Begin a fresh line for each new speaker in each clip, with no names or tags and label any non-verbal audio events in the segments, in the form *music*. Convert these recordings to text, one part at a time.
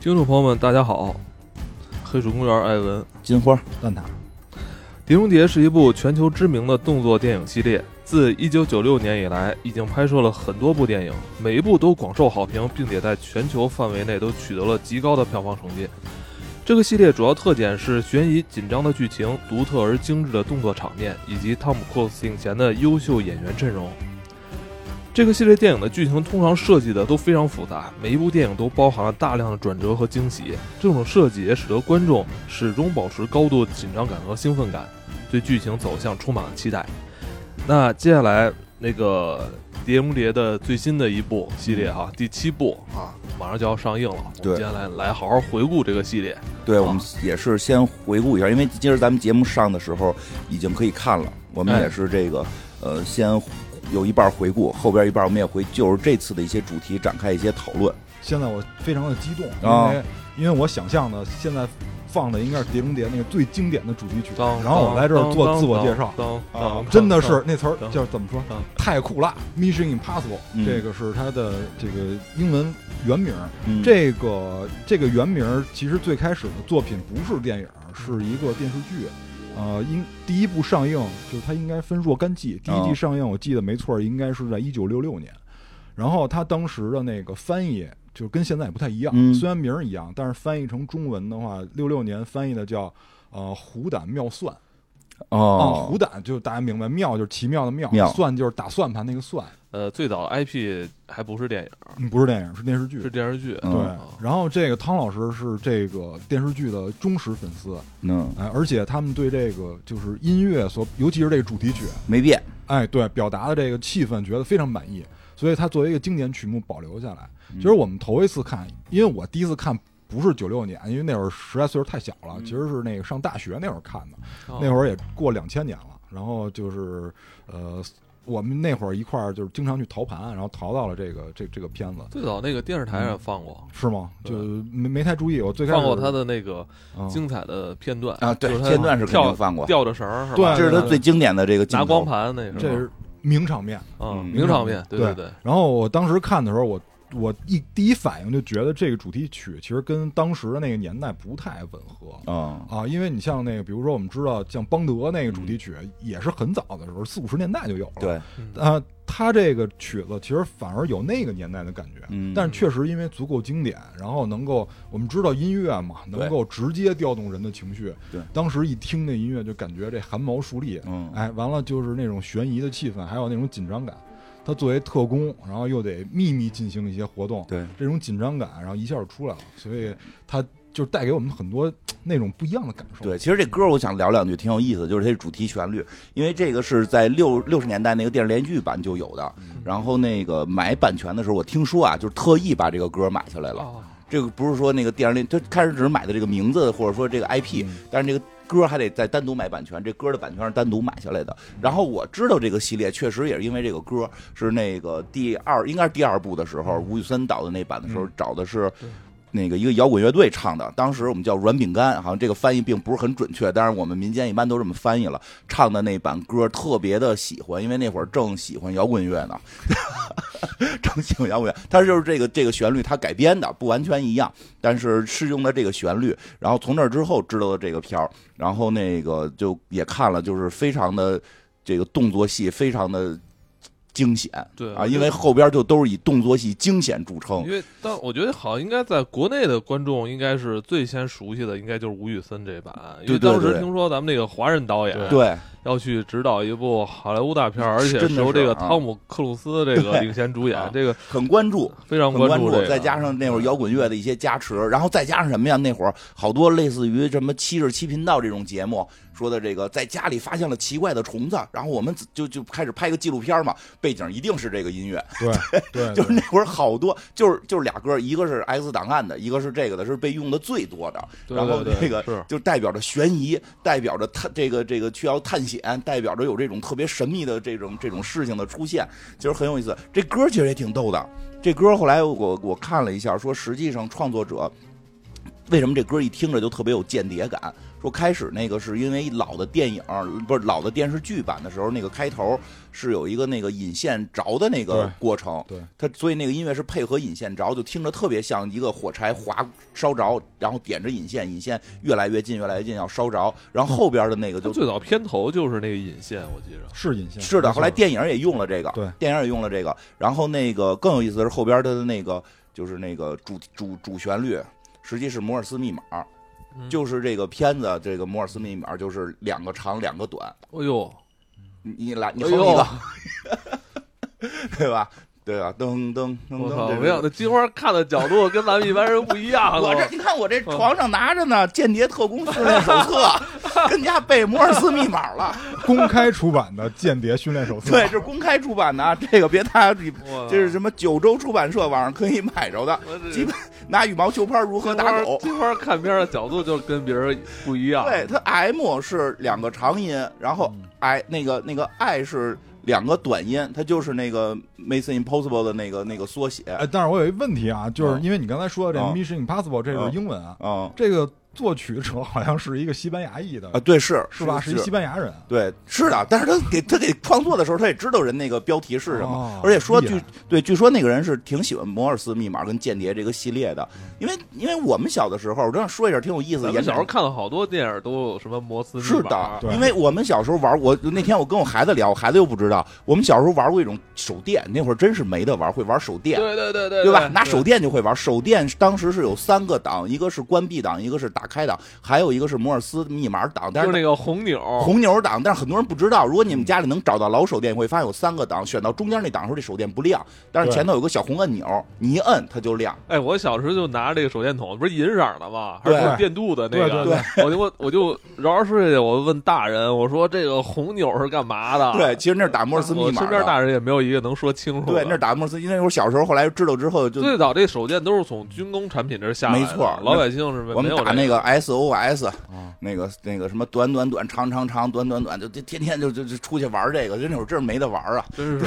听众朋友们，大家好，黑水公园艾文。
金花蛋挞，
《碟中谍》是一部全球知名的动作电影系列，自1996年以来，已经拍摄了很多部电影，每一部都广受好评，并且在全球范围内都取得了极高的票房成绩。这个系列主要特点是悬疑紧张的剧情、独特而精致的动作场面，以及汤姆·克鲁斯影前的优秀演员阵容。这个系列电影的剧情通常设计的都非常复杂，每一部电影都包含了大量的转折和惊喜。这种设计也使得观众始终保持高度紧张感和兴奋感，对剧情走向充满了期待。那接下来那个《碟中谍》的最新的一部系列哈、第七部啊，马上就要上映了。我们
对
接下来来好好回顾这个系列。
对我们也是先回顾一下，因为今儿咱们节目上的时候已经可以看了，我们
哎
也是这个呃先有一半回顾，后边一半我们也会就是这次的一些主题展开一些讨论。
现在我非常的激动，因
啊
为、因为我想象的现在放的应该是《碟中谍》那个最经典的主题曲，
当
然后我来这儿做自我介绍，啊，真的是那词儿
当
叫怎么说
当？
太酷辣，Mission Impossible，、
嗯
这个是它的这个英文原名。
嗯
这个这个原名其实最开始的作品不是电影，是一个电视剧。呃，应第一部上映就是它应该分若干季，第一季
哦
上映我记得没错，应该是在一九六六年。然后它当时的那个翻译就是跟现在也不太一样，
嗯
虽然名儿一样，但是翻译成中文的话，六六年翻译的叫呃虎胆妙算。啊，
哦
虎胆就大家明白，妙就是奇妙的妙，
妙
算就是打算盘那个算，
呃，最早的 IP 还不是电影，
嗯，不是电影，是电视剧。
是电视剧。啊
嗯
对，然后这个汤老师是这个电视剧的忠实粉丝，
嗯
哎，而且他们对这个就是音乐所，尤其是这个主题曲，
没变，
哎，对，表达的这个气氛觉得非常满意，所以它作为一个经典曲目保留下来。其实我们头一次看，因为我第一次看不是九六年，因为那会儿实在岁数太小了，其实是那个上大学那会儿看的。那
儿
会儿也过两千年了，然后就是呃，我们那会儿一块儿就是经常去淘盘，然后淘到了这个这这个片子，
最早那个电视台上放过，
是吗？
对
就没没太注意，我最开始
放过他的那个
嗯
精彩的片段
啊对
就是他
片段是肯
跳
定放过
吊着绳儿是吧？
对
这是他最经典的这个镜
拿光
头。
盘那是吧
嗯这是名场面。
嗯
嗯
名场面，对
对
对，
然后我当时看的时候，我我一第一反应就觉得这个主题曲其实跟当时的那个年代不太吻合。
啊，
啊，因为你像那个，比如说我们知道，像邦德那个主
嗯
题曲也是很早的时候，四五十年代就有了。
对，
啊，他这个曲子其实反而有那个年代的感觉，
嗯
但是确实因为足够经典，然后能够我们知道音乐嘛，能够直接调动人的情绪。
对
当时一听那音乐就感觉这汗毛竖立，
嗯
哎，完了就是那种悬疑的气氛，还有那种紧张感。他作为特工，然后又得秘密进行一些活动，
对
这种紧张感，然后一下就出来了，所以他就带给我们很多嘖那种不一样的感受。
对，其实这歌我想聊两句，挺有意思的，就是它的主题旋律，因为这个是在六六十年代那个电视连续剧版就有的。然后那个买版权的时候，我听说啊，就是特意把这个歌买下来了。
啊，
这个不是说那个电视连，就开始只是买的这个名字或者说这个 IP，、但是这个歌还得再单独买版权，这歌的版权是单独买下来的。然后我知道这个系列确实也是因为这个歌是那个第二，应该是第二部的时候，吴宇森导的那版的时候找的是。那个一个摇滚乐队唱的，当时我们叫软饼干，好像这个翻译并不是很准确，但是我们民间一般都这么翻译了。唱的那版歌特别的喜欢，因为那会儿正喜欢摇滚乐呢， *laughs* 正喜欢摇滚乐。它就是这个这个旋律，它改编的不完全一样，但是是用的这个旋律。然后从那之后知道了这个片儿，然后那个就也看了，就是非常的这个动作戏非常的惊险
对
啊，因为后边就都是以动作戏惊险著称
因。为但我觉得好像应该在国内的观众应该是最先熟悉的，应该就是吴宇森这版，因为
对对
当时
对
听说咱们这个华人导演
对
要去执导一部好莱坞大片儿，而且
真的
是
是
由这个
啊
汤姆·克鲁斯这个
对
领衔主演
啊，
这个
很关注，
非常
很关
注这个。
再加上那会儿摇滚乐的一些加持，然后再加上什么呀？那会儿好多类似于什么七十七频道这种节目说的这个，在家里发现了奇怪的虫子，然后我们就就开始拍个纪录片嘛，背景一定是这个音乐， *laughs*
对对，
就是
对
那会儿好多就是就是俩歌，一个是 X 档案的，一个是这个的，是被用的最多的，
对
然后
对对
这个
是
就代表着悬疑，代表着探这个这个需要探险，代表着有这种特别神秘的这种这种事情的出现，其实很有意思。这歌其实也挺逗的，这歌后来我我看了一下，说实际上创作者为什么这歌一听着就特别有间谍感？说开始那个是因为老的电影不是老的电视剧版的时候，那个开头是有一个那个引线着的那个
对
过程，
对
它所以那个音乐是配合引线着，就听着特别像一个火柴划烧着，然后点着引线，引线越来越近，越来越近要烧着，然后后边的那个
它
就
最早片头就是那个引线，我记着。
是引线，
是的，
没错
后来电影也用了这个，
对
电影也用了这个。然后那个更有意思的是后边它的那个就是那个主主主旋律，实际是摩尔斯密码，
嗯
就是这个片子这个摩尔斯密码就是两个长两个短，
哎呦，
你你来你
哎
哼一
呦，
个，对吧？对吧？噔噔噔
我
噔，
操！
这是
没想到金花看的角度跟咱们一般人不一样啊
我这
了。
你看我这床上拿着呢，《间谍特工训练手册》， *laughs* 跟家背摩尔斯密码了。
公开出版的《间谍训练手册》，
*laughs* 对，这是公开出版的，啊，这个别大家注意
哇
这是什么九州出版社网上可以买着的，
我这
基本拿羽毛球拍如何打狗。
金花看片的角度就跟别人不一样。
对，它 M 是两个长音，然后 I 那个那个 I 是两个短音，它就是那个 Mission Impossible 的那个那个缩写。
哎，但是我有一问题啊，就是
嗯
因为你刚才说的这
嗯
Mission Impossible 这
嗯
是英文啊，
嗯
这个作曲者好像是一个西班牙裔的
啊，，对，是
是吧？是一西班牙人。
对，是的，但是他给他给创作的时候，他也知道人那个标题是什么，
哦
而且说
厉害
据对，据说那个人是挺喜欢摩尔斯密码跟间谍这个系列的，因为因为我们小的时候，我这样说一下挺有意思，
咱
也
们小时候看了好多电影，都有什么摩斯密
是
码
的，
对
因为我们小时候玩，我那天我跟我孩子聊，我孩子又不知道，我们小时候玩过一种手电，那会儿真是没得玩，会玩手电。
对对对对，
对吧？拿手电就会玩。手电当时是有三个档，一个是关闭档，一个是打开档，还有一个是摩尔斯密码档。但
就是是那个红钮，
红牛档，但是很多人不知道。如果你们家里能找到老手电，会发现有三个档，选到中间那档的时候，这手电不亮，但是
对
前头有个小红按钮，你一摁它就亮。
哎，我小时候就拿着这个手电筒，不是银色儿的吗？还
对
是电镀的那个？
对
对
我就我我就绕着睡去，我问大人，我说这个红钮是干嘛的？
对，，其实那是打摩尔斯密
我
码
身边
的。
大人也没有一个能说清楚的。
对，那是打摩尔斯，因为我小时候后来知道之后就
最早这手电都是从军工产品这儿下来的，
没错
老百姓是没
我
没
们
有哦
打那
这
个 SOS，
啊
那个那个什么短短短长长长短短短，就就天天就就就出去玩这个，就那会儿真是没得玩啊，
真是，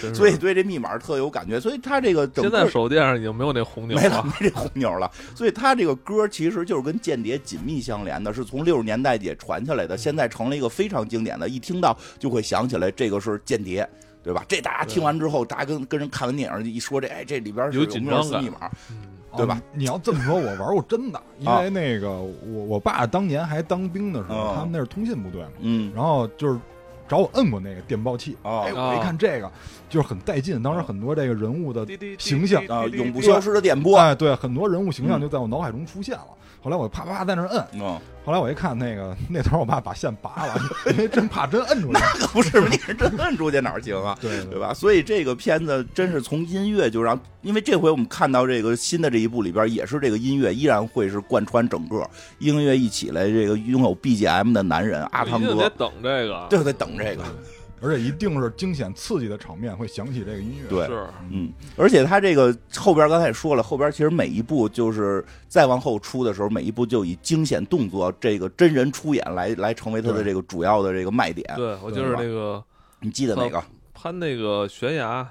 真是
所以对这密码特有感觉，所以他这个整
现
个
在手电上已经没有那红钮
没了
了。
*laughs* 没这红钮了，所以他这个歌其实就是跟间谍紧密相连的，是从六十年代也传下来
嗯
的，现在成了一个非常经典的，一听到就会想起来这个是间谍。对吧？这大家听完之后，大家跟跟人看完电影一说这，哎，这里边是
有
有
紧
摩尔
张
斯
感
密码，
嗯
哦
对吧？啊
你要这么说，我玩过真的，因为那个我我爸当年还当兵的时候，
嗯
他们那是通信部队嘛，
嗯，
然后就是找我摁过那个电报器。
哦
哎，我一看这个就是很带劲，当时很多这个人物的
滴滴滴
形象
滴滴
啊，
滴
永不
滴
消失的电波，
哎，对，很多人物形象
嗯
就在我脑海中出现了。后来我啪啪在那儿摁，
嗯，
后来我一看那个 *laughs* 那头，我爸把线拔了， *laughs* 因为真怕真摁出去。
可 *laughs* 不是，你是真摁出去哪儿行啊？
对
对？吧？所以这个片子真是从音乐就让，因为这回我们看到这个新的这一部里边，也是这个音乐依然会是贯穿整个音乐一起来，这个拥有 BGM 的男人啊阿
我
汤
一定嗯得
哥
等这个，
就得等这个，
而且一定是惊险刺激的场面会响起这个音乐。
对。
是
嗯，而且他这个后边刚才也说了，后边其实每一部就是再往后出的时候，每一部就以惊险动作这个真人出演来来成为他的
对
这个主要的这个卖点。
对，我就是那个
你记得哪个
攀那个悬崖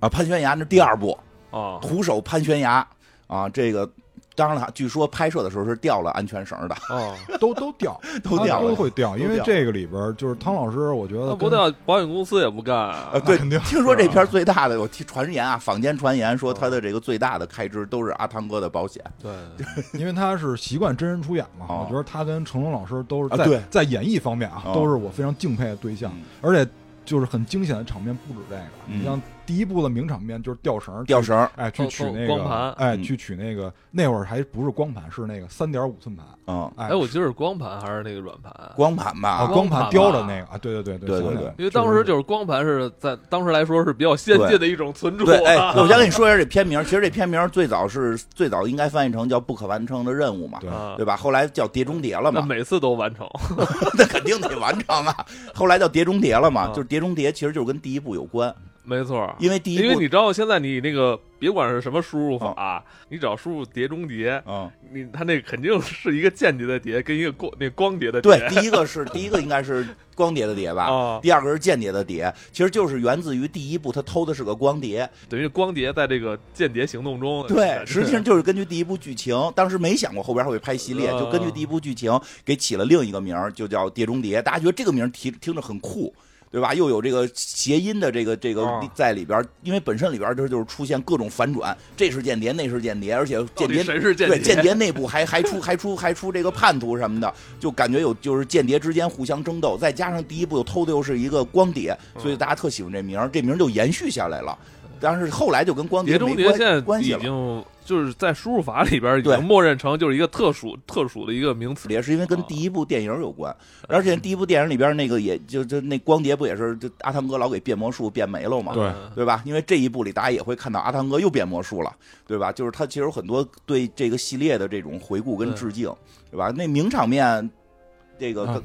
啊？攀悬崖那是第二部，
啊，
徒手攀悬崖啊，这个当然了，据说拍摄的时候是掉了安全绳的， *laughs*
哦，
都都掉，
都掉
它啊都
了。
会掉，
都
因为
掉
这个里边儿就是汤老师，我觉
那
得
不
跟
但保险公司也不干啊
啊，对
肯定，
听说这片儿最大的，我 *laughs* 听传言啊，坊间传言说他的这个最大的开支都是阿汤哥的保险。
对，
因为他是习惯真人出演嘛，
哦
我觉得他跟成龙老师都是
啊
在、
对
在演绎方面啊，
哦
都是我非常敬佩的对象，
嗯
而且就是很惊险的场面不止这个，
嗯
你像第一部的名场面就是吊绳，
吊绳儿，
哎，去取那个
光盘
哎，
嗯
去取那个那会儿还不是光盘，是那个三点五寸盘，
嗯，
哎
哎，，我记得是光盘还是那个软盘？
光盘
啊，
吧，
光
光
盘
盘
吧
雕的那个啊，对对
对
对对
对
想起来
对
了
因为当时就是光盘是在当时来说是比较先进的一种存储
对，哎，
啊，
我先跟你说一下这片名儿，其实这片名儿最早是最早应该翻译成叫《不可完成的任务》嘛，
对
啊
对吧？后来叫《碟中谍》了
那
嘛，
每次都完成，
*laughs* 那肯定得完成啊。后来叫《碟中谍》了嘛，
啊
啊
就是《碟中谍》其实就是跟第一部有关，
没错，
因为第一
因为
部
你知道现在你那个别管是什么输入
哦
法，你只要输入碟中谍，
嗯，
你它那肯定是一个间谍的碟，跟一个光那光 *laughs* 碟的碟。
对，第一个是第一个应该是光碟的碟吧，
啊，
第二个是间谍的碟，其实就是源自于第一部他偷的是个光碟，
等于光碟在这个间谍行动中，
对，
哦 *laughs* 是
实际上就是根据第一部剧情，当时没想过后边还会拍系列，
啊
就根据第一部剧情给起了另一个名儿，就叫《碟中谍》。大家觉得这个名儿听听着很酷。对吧？又有这个谐音的这个这个
啊
在里边儿，因为本身里边儿这就是出现各种反转，这是间谍，那是间谍，而且
到
间
底
谍
谁是间
对间谍内部还还出还出还出这个叛徒什么的，就感觉有就是间谍之间互相争斗，再加上第一部又偷的又是一个光碟，所以
嗯
大家特喜欢这名儿，这名儿就延续下来了。但是后来就跟光碟
碟中
没
谍
关
现在
关系
已
了。
经就是在输入法里边已
对
经默认成就是一个特属特属的一个名词。
也是因为跟
啊
第一部电影有关，而且第一部电影里边那个也就就那光碟不也是就阿汤哥老给变魔术变没了嘛，
对
嗯
对吧？因为这一部里大家也会看到阿汤哥又变魔术了，对吧？就是他其实有很多对这个系列的这种回顾跟致敬，对吧？那名场面，这个
啊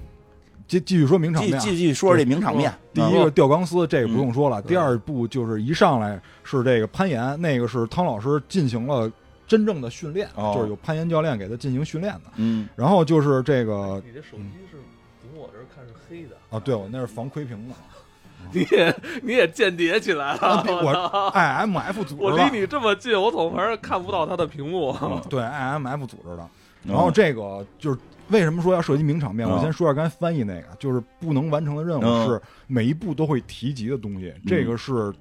继继续说名场
继
面啊，哦
继续说这名场面，
第一
嗯
个吊钢丝，这个不用说了。
嗯
第二步就是一上来是这个攀岩，那个是汤老师进行了真正的训练，
哦
就是有攀岩教练给他进行训练的。
嗯，
然后就是这个
哎你这手机是从我这儿看是黑的
啊，对我那是防窥屏
*laughs*
的，
你也你也间谍起来了，
嗯啊我嗯 I M F 组
哦我
织的
离，你这么近，我总是看不到它的屏幕。啊 *laughs*
对 I M F 组织的。
嗯
然后这个就是为什么说要涉及名场面，
嗯
我先说一下刚才翻译那个，就是不能完成的任
嗯
务是每一步都会提及的东西，这个是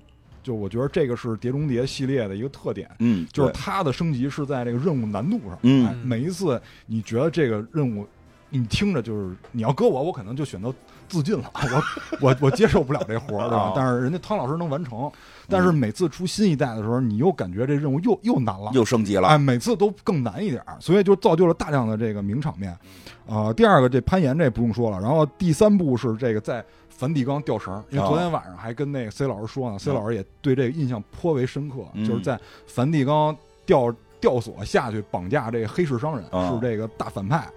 就我觉得这个是《碟中谍》系列的一个特点。
嗯，
就
对
是它的升级是在这个任务难度上。
嗯
哎每一次你觉得这个任务，你听着就是你要搁我，我可能就选择自
*laughs*
尽了，我我我接受不了这活儿，对
哦
吧？但是人家汤老师能完
嗯
成，但是每次出新一代的时候，你又感觉这任务又又难了。
又升级了，
哎，每次都更难一点儿，所以就造就了大量的这个名场面。啊，第二个这攀岩这不用说了，然后第三步是这个在梵蒂冈吊绳儿，因为
哦
昨天晚上还跟那个 C 老师说呢、c 老师也对这个印象颇为深刻，
嗯
就是在梵蒂冈吊吊索下去绑架这个黑市商人，
哦
是这个大反派。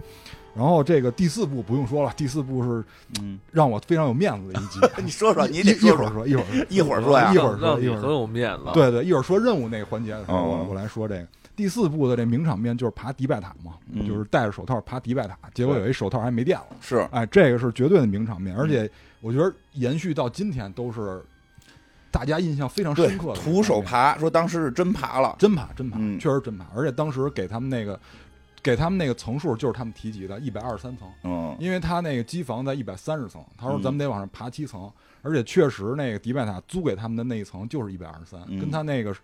然后这个第四步不用说了，第四步是
嗯，
让我非常有面子的一
*laughs*
集。
你说说，你
一
得
一
说
会儿
说，
说，一会儿说
一会儿说呀
啊一，会儿
让
说，
你
一会儿
很
说。
有面子。
对对，一会儿说任务那个环节的时候，
啊哦
我我来说这个第四部的这名场面就是爬迪拜塔嘛，
嗯
就是戴着手套爬迪拜塔，结果
对嗯
有一手套还没电了，
是
哎，这个是绝对的名场面，而且我觉得延续到今天都是大家印象非常
对
深刻的，
徒手，爬，说当时是真爬了，
真爬真爬，
嗯
确实真爬，而且当时给他们那个给他们那个层数就是他们提及的一百二十三层。
嗯，
因为他那个机房在一百三十层，他说
嗯
咱们得往上爬七层，而且确实那个迪拜塔租给他们的那一层就是一百二十三
嗯，
跟他那个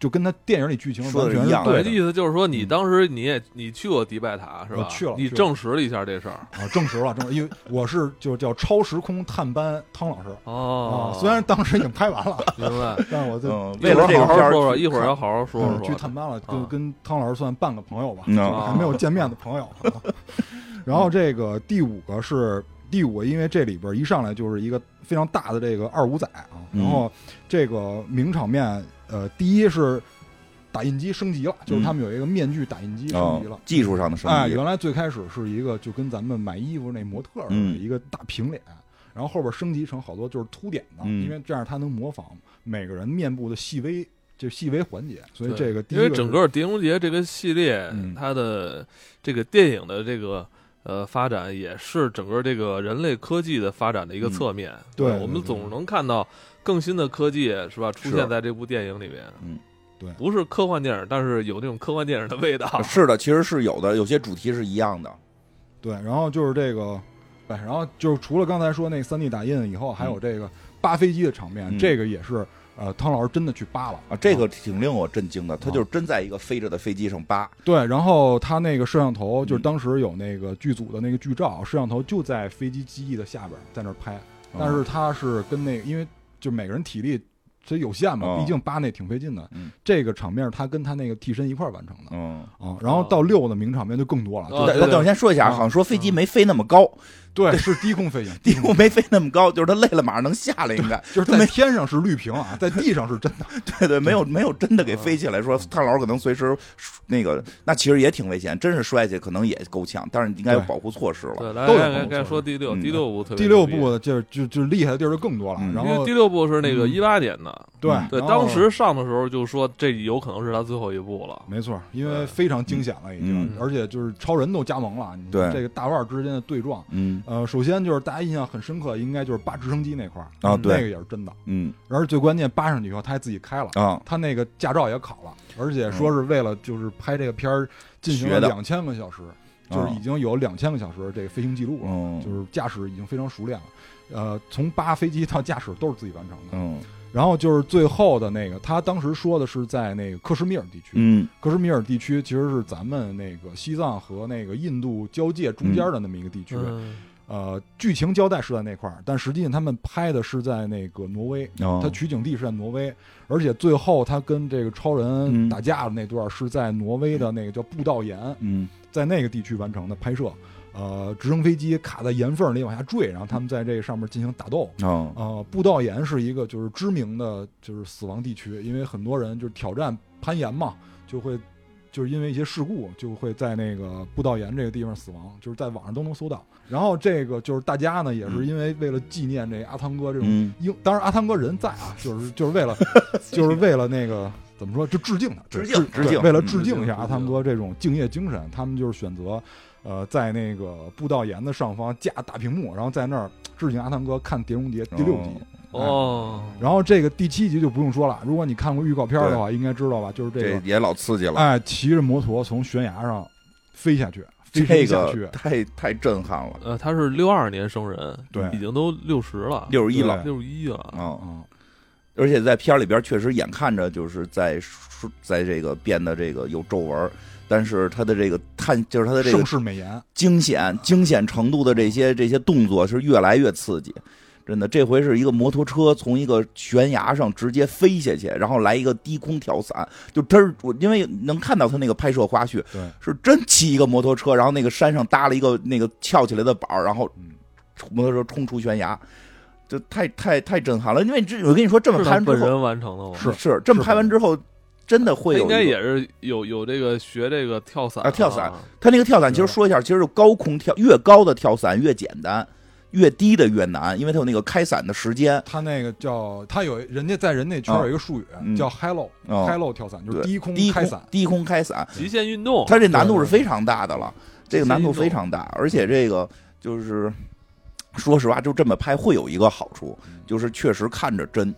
就跟他电影里剧情
说的
完全
是一样的
我
啊对嗯
的意思就是说，你当时你也你去过迪拜塔是吧？
我去了
你
去了
证实了一下这事儿。
啊，证实了证实，因为我是就叫超时空探班汤老师
哦
啊，，虽然当时已经
*laughs*
拍完了，
明白。
*laughs* 但是我就
嗯，
一
为
会
了
儿
这个
好
片
好
儿
说说，
去
一会儿要好好说
嗯
说。
去探班了，就
啊
跟汤老师算半个朋友吧，
嗯
就还没有见面的朋友。 *laughs* 然后这个第五个是第五个，因为这里边一上来就是一个非常大的这个二五仔啊，
嗯
然后这个名场面，呃，第一是打印机升级了，就是他们有一个面具打印机升级了
哦。技术上的升
哎，
级，
原来最开始是一个就跟咱们买衣服那模特儿似的
嗯
一个大平脸，然后后边升级成好多就是凸点的，
嗯
因为这样它能模仿每个人面部的细微，就细微环节。所以
对
这个第一
因为
是
整个《碟中谍》这个系列，
嗯
它的这个电影的这个呃发展，也是整个这个人类科技的发展的一个侧面。
嗯对
吧我们
对
总能看到更新的科技，是吧？出现
是
在这部电影里面。
嗯，
对
不是科幻电影，但是有那种科幻电影的味道。
是的，其实是有的，有些主题是一样的。
对，然后就是这个，对，然后就是除了刚才说那三 D 打印以后，还有这个扒飞机的场面，
嗯
这个也是呃，汤老师真的去扒了
啊，这个挺令我震惊的，
啊
他就是真在一个飞着的飞机上扒，
对，然后他那个摄像头就
嗯
是当时有那个剧组的那个剧照，摄像头就在飞机机翼的下边儿，在那儿拍，但是他是跟那个，因为就每个人体力。这有限嘛，
哦
毕竟扒那挺费劲的。
嗯
这个场面是他跟他那个替身一块儿完成的啊、
嗯，
然后到六的名场面就更多了，
哦
就
等
对对
等，我先说一下，
啊
好像说飞机没飞那么高，
对，是低空飞行，
低空没飞那么高，就是他累了，马上能下来，应该
就是在天上是绿屏啊，在地上是真的。
对对，没有没有真的给飞起来
啊
说，汤老师可能随时那个，那其实也挺危险，真是摔下去可能也够呛，但是你应该有
对
保护措施了。
对，来
都有
来
这
来
种
该说第六，
嗯
第六部特别
第六
牛逼
部就是就就厉害的地儿就更多了，
嗯
然
因为
后
第六部是那个
嗯
一八年的，
对
嗯
对，
然后
当时上的时候就说这有可能是他最后一部了，
没错，因
对
为非常惊险了已经
嗯，
而且就是超人都加盟了，你
对
这个大腕儿之间的对撞，
嗯
呃，首先就是大家印象很深刻，应该就是扒直升机那块儿
啊，
嗯
那
对，
个也是真的，
嗯
然后最关键扒上去以后他还自己开了。
啊，
他那个驾照也考了，而且说是为了就是拍这个片儿进行了
学的啊
两千个小时，就是已经有两千个小时这个飞行记录了，
嗯
就是驾驶已经非常熟练了。呃，从扒飞机到驾驶都是自己完成的。
嗯
然后就是最后的那个，他当时说的是在那个克什米尔地区，
嗯
克什米尔地区其实是咱们那个西藏和那个印度交界中间的那么一个地区。
嗯，
呃，剧情交代是在那块儿，但实际上他们拍的是在那个挪威。
哦
嗯他取景地是在挪威，而且最后他跟这个超人打架的那段是在挪威的那个叫布道岩，
嗯
在那个地区完成的拍摄。呃，直升飞机卡在岩缝里往下坠，然后他们在这上面进行打斗。
哦
呃，布道岩是一个就是知名的就是死亡地区，因为很多人就是挑战攀岩嘛，就会就是因为一些事故就会在那个布道岩这个地方死亡，就是在网上都能搜到。然后这个就是大家呢也是因为为了纪念这阿汤哥这种
嗯
英，当然阿汤哥人在啊，就是就是
*laughs*
为了就是为了那个怎么说，就致敬他，对
致敬
对
致敬
为了
嗯
致敬
致
一下
敬
阿汤哥这种敬业精神，他们就是选择呃在那个布道岩的上方架大屏幕，然后在那儿致敬阿汤哥看《碟中谍》第六集。
哦，
然后这个第七集就不用说了，如果你看过预告片的话，应该知道吧？就是这
这
个，
也老刺激了，
哎，骑着摩托从悬崖上飞下去，飞
这
身下去
个，太太震撼了，
呃，他是六二年生人，
对
已经都六十了，
六十一了
对
六十一了，
啊。
嗯，
而且在片儿里边确实眼看着就是在说在这个变得这个有皱纹儿，但是他的这个探就是他的这个
盛世美颜，
惊险惊险程度的这些这些动作是越来越刺激。真的，这回是一个摩托车从一个悬崖上直接飞下去，然后来一个低空跳伞，就嘚儿！我因为能看到他那个拍摄花絮，
对，
是真骑一个摩托车，然后那个山上搭了一个那个翘起来的板儿，然后
嗯
摩托车冲出悬崖，就太太太震撼了。因为这我跟你说，这么
是
拍
他
完之
本
后
人完成的吗？
是
是这么
是
拍完之后，真的
他
会有
应该
一个
也是有有这个学这个跳伞
啊跳伞它那个跳伞，其实说一下，其实是高空跳，越高的跳伞越简单，越低的越难，因为它有那个开伞的时间。
他那个叫他有人家在人那圈儿有一个术语、
嗯
叫 hello、
哦
hello 跳伞，就是
对
低空
低
开
空
伞。
低空开伞，
极限运动，
它这难度是非常大的
哦
了，这个难度
极限
非
运动
常大，而且这个就是。说实话，就这么拍会有一个好处，
嗯
就是确实看着真，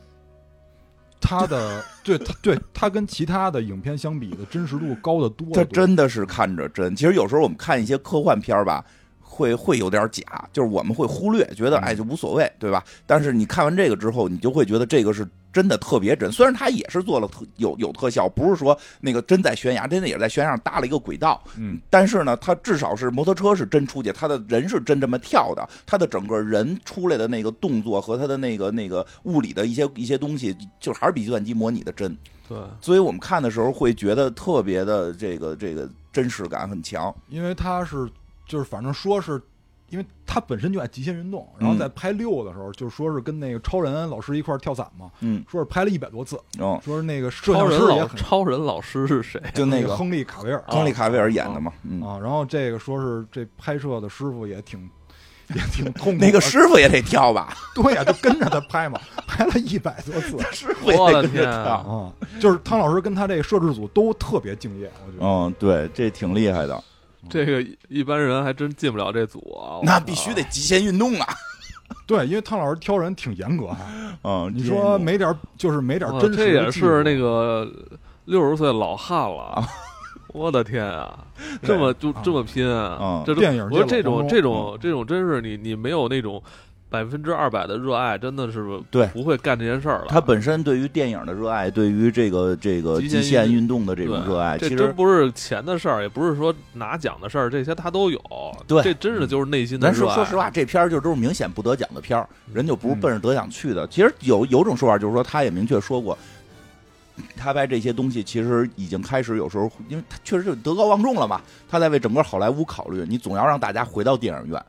他的对他对他跟其他的影片相比的真实度高得多
它
得多。嗯
真的是看着真。其实有时候我们看一些科幻片儿吧，会会有点假，就是我们会忽略，觉得
嗯
哎就无所谓，对吧？但是你看完这个之后，你就会觉得这个是真的特别真。虽然它也是做了特有有特效，不是说那个真在悬崖，真的也是在悬崖上搭了一个轨道，
嗯，
但是呢，它至少是摩托车是真出去，他的人是真这么跳的，他的整个人出来的那个动作和他的那个那个物理的一些一些东西，就还是比计算机模拟的真。
对，
所以我们看的时候会觉得特别的这个这个真实感很强。
因为他是就是反正说是。因为他本身就爱极限运动，然后
嗯
在拍六的时候，就说是跟那个超人老师一块儿跳伞嘛，
嗯，
说是拍了一百多次，
哦，
说是那个摄
超
像师
人
也
老
很
超人老师是
*laughs*
谁？
就那个哦
亨利卡维尔
亨利
哦
·卡维尔演的嘛，嗯，
啊，然后这个说是这拍摄的师傅也挺也挺痛苦的，
那个师傅也得跳吧，
*laughs*
*laughs*
对呀、就跟着他拍嘛， *laughs* 拍了一百多次
师傅也
我
得
的
跟着
天
跳。
啊！
啊！就是汤老师跟他这个摄制组都特别敬业，我觉
哦
得。
嗯，对，这挺厉害的，
这个一般人还真进不了这组啊！我
那
靠
必须得极限运动啊。
对，因为汤老师挑人挺严格啊，
哎哦
嗯，
你
极限运
说
动
没点儿就是没点儿
哇
真实的
哦这也
技术
是那个六十岁老汉
啊
了，我的天
*laughs*
啊，这么就
啊
这么拼啊
嗯！
这都
电影
我说
界
这
老黄
种
忠
这种这种真是你你没有那种百分之二百的热爱，真的是
对
不会干这件事儿了。
他本身对于电影的热爱，对于这个这个
极
极
限
限
运
运动的这种
对
热爱，
这
其
真
实
不是钱的事儿，也不是说拿奖的事儿，这些他都有。
对
这真是就是嗯内心的
咱
热
说
爱。
说实话，，这片儿就都是明显不得奖的片儿，人就不是奔着得奖去的。其实有有种说法就是说，他也明确说过。他拍这些东西，其实已经开始有时候，因为他确实就德高望重了嘛，他在为整个好莱坞考虑，你总要让大家回到电影院，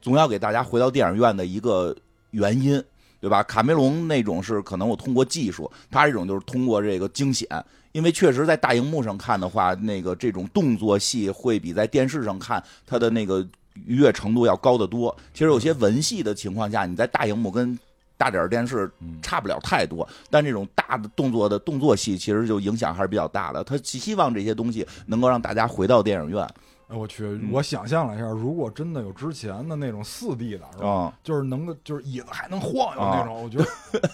总要给大家回到电影院的一个原因，对吧？卡梅隆那种是可能我通过技术，他这种就是通过这个惊险，因为确实在大荧幕上看的话，那个这种动作戏会比在电视上看它的那个愉悦程度要高得多。其实有些文戏的情况下，你在大荧幕跟大点儿电视差不了太多，但这种大的动作的动作戏，其实就影响还是比较大的。他希望这些东西能够让大家回到电影院啊、
哎，我去，
嗯
我想象了一下，如果真的有之前的那种四 D 的，
哦
是吧？就是能够，就是椅子还能晃悠那种，我觉得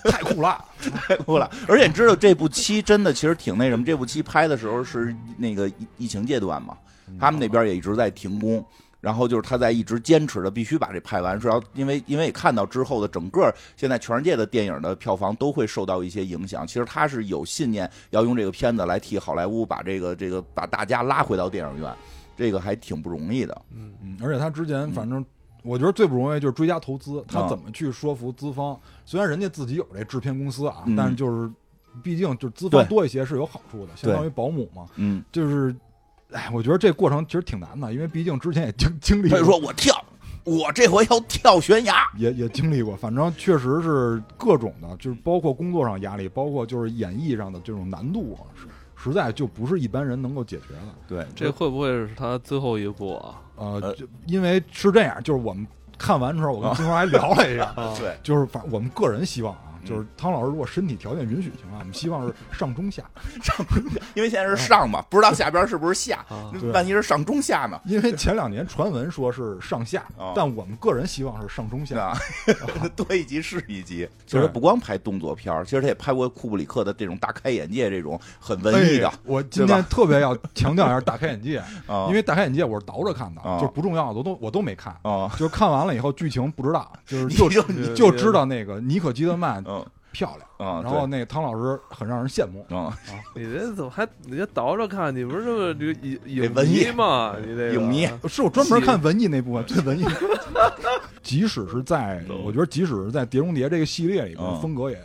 太酷了。
太酷了！而且你知道这部七真的其实挺那什么，这部七拍的时候是那个疫疫情阶段嘛，他们那边也一直在停工。然后就是他在一直坚持的，必须把这拍完，是要因为因为也看到之后的整个现在全世界的电影的票房都会受到一些影响。其实他是有信念要用这个片子来替好莱坞把这个这个把大家拉回到电影院，这个还挺不容易的。
嗯，哦
嗯，而且他之前反正我觉得最不容易就是追加投资，他怎么去说服资方？虽然人家自己有这制片公司啊
嗯，
但是就是毕竟就是资方
对
多一些是有好处的，相当于保姆嘛。
嗯，
就是，哎，我觉得这过程其实挺难的，因为毕竟之前也经 *laughs* 经历
他就，
过
说我跳，我这回要跳悬崖。
也也经历过，反正确实是各种的，就是包括工作上压力，包括就是演绎上的这种难度啊，是实在就不是一般人能够解决的。
对，
这会不会是他最后一部啊？
呃
呃，
就因为是这样，就是我们看完之后，我跟金花还聊
*laughs*
了一下，
啊，
对
就是反我们个人希望啊，
嗯
就是汤老师如果身体条件允许的情况下，我们希望是上中下，
因为现在是上嘛，不知道下边是不是下，
啊，
对
万一是上中下 *laughs* 呢？
因为前两年传闻说是上下
哦，
但我们个人希望是上中 *laughs* 下。
啊，多一集是一集。其
对
实不光拍动作片儿，其实他也拍过库布里克的这种大开眼界，这种很文艺的
哎我今天特别要强调一下大开眼界，
*laughs* 啊，
哎因为大开眼界我是倒着看的，
啊
就是不重要的我都我都没看，
啊，
就是看完了以后剧情不知道，就是
你
就
就
你
就知道那个妮可基德曼
嗯
漂亮，
啊，
然后那个汤老师很让人羡慕。
对啊，
你这怎么还你这倒着看？你不是这个这个影
给
影
嗯文艺
迷吗？你这个
影迷
是我专门看文艺那部分，最文艺。 *laughs* 即使是在，我觉得即使是在《碟中谍》这个系列里
嗯
边，风格也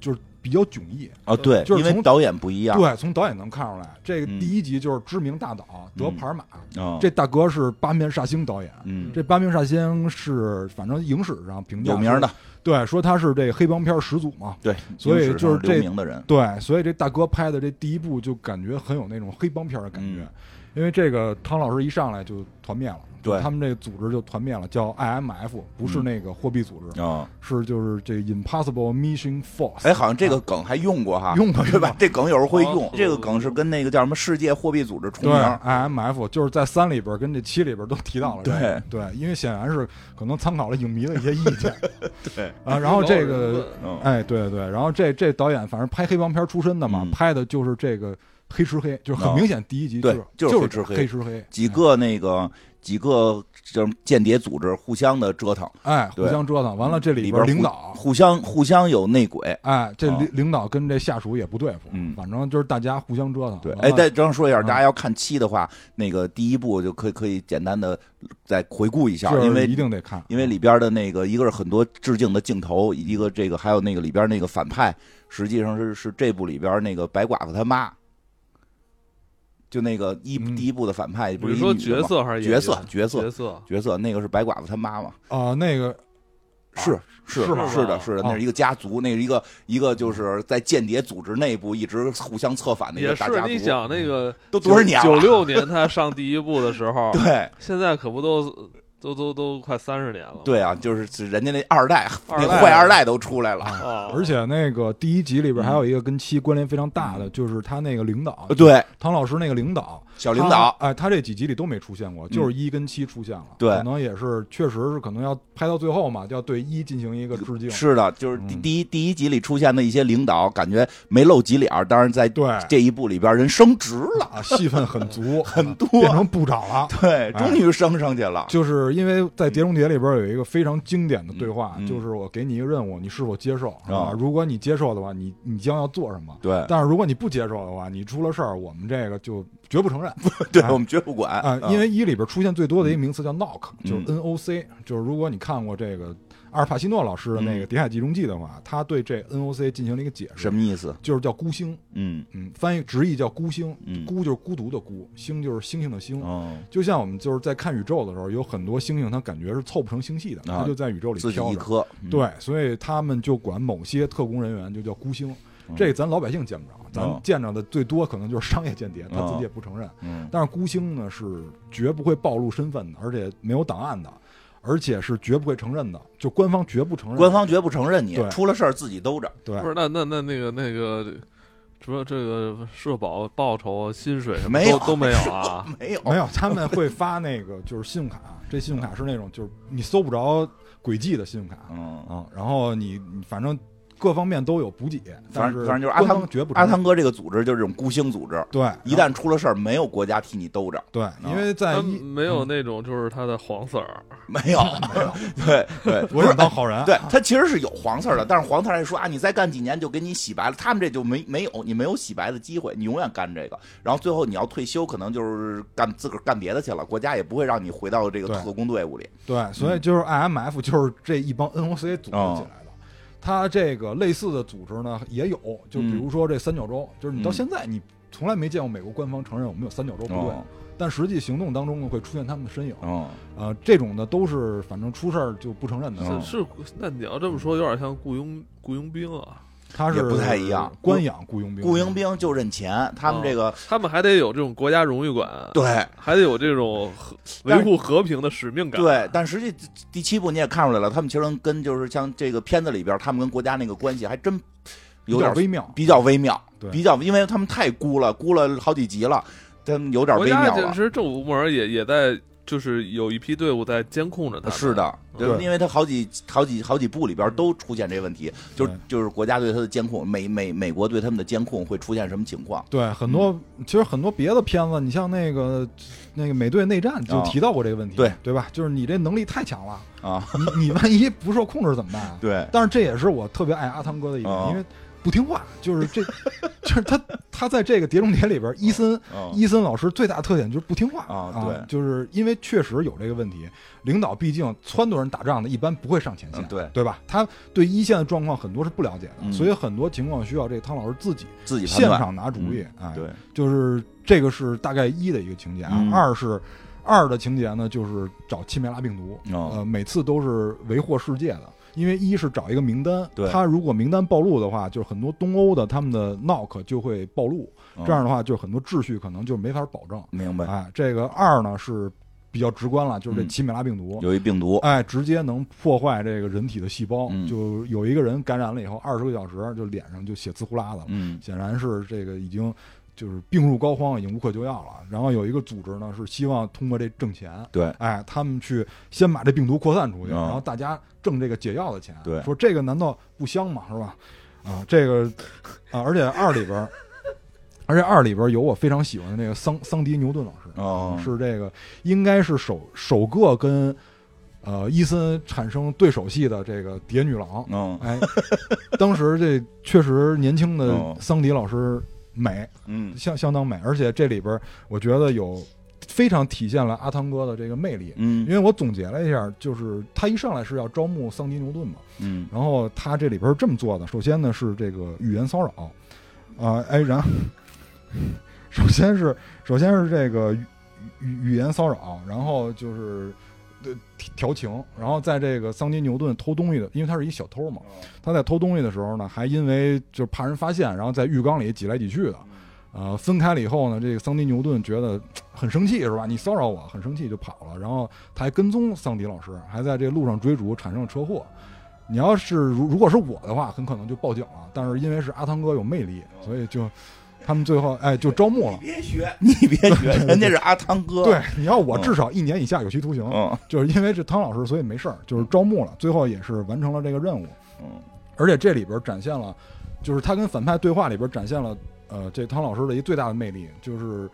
就是比较迥异。
啊对，
呃就是
因为
从
导演不一样，
对，从导演能看出来，这个
嗯
第一集就是知名大导德帕尔玛，
啊，
这大哥是八面煞星导演。
嗯
这八面煞星是反正影史上评价
有名的
说，，对，说他是这个黑帮片始祖嘛。
对，
所以
影史
就是
上
这
留名的人，
对，所以这大哥拍的这第一部就感觉很有那种黑帮片的感觉，
嗯
因为这个汤老师一上来就团灭了，
对
他们这个组织就团灭了，叫 IMF，不是
嗯
那个货币组织，
啊，
是就是这 Impossible Mission Force。
哎，好像这个梗还用过哈，
用过
对吧
用过？
这梗有时候会
哦
用，这个梗是跟那个叫什么世界货币组织重
对
名儿，
，IMF 就是在三里边跟这七里边都提到了这个，对，因为显然是可能参考了影迷的一些意见
*laughs* 对，
啊，然后这个
嗯
哎，对对，然后这这导演反正拍黑帮片出身的嘛，
嗯
拍的就是这个黑吃黑，就是很明显第一集
对
是、
就是
就
黑吃黑
黑吃黑，
几个那个几个这种间谍组织互相的折腾，
哎互
对嗯
相折腾，完了这里
边
边
互
领导。
互相互相有内鬼。
哎，这
啊
领领导跟这下属也不对付，
嗯
反正就是大家互相折腾。
对，
完
哎，
了
再正说一下，
嗯
大家要看七的话，那个第一部就可以可以简单的再回顾一下，
就是
因为嗯
一定得看，
因为里边的那个一个是很多致敬的镜头，一个这个还有那个里边那个反派，实际上是是这部里边那个白寡妇他妈，就那个一、
嗯
第一部的反派，
比
不
如
是
说
一女的
角
吗
色还是演
角
员
色角色
角色，
角色，那个是白寡妇他妈嘛。
啊、那个
是是
是吧
是的，是的，
啊
那是一个家族，那是一个一个就是在间谍组织内部一直互相策反的一
也
个大
是
家
你
族，
想那个
都多少年了？，
九六年他上第一部的时候
*laughs* 对
现在可不都都都都快三十年了。
对啊，就是是人家那二代，
二
那
代
坏二代都出来了。
啊，
而且那个第一集里边还有一个跟七关联非常大
嗯
的，就是他那个领导
*laughs* 对，
唐老师那个领导，
小啊领导，嗯
他哎，他这几集里都没出现过，就是一跟七出现了，
对
可能也是确实是可能要拍到最后嘛，就要对一进行一个致
*laughs*
敬，
是的，就是第
嗯
第一第一集里出现的一些领导，感觉没露几脸儿，当然在
对
这一部里边人升职
*laughs*
了，
啊，戏份很足，
*laughs* 很多
变成部
*laughs*
长了。
对，终于升上去了。
就是因为在《碟中谍》里边有一个非常经典的对话，
嗯嗯
就是我给你一个任务，你是否接受？是吧
啊
如果你接受的话，你你将要做什么？
对
但是如果你不接受的话，你出了事儿，我们这个就绝不承认。
对，
哎
我们绝不管
啊、因为一里边出现最多的一个名词叫 knock，、
嗯
就是 NOC，就是如果你看过这个阿尔帕西诺老师的那个《谍海集中记》的话，他对这 NOC 进行了一个解释
嗯什，么意思？
就是叫孤星，
嗯
嗯，翻译直译叫孤星，
嗯
孤就是孤独的孤，星就是星星的星。
哦，
就像我们就是在看宇宙的时候，有很多星星它感觉是凑不成星系的，
啊
它就在宇宙里
自己
飘
一
着。
颗，嗯，
对，所以他们就管某些特工人员就叫孤星，这个咱老百姓见不着，
哦
咱见着的最多可能就是商业间谍，他自己也不承认。
嗯
但是孤星呢是绝不会暴露身份的，而且没有档案的，而且是绝不会承认的，就官方绝不承认。
官方绝不承认你
对
出了事儿自己兜着， *laughs*
对
不是，那那那那个那个，除了这个社保报酬、啊薪水什么
没有
都都没有
*laughs*
啊？
没有
没有，他们会发那个就是信用卡，这信用卡是那种就是你搜不着轨迹的信用卡
嗯，
啊，然后你你反正各方面都有补给，但
反
是
正反正就是阿
官
汤
方绝不承
阿
认啊
汤哥这个组织就是这种孤星组织，
对
一嗯旦出了事儿，没有国家替你兜着， *laughs*
对，因为在
他
一
没有那种就是他的黄色儿，
没有， *laughs* 对对，
*laughs* 我想当好
*laughs*
人，
对他其实是有黄色儿的，但是黄色儿还说啊，你再干几年就给你洗白了。他们这就没没有，你没有洗白的机会，你永远干这个。然后最后你要退休，可能就是干自个儿干别的去了，国家也不会让你回到这个
对
特工队伍里。
对，所以
嗯
就是 IMF 就是这一帮 NOC 组织起
哦
来的。它这个类似的组织呢也有，就比如说这三角洲，就是你到
嗯
现在你从来没见过美国官方承认我们有三角洲部队，
哦
但实际行动当中呢会出现他们的身影。
嗯，
呃，这种的都是反正出事儿就不承认的，
嗯
是是，那你要这么说，有点像雇佣雇佣兵啊。
他是
也不太一样
官养雇佣兵，
雇佣兵就认钱，他们这个、
哦
他们还得有这种国家荣誉感，
对。
还得有这种和
但
维
是
护和平的使命感。
对，但实际第七部你也看出来了，他们其实跟就是像这个片子里边，他们跟国家那个关系还真
比
有
较
点
微妙，
比较微妙，
对
比较，因为他们太孤了，孤了好几集了，他们有点
国
微妙
家
了
其。实政府部门也也在，就是有一批队伍在监控着
啊
他。
是，的，
嗯
对，
对
因为他好几好几好几部里边都出现这问题，就是
对
就是国家对他的监控，美美美国对他们的监控会出现什么情况？
对，很多、
嗯
其实很多别的片子，你像那个那个美队内战就
啊
提到过这个问题，
对
对吧？就是你这能力太强了，
啊，
你你万一不受控制怎么办啊？
对，
但是这也是我特别爱阿汤哥的一点，
啊
因为不听话，就是这， *laughs* 就是他他在这个《碟中谍》里边，伊森、
嗯
伊森老师最大的特点就是不听话
啊对
就是因为确实有这个问题，领导毕竟撺掇人打仗的，一般不会上前线，
嗯对
对吧？他对一线的状况很多是不了解的，
嗯
所以很多情况需要这个汤老师自己
自己判
现
断。嗯
场拿主意，哎，
对，
就是这个是大概一的一个情节啊，
嗯
二是。二的情节呢，就是找钦梅拉病毒，
哦
呃，每次都是为祸世界的，因为一是找一个名单
对，
他如果名单暴露的话，就是很多东欧的他们的 NOC 就会暴露，
嗯
这样的话就很多秩序可能就没法保证。
明白。
哎，这个二呢是比较直观了，就是这
嗯
奇美拉病毒，
有一病毒，
哎，直接能破坏这个人体的细胞，
嗯
就有一个人感染了以后，二十个小时就脸上就血滋呼啦的了，
嗯
显然是这个已经就是病入膏肓，已经无可救药了。然后有一个组织呢，是希望通过这挣钱，
对，
哎，他们去先把这病毒扩散出去，
嗯
然后大家挣这个解药的钱，
对
说这个难道不香吗？是吧？啊，这个啊，而且二里边儿，而且二里边儿有我非常喜欢的那个桑桑迪牛顿老师，
哦，
是这个应该是首首个跟呃伊森产生对手戏的这个蝶女郎，
嗯
哎，当时这确实年轻
哦
的桑迪老师美，
嗯
相相当美，而且这里边儿我觉得有非常体现了阿汤哥的这个魅力。因
嗯
为我总结了一下，就是他一上来是要招募桑迪牛顿嘛，
嗯
然后他这里边是这么做的：首先呢是这个语言骚扰，啊、哎，然后 *laughs* 首先是首先是这个语语语言骚扰，然后就是呃调调情，然后在这个桑迪牛顿偷东西的，因为他是一小偷嘛，他在偷东西的时候呢，还因为就是怕人发现，然后在浴缸里挤来挤去的。呃，分开了以后呢，这个桑迪牛顿觉得嘖很生气，是吧？你骚扰我，很生气就跑了。然后他还跟踪桑迪老师，还在这个路上追逐，产生了车祸。你要是如如果是我的话，很可能就报警了。但是因为是阿汤哥有魅力，所以就他们最后哎就招募了。
别学， *laughs* 你别
*laughs*
学，人家是阿汤哥，
对，，你要我至少一年以下有期徒刑，
嗯
就是因为这汤老师，所以没事儿，就是招募了，最后也是完成了这个任务。
嗯
而且这里边展现了，就是他跟反派对话里边展现了，呃，这汤老师的一最大的魅力，就是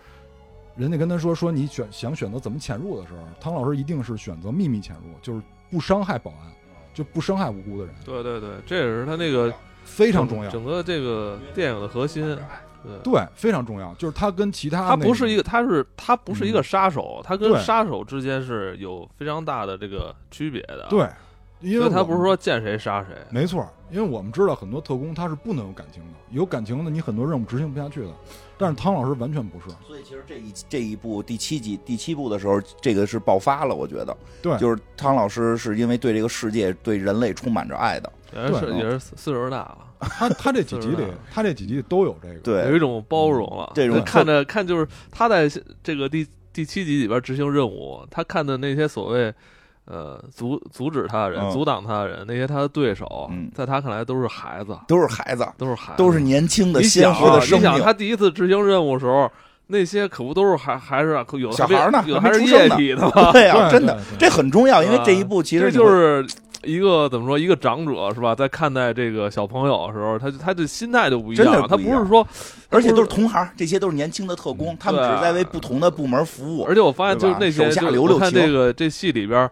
人家跟他说说你选想选择怎么潜入的时候，汤老师一定是选择秘密潜入，就是不伤害保安，就不伤害无辜的人，
对对对，这也是他那个
非常重要。
整个这个电影的核心，对，
对，非常重要，就是他跟其他
他不是一个，
个嗯
他是他不是一个杀手，他跟
对
杀手之间是有非常大的这个区别的。
对，因
因
为
为他
我
不是说见谁杀谁，
没错，因为我们知道很多特工他是不能有感情的，有感情的你很多任务执行不下去的。但是汤老师完全不是，
所以其实这一这一部第七集第七部的时候，这个是爆发了，我觉得。
对
就是汤老师是因为对这个世界、对人类充满着爱的。
也是
对
啊
也是四十大了，
他他这几集
就是
里
那，
他这几集都有这个。
对，嗯
有一种包容了。
这种
就看着看就是他在这个第第七集里边执行任务，他看的那些所谓呃阻阻止他的人、
嗯
阻挡他的人，那些他的对手，
嗯
在他看来都是孩子，
都是孩子，
都是孩子，
都是年轻的
哎你
鲜
想
活
啊
的生
你想
命。
他第一次执行任务的时候，那些可不都是还还是啊可有的
小孩儿呢
还没有的
还
还
没
是
出生
液
呢
体的嘛？
*laughs* 对啊，
对
真的，
对
这很重要，因为
啊
这一部其
这
实你
就
会
是一个怎么说，一个长者是吧，在看待这个小朋友的时候，他就他的心态就不一
真的
样，
不
他
一
不
样
是说，
而且
不
都
是
是同行，这些都是年轻的特工，他们
对
只
啊
是在为不同的部门服务
而。且我发现
对
就
吧
是那些，
手下
就是
留
我
六
看
情
这个这戏里边儿，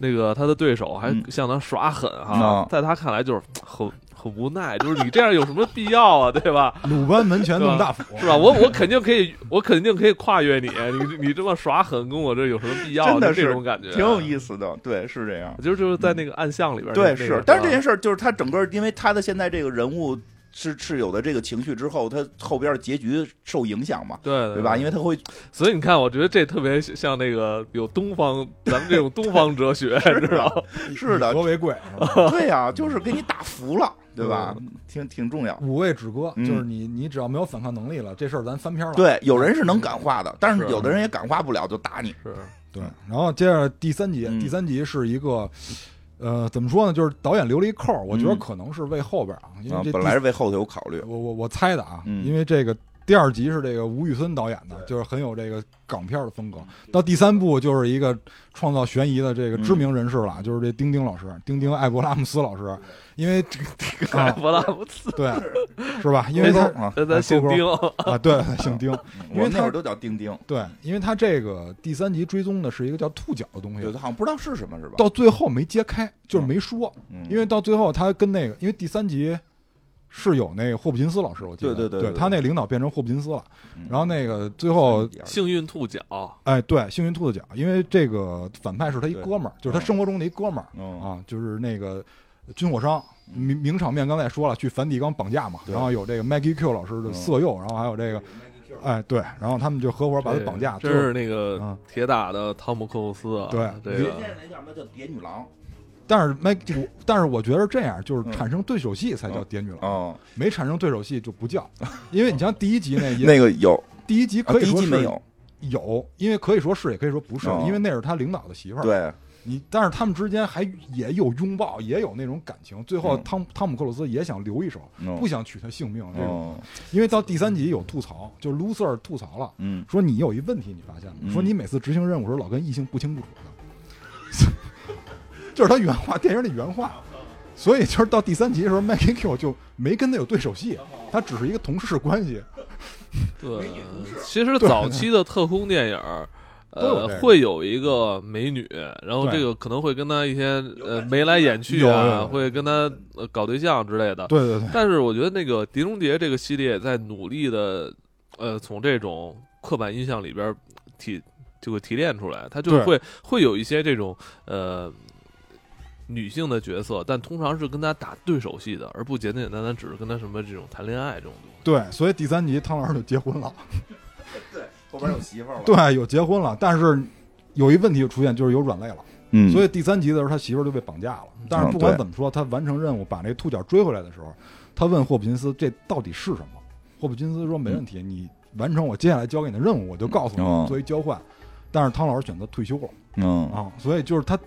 那个他的对手还
嗯
向他耍狠哈
啊，
在他看来就是很很无奈，就是你这样有什么必要啊，对吧？
鲁班门前
*laughs*
弄大斧，
是
啊
吧？我我肯定可以，我肯定可以跨越你，你你这么耍狠，跟我这有什么必要？
真的
就是这种感觉，啊
挺有意思的，对，是这样。
就是就是在那个暗巷里边儿那，
对，
那
是
个，啊
但是这件
事
事儿就是他整个，因为他的现在这个人物是是有的这个情绪之后，他后边的结局受影响嘛，
对
对吧？因为他会
所以你看，我觉得这特别像那个有东方咱们这种东方哲
*laughs*
学，
啊
知道吗？
是
以
的
和，为贵，是
*laughs*
吧
对呀，就是给你打服了，对吧？
嗯
挺挺重要。
五味止戈，
嗯
就是你你只要没有反抗能力了，这事儿咱翻篇了。
对，有人是能感化的，但是
是
有的人也感化不了，就打你。 *laughs*
是，
对，然后接着第三集，
嗯
第三集是一个，呃，怎么说呢？就是导演留了一扣儿，我觉得
嗯
可能是为后边儿啊，因
啊
为这，
本
第
来是为后头有考虑，
我我我猜的啊，
嗯
因为这个第二集是这个吴宇森导演的，就是很有这个港片儿的风格。
嗯
到第三部就是一个创造悬疑的这个知名人士了，
嗯
就是这丁丁老师，丁丁艾伯拉姆斯老师，因为这个、啊、
弗拉姆斯，
对，
*laughs*
是吧？因为他
啊，
*laughs* 咱咱姓丁，
啊，对，姓丁，因
我
为
那
他
会儿都叫钉钉，
对，因为他这个第三集追踪的是一个叫兔角的东
对，
西，
他好像不知道是什么，是吧？
到最后没揭开，就是没说，
嗯
因为到最后他跟那个，因为第三集是有那个霍普金斯老师，我记得，
对对对
对
对
他那领导变成霍普金斯了，
嗯
然后那个最后，
*laughs*
幸运兔角，
哎，对，幸运兔子角，因为这个反派是他一
对
哥们儿，就是他生活中的一哥们儿、
嗯
啊，就是那个军火商。名名场面刚才也说了，去梵蒂冈绑架嘛，
对嗯
然后有这个 Maggie Q 老师的色诱，然后还有这个，哎对，然后他们就合伙把他绑架，
这
就
真是那个
嗯
铁打的汤姆克鲁斯啊，
对
这个
那叫什么叫蝶女郎？
但是 Maggie，我但是我觉得这样就是
嗯
产生对手戏才叫蝶女郎，
哦，
没产生对手戏就
*laughs*
不叫，因为你像第一集那也
那个有，
第一集
啊
可以
第一
说
季
是
没有，
有，因为可以说是也可以说不是
哦，
因为那是他领导的媳妇儿。
对，
你，但是他们之间还也有拥抱，也有那种感情。最后
嗯
汤汤姆克鲁斯也想留一手，
嗯
不想取他性命这种。
哦，
因为到第三集有吐槽，就 loser 吐槽了，
嗯，
说你有一问题，你发现
嗯
了，说你每次执行任务时候老跟异性不清不楚的， *laughs* 这是他原话，电影里原话。所以就是到第三集的时候，Maggie Q 就没跟他有对手戏，他只是一个同事关系。
对，其实早期的特工电影
*laughs*
儿。
都有
呃
这个，
会有一个美女，然后
对
这个可能会跟他一些呃眉来眼去
有有
啊，
有
会跟他呃搞对象之类的。
对对
*laughs*
对，
但是我觉得那个《碟中谍》这个系列在努力的，呃，从这种刻板印象里边儿提就会提炼出来，它就是
对
会会有一些这种呃女性的角色，但通常是跟她打对手戏的，而不简简单单只是跟她什么这种谈恋爱这种东西。
对，所以第三集汤老师就
*laughs*
结婚了，
对，后边有媳妇儿了，
对，有结婚了，但是有一问题就出现，就是有软肋了。
嗯
所以第三集的时候，他媳妇儿就被绑架了。但是不
嗯对
管怎么说，他完成任务把那兔角追回来的时候，他问霍普金斯这到底是什么？霍普金斯说没问题，你完成我接下来交给你的任务，我就告诉你，
哦
作为交换。但是汤老师选择退休了
嗯，
啊，所以就是他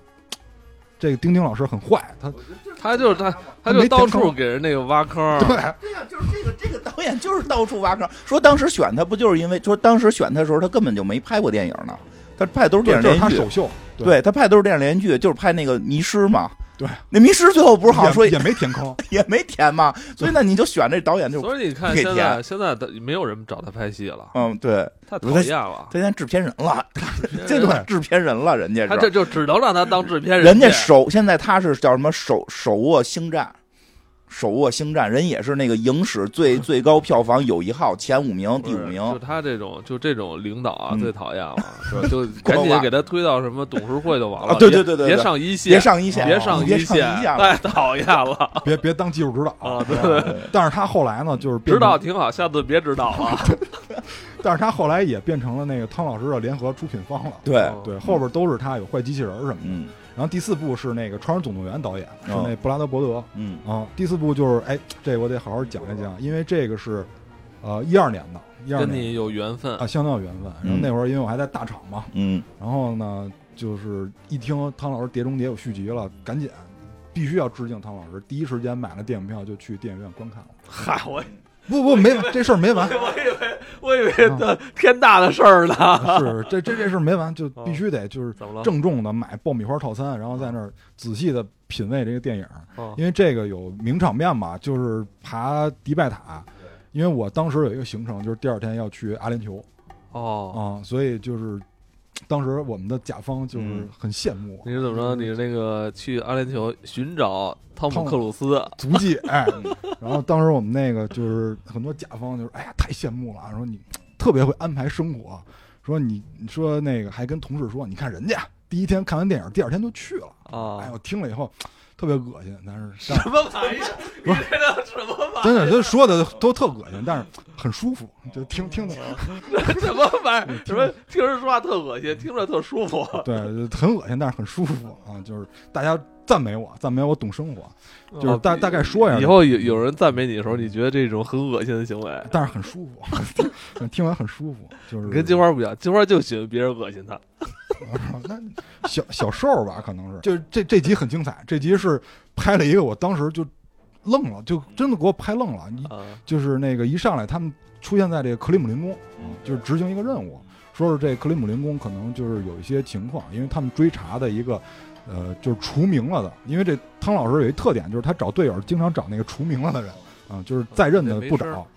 这个丁丁老师很坏，他
她就是她，她就
没填
到
坑
处
儿
给人那个挖坑儿。
对
对呀，就是这个这个导演就是到处挖坑，说当时选他不就是因为说当时选他的时候他根本就没拍过电影呢，他拍的都是电视
这这是
连
他
续
首
剧，
秀，对，
对他拍的都是电视连续剧，就是拍那个迷失嘛，
对，
那迷失最后不是好像说
也也没填坑，
也没填嘛，所以那你就选这导演就。
所以你看，
给
现在
填
现在的没有人找她拍戏了，
嗯，对，
太讨
不是
厌了。
他现在制片人了， *laughs* 这
人
段制片人了，人家是
她这就只能让她当制片
人家
家
手现在他是叫什么手手握星战，手握星战，人也是那个影史最最高票房有一号前五名、第五名，
就他这种就这种领导啊，
嗯
最讨厌
*laughs*
了，是吧？就赶紧给他推到什么董事会就完了。
啊对
别
对对对
别
对
上一线，
别上一线，
别
你
上
别上
线，哎
一线了。
太讨厌
*laughs*
了
别别当技术指导。
啊！对，
但是他后来呢，就是
指
变成
导挺好，下次别指导
*laughs*
了。
但是他后来也变成了那个汤老师的联合出品方了。
对，
对，后边都是他有坏机器人儿什么的。
嗯
然后第四部是那个《超人总动员》导演是
哦
那布拉德伯德
嗯
啊。第四部就是哎，这我得好好讲一讲，因为这个是呃一二年的，一二
跟
年
你有缘分
啊，相当有缘分。然后那会儿因为我还在大厂嘛，
嗯，
然后呢就是一听汤老师《碟中谍》有续集了，赶紧必须要致敬汤老师，第一时间买了电影票就去电影院观看了。
嗨，我
不不，没完，这事
*laughs*
儿没完。
我以为我以为这天大的事儿呢。
是这这这事儿没完，就必须得就是
怎么了？
郑重的买爆米花套餐，然后在那儿仔细的品味这个电影，
哦
因为这个有名场面嘛，就是爬迪拜塔。因为我当时有一个行程，就是第二天要去阿联酋
哦，
啊、所以就是当时我们的甲方就是
嗯
很羡慕我
你是怎么着？你是那个去阿联酋寻找汤姆克鲁斯
足迹，
*laughs*
哎，然后当时我们那个就是很多甲方就是哎呀太羡慕了，说你特别会安排生活，说你你说那个还跟同事说，你看人家第一天看完电影，第二天就去了。哎，
啊？
我听了以后特别恶心，但是但
什么玩意
*laughs*
儿？你这叫什么玩意儿？
真的，他说的都特恶心，但是很舒服，就听听的，
什么玩意儿？什么听人说话特恶心，听着特舒服。
*laughs* 对，就很恶心，但是很舒服啊。就是大家赞美我，赞美我懂生活，就是大大概说一下
哦以后有有人赞美你的时候，你觉得这种很恶心的行为，
但是很舒服， *laughs* 听完很舒服。就是
你跟金花不一样，金花就喜欢别人恶心她。
*laughs* 那小小兽吧，可能是。就是这这集很精彩，这集是拍了一个，我当时就愣了，就真的给我拍愣了。你
啊，
就是那个一上来他们出现在这个克里姆林宫，就是执行一个任务，说是这克里姆林宫可能就是有一些情况，因为他们追查的一个，呃，就是除名了的。因为这汤老师有一特点，就是他找队友经常找那个除名了的人，啊、就是在任的不
那没事儿
找，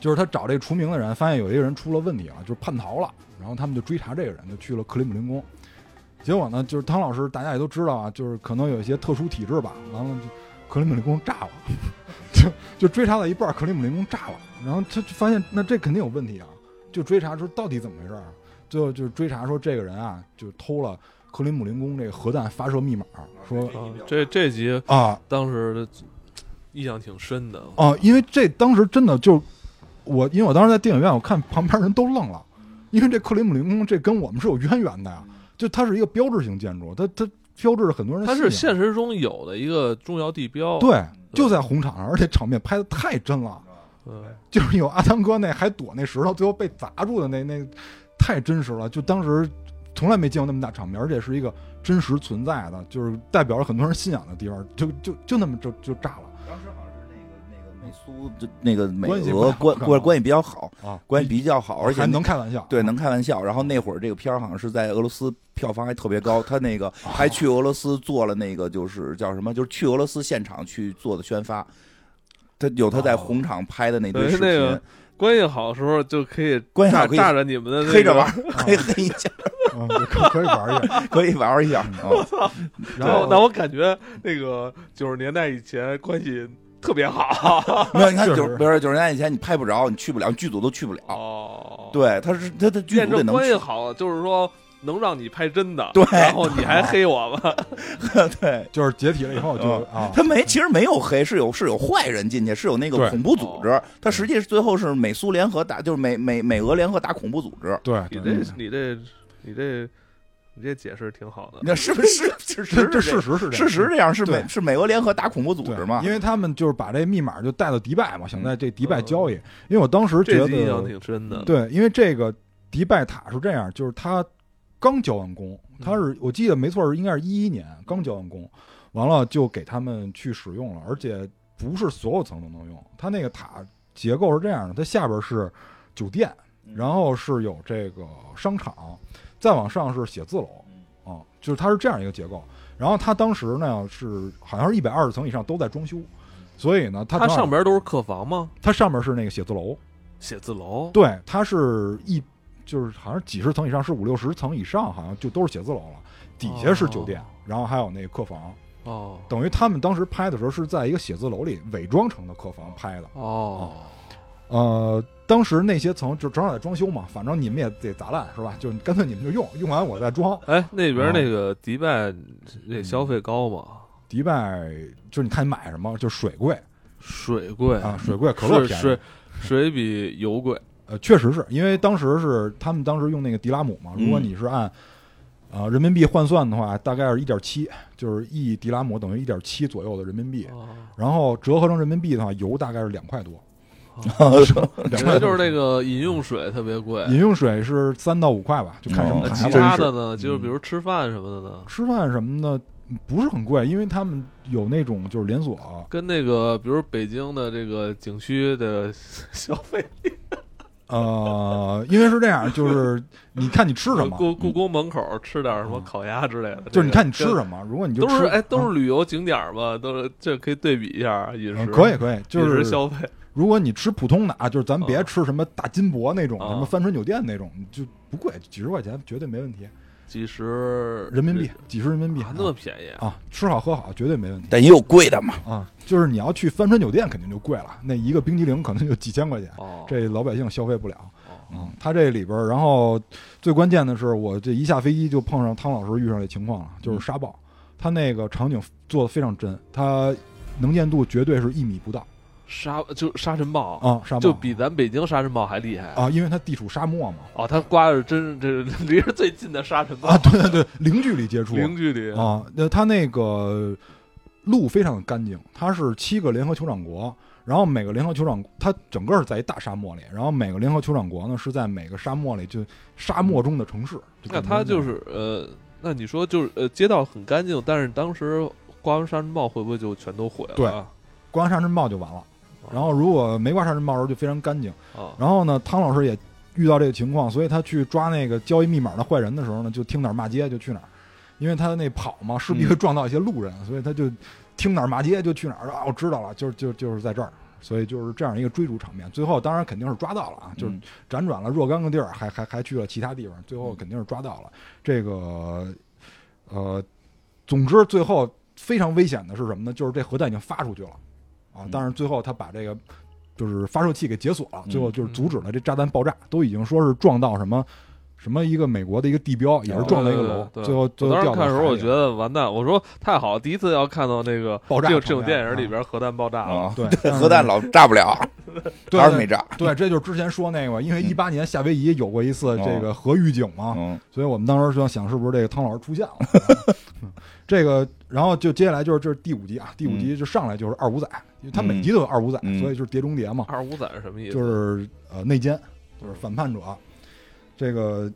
就是他找这除名的人，发现有一个人出了问题了，就是叛逃了，然后他们就追查这个人，就去了克里姆林宫。结果呢，就是汤老师，大家也都知道啊，就是可能有一些特殊体质吧。完了，就克里姆林宫炸了，就就追查到一半，克里姆林宫炸了，然后他就发现那这肯定有问题啊，就追查说到底怎么回事儿啊。最后就是追查说这个人啊，就偷了克里姆林宫这个核弹发射密码，说
啊这这集
啊
当时印象挺深的。
哦
啊，因为这当时真的就我，因为我当时在电影院，我看旁边人都愣了，因为这克里姆林宫这跟我们是有渊源的呀，就它是一个标志性建筑，它它标志着很多人的
它
信
是现
仰。
实中有的一个重要地标。
对，就在红场上，而且场面拍的太真了，
嗯，
就是有阿汤哥那还躲那石头，最后被砸住的那那，太真实了。就当时从来没见过那么大场面，而且是一个真实存在的，就是代表着很多人信仰的地方，就就就那么就就炸了
当时好像是那个那个美苏就那个美
关系
俄
不
关
太好
关关系比较好，
啊！
关系比较好，而且
还能开玩笑，
对能开玩笑。然后那会儿这个片儿好像是在俄罗斯票房还特别
哦
高，他那个
啊
还去俄罗斯做了那个就是叫什么，就是去俄罗斯现场去做的宣发。他有他在红场拍的那堆
对
视
那个
频，
关系好的时候就可以
关系好
炸
可以
炸着你们的那个
黑着玩，儿，
哦
*laughs* 黑黑一下，
啊，可可以玩一下。
可以玩儿一
*laughs*
下。嗯
对
然后
那我感觉那个九十年代以前关系特别
*laughs*
好。
没有，你看
确
九
实
不是九十年代以前你拍不着，你去不了，剧组都去不了。
哦，
对，他是他的剧
见
组得
证
能
关系
去，
好，就是说能让你拍真的，
对
然后你还黑我们，
对。
就是解体了以后就
嗯
啊，
他没，其实没有黑，是有是有坏人进去，是有那个
对
恐怖组织。他实际是最后是美苏联合打，就是美美美俄联合打恐怖组织。
对，
你
对
这你这你这你这解释挺好的。
那是不
*laughs*
是事
这
实？
这
事
事实是这
事
样
实这样是
对
美是美俄联合打恐怖组织
对
嘛？嗯
因为他们就是把这密码就带到迪拜嘛，想在这迪拜交易。因为我当时觉
嗯这
得
集印象挺深的。
对，因为这个迪拜塔是这样，就是他刚交完工，
嗯
他是我记得没错，是应该是一一年刚交完工，完了就给他们去使用了，而且不是所有层都能用。它那个塔结构是这样的，它下边是酒店，
嗯
然后是有这个商场，再往上是写字楼，
嗯
啊，就是它是这样一个结构。然后它当时呢是好像是一百二十层以上都在装修，所以呢它
嗯它
正好
上边都是客房吗？
它上面是那个写字楼，
写字楼？
对，它是一就是好像几十层以上，是五六十层以上，好像就都是写字楼了。底下是酒店，然后还有那个客房，
哦
等于他们当时拍的时候是在一个写字楼里伪装成的客房拍的。
哦，
呃，当时那些层就正好在装修嘛，反正你们也得砸烂是吧？ *laughs* 就干脆你们就用，用完我再装。
哎，那边那个迪拜那消费高吗？
迪拜就是你看你买什么，就水贵
水贵
啊，水贵，可乐
是
便宜
水。水比油贵，
呃，确实是因为当时是他们当时用那个迪拉姆嘛，如果
嗯
你是按呃人民币换算的话，大概是一点七，就是一迪拉姆等于一点七左右的人民币，
哦
然后折合成人民币的话，油大概是两块多，
哦
*laughs* 两
感
块
觉
多
就是那个饮用水特别贵。
饮用水是三到五块吧，就看什么
那
哦
牌
其
子。
他
真
的
是
呢，就是比如吃饭什么的呢，
吃饭什么的不是很贵，因为他们有那种就是连锁，
跟那个比如北京的这个景区的 *laughs* 消费，
呃，因为是这样，就是你看你吃
*laughs*
什
呃
么，哦
故故宫门口吃点什么烤鸭之类的，
就是你看你吃
这个
什么，如果你就
都
吃
是哎，都
嗯
是旅游景点儿嘛，都是这可以对比一下饮食，
嗯可以可以，就
饮食
是
消费
如果你吃普通的啊，就是咱别
啊
吃什么大金箔那种，
啊
什么帆船酒店那种，你就不贵，几十块钱绝对没问题，
几十
人民币几十人民币
啊，那么便宜
啊，吃好喝好绝对没问题
但也有贵的嘛。
啊。就是你要去帆船酒店肯定就贵了，那一个冰激凌可能就几千块钱，
哦，
这老百姓消费不了。
哦
嗯，他这里边儿，然后最关键的是，我这一下飞机就碰上汤老师遇上这情况
嗯
了，就是沙暴，他那个场景做的非常真，他能见度绝对是一米不到
沙就沙尘暴，
啊，沙暴
就比咱北京沙尘暴还厉害！
啊，因为它地处沙漠嘛，
哦，它刮的真是这离着最近的沙尘暴
啊，对对对，零距离接触
零距离，
啊，那他那个路非常的干净，它是七个联合酋长国。然后每个联合酋长，它整个是在一大沙漠里，然后每个联合酋长国呢是在每个沙漠里，就沙漠中的城市。
那它就是呃，那你说就是呃，街道很干净，但是当时刮完沙尘暴会不会就全都毁了？
对
啊
刮沙尘暴就完了。然后如果没刮沙尘暴的时候就非常干净。
啊，
然后呢，汤老师也遇到这个情况，所以他去抓那个交易密码的坏人的时候呢，就听哪儿骂街就去哪儿，因为他那跑嘛，势必会撞到一些路人，所以他就听哪儿骂街就去哪儿。啊，我知道了，就就就是在这儿。所以就是这样一个追逐场面，最后当然肯定是抓到了啊，就是
嗯
辗转了若干个地儿，还还还去了其他地方，最后肯定是抓到了。这个，呃，总之最后非常危险的是什么呢？就是这核弹已经发出去了啊
嗯，
但是最后他把这个就是发射器给解锁了，
嗯
最后就是阻止了这炸弹爆炸，都已经说是撞到什么什么一个美国的一个地标，也是撞到一个楼，
对对对
最后最
我
后
当时
掉到
看的时候，
海
我
里
觉得完蛋，我说太好，了，第一次要看到那个
爆炸
这
场
这种
面
电影里边核弹爆炸了。
啊，
*laughs*
对但是
核弹老炸不了，
对
还是
对
没炸。
对，这就是之前说那个嘛，因为
嗯
一八年夏威夷有过一次
哦
这个核预警嘛，
嗯，
所以我们当时就想是不是这个汤老师出现了，
*laughs*
嗯这个，然后就接下来就是就是第五集啊，第五
嗯
集就上来就是二五仔，因为他每集都有二五仔，
嗯
所以就是碟中谍嘛，
二五仔是什么意思？
就是呃内奸，就是反叛者，这个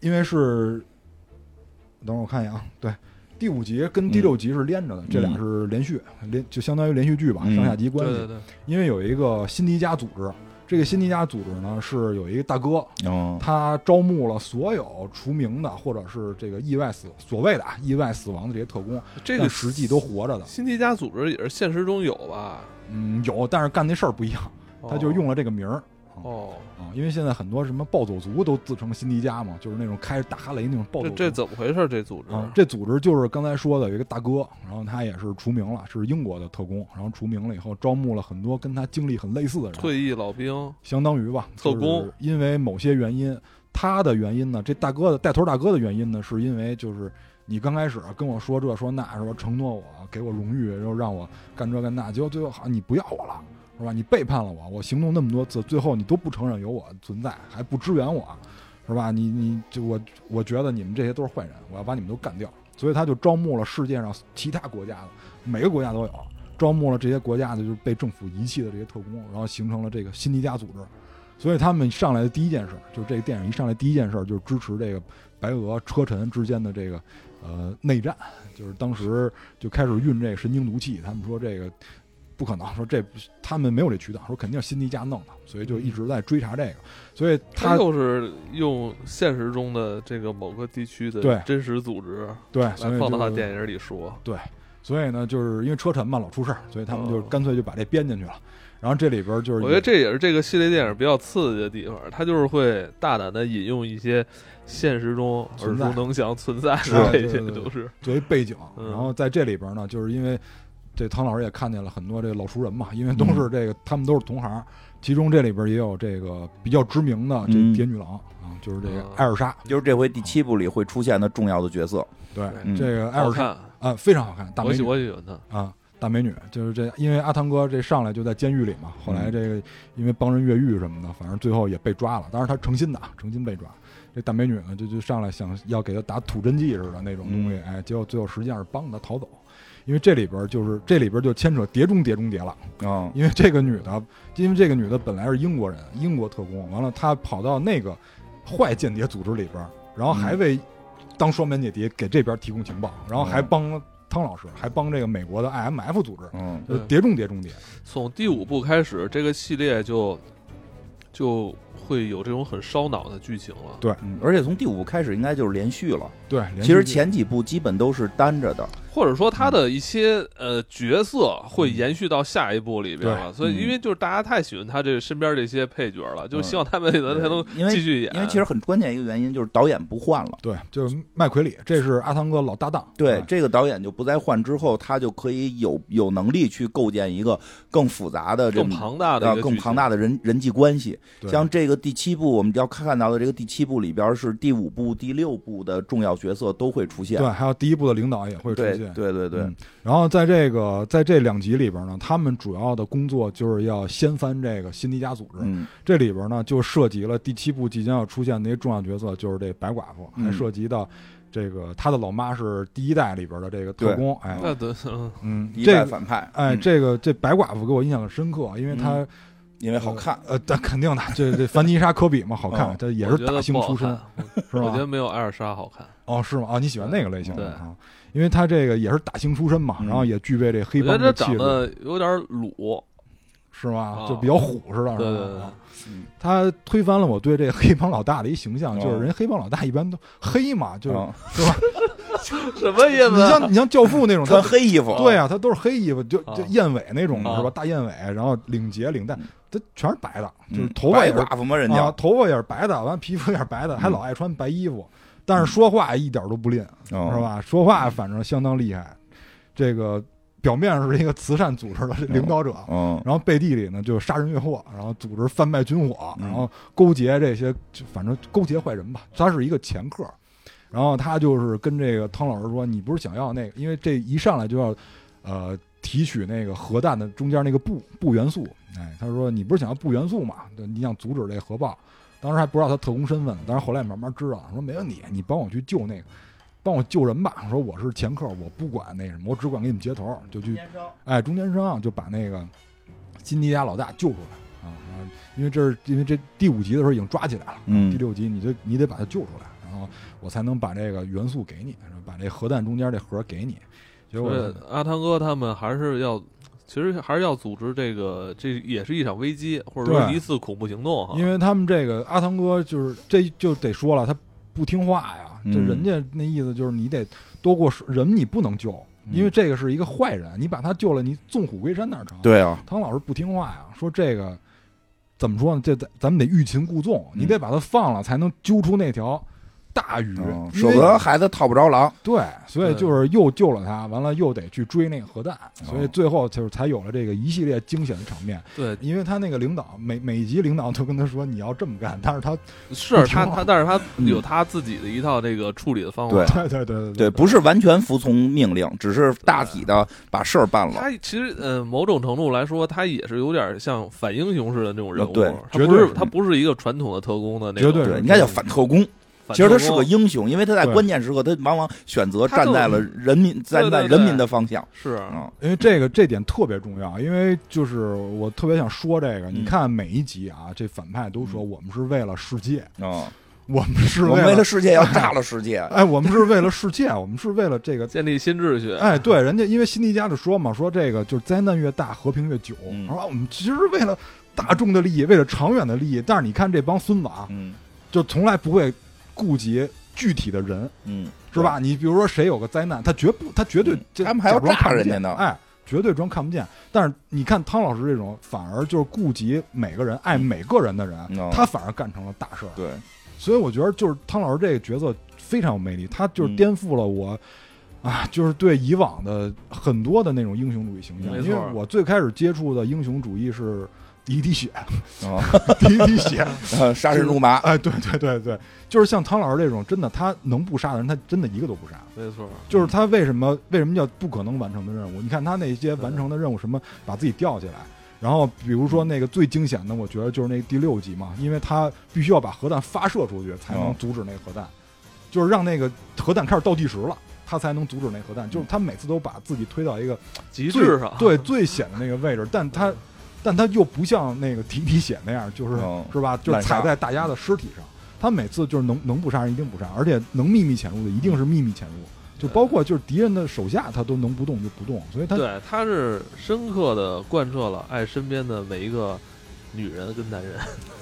因为是，等会儿我看一眼啊，对。第五集跟第六集是连着的，这俩是连续，连就相当于连续剧吧，
嗯
上下集关系。
嗯对对对，
因为有一个辛迪加组织，这个辛迪加组织呢是有一个大哥，
哦，
他招募了所有除名的或者是这个意外死所谓的啊意外死亡的这些特工，
这
但
个
实际都活着的。
新迪加组织也是现实中有吧？
嗯，有，但是干那事儿不一样，他就用了这个名儿。
哦，
啊，因为现在很多什么暴走族都自称辛迪加嘛，就是那种开着大哈雷那种暴
这
走族。
这怎么回事？这组织
啊，这组织就是刚才说的有一个大哥，然后他也是除名了，是英国的特工，然后除名了以后招募了很多跟他经历很类似的人，
退役老兵
相当于吧，
特工
就是因为某些原因，他的原因呢，这大哥的带头大哥的原因呢，是因为就是你刚开始啊跟我说这说那，说承诺我给我荣誉，然后让我干这干那，结果最后好像你不要我了，是吧？你背叛了我，我行动那么多次，最后你都不承认有我存在，还不支援我，是吧？你你就我我觉得你们这些都是坏人，我要把你们都干掉。所以他就招募了世界上其他国家的，每个国家都有，招募了这些国家的就是被政府遗弃的这些特工，然后形成了这个辛迪加组织。所以他们上来的第一件事，就是这个电影一上来第一件事就是支持这个白俄车臣之间的这个呃内战，就是当时就开始运这个神经毒气，他们说这个不可能，说这他们没有这渠道，说肯定是辛迪加弄的，所以就一直在追查这个。所以
他就是用现实中的这个某个地区
对
的真实组织
对，所
来
以
放到他
就
电影里说。
所以呢，就是因为车臣嘛老出事儿，所以他们就
哦
干脆就把这编进去了。然后这里边就是
我觉得
有
这也是这个系列电影比较刺激的地方，它就是会大胆的引用一些现实中耳
存在
熟能详存在
是啊
的这
对
些
对对
都是，
作为背景，
嗯
然后在这里边呢，就是因为这汤老师也看见了很多这个老熟人嘛，因为都
嗯
是这个他们都是同行，其中这里边也有这个比较知名的这
嗯
蝶女郎啊，就是这个
啊
艾尔莎，
就是这回第七部里会出现的重要的角色，
对
嗯，
这个艾
好
尔莎
看，
啊非常好看，大
我
美
喜
女
我喜欢它。
啊。大美女就是这，因为阿汤哥这上来就在监狱里嘛，后来这个因为帮人越狱什么的，反正最后也被抓了。当然他诚心的，诚心被抓。这大美女呢，就就上来想要给他打土真剂似的那种东西，哎，结果最后实际上是帮他逃走。因为这里边就是这里边就牵扯碟中谍中谍了，
嗯
因为这个女的，因为这个女的本来是英国人，英国特工，完了她跑到那个坏间谍组织里边儿，然后
嗯
还为当双面间谍给这边提供情报，然后还
哦
帮汤老师，还帮这个美国的 IMF 组织，
嗯
就是碟中谍中谍，
从第五部开始，这个系列就就会有这种很烧脑的剧情了。
嗯，而且从第五部开始应该就是连续了，
对，连续
其实
剧
前几部基本都是单着的，
或者说
嗯
他的一些呃角色会延续到下一部里边了，所
嗯
以因为就是大家太喜欢他这身边这些配角了，就希望他们能才能
因为
继续演。
因为其实很关键一个原因就是导演不换了。
对，就是麦奎里，这是阿汤哥老搭档，
对
哎，
这个导演就不再换之后，他就可以有有能力去构建一个更复杂的、这
更
么
庞大的一
啊
个
更
剧情
庞大的人人际关系。
对
像这个第七部，我们要看到的这个第七部里边是第五部、第六部的重要角色都会出现
对，。还有第一部的领导也会出
对
现，
对对对，
嗯然后在这个在这两集里边呢，他们主要的工作就是要掀翻这个辛迪加组织。
嗯
这里边呢就涉及了第七部即将要出现的一个重要角色，就是这白寡妇，
嗯
还涉及到这个她的老妈是第一代里边的这个特工。哎，
那得嗯
嗯，
第一
这
代
个
反派，
哎，
嗯
这个这白寡妇给我印象很深刻，因为她、
因为好看，
呃，但肯定的，这这凡妮莎科比嘛，好看
哦，
这也
我
是
觉
大
得
星
不好
出身
看，
*laughs* 是
我觉得
吧？
没有艾尔莎好看。
哦，是吗？啊，你喜欢那个类型的
对
啊？因为她这个也是大星出身嘛，
嗯
然后也具备这黑
我觉
帮
得这
的气
长
质，
得有点鲁，
是吧？
啊
就比较虎似的，
对对
是吧
对，对
嗯
他推翻了我对这黑帮老大的一形象，
哦
就是人黑帮老大一般都黑嘛，就是、
啊
是吧？
什么意
你
思？啊
像你像教父那种，
穿
他
黑衣服，
对啊，他都是黑衣服，就
啊
就燕尾那种的
啊
是吧？大燕尾，然后领结领带
嗯，
他全是白的，
嗯，
就是头发
白
也是
寡妇嘛，人
啊
家，
头发也是白的，完皮肤也是白的，还
嗯
老爱穿白衣服，但是说话一点都不吝，是
是？
吧？说话反正相当厉害，这个表面是一个慈善组织的领导者，
嗯，
然后背地里呢就杀人越货，然后组织贩卖军火，
嗯
然后勾结这些，就反正勾结坏人吧。他是一个掮客，然后他就是跟这个汤老师说：“你不是想要那个？因为这一上来就要，呃，提取那个核弹的中间那个布布元素。”哎，他说：“你不是想要布元素嘛？对你想阻止这核爆。”当时还不知道他特工身份，但是后来慢慢知道，说没问题，你帮我去救那个，帮我救人吧。说我是掮客，我不管那什么，我只管给你们接头，就去哎，中间商就把那个辛迪加老大救出来啊，然后因为这是因为这第五集的时候已经抓起来了，第
嗯
六集你就你得把他救出来，然后我才能把这个元素给你，把这核弹中间这核给你。结果
对，阿汤哥他们还是要，其实还是要组织这个，这也是一场危机，或者说
对
一次恐怖行动哈。
因为他们这个阿汤哥就是这就得说了，他不听话呀，这
嗯
人家那意思就是你得多过手人，你不能救，
嗯
因为这个是一个坏人，你把他救了，你纵虎归山哪儿成？
对啊，
汤老师不听话呀，说这个怎么说呢？这咱咱们得欲擒故纵，你得把它放了，才能揪出那条大鱼，
嗯
因
舍
为
不得孩子套不着狼，
对，所以
对
就是又救了他，完了又得去追那个核弹，所以
哦
最后就是才有了这个一系列惊险的场面。
对，
因为他那个领导每每一集领导都跟他说你要这么干，但是他
是
挺
他
好
他，但是他有他自己的一套这个处理的方法。
对
嗯对对对
对，不是完全服从命令，只是大体的把事儿办了。
他其实呃，某种程度来说，他也是有点像反英雄似的那种人物。
呃对
他
绝
不
对
是
是
他不是一个传统的特工的那
绝
种。
对
对，
是
应该叫反特工。
反
其实他
特
是
工啊
个英雄，因为他在
啊对
关键时刻，他往往选择
他就
站在了人民站在
对对
人民的方向。
是
啊，
因为这个这点特别重要，因为就是我特别想说这个，你
嗯
看每一集啊，这反派都说我们是为了世界，
啊，
我们是
我
为
们为
了
了世界要炸了世
*laughs*
界。
哎，我们是为了世界，我们是为了这个。
建立新秩序。
哎，对，人家因为辛迪加就说嘛，说这个就是灾难越大，和平越久。
嗯
然后我们其实是为了大众的利益，为了长远的利益。但是你看这帮孙子啊，
嗯
就从来不会顾及具体的人，
嗯，
是吧？你比如说谁有个灾难，他绝不，他绝对
嗯
这
他们还要
假装
炸
看不
人家
见
呢
哎，绝对装看不见。但是你看汤老师这种，反而就是顾及每个人、爱每个人的人，
嗯
他反而干成了大事儿。
对，
所以我觉得就是汤老师这个角色非常有魅力，他
嗯
就是颠覆了我。啊，就是对以往的很多的那种英雄主义形象，
没
因
错
为我最开始接触的英雄主义是第一滴 *laughs* 血，
哦
第一滴血，
呃 *laughs* 杀人如麻，
哎，对对对对，就是像汤老师这种，真的他能不杀的人，他真的一个都不杀。
没错，
就是他为什么为什么叫不可能完成的任务？你看他那些完成的任务，什么把自己吊起来，然后比如说那个最惊险的，我觉得就是那第六集嘛，因为他必须要把核弹发射出去才能
哦
阻止那个核弹，就是让那个核弹开始倒计时了，他才能阻止那核弹。就是他每次都把自己推到一个
极
最
致上，
对最险的那个位置，但他但他又不像那个提提血那样，就是、
哦
是吧？就是
滥杀
踩在大家的尸体上。他每次就是能能不杀人一定不杀，而且能秘密潜入的一定是秘密潜入，就包括就是敌人的手下他都能不动就不动，所以他
对，他是深刻的贯彻了爱身边的每一个女人跟男 *laughs* 人，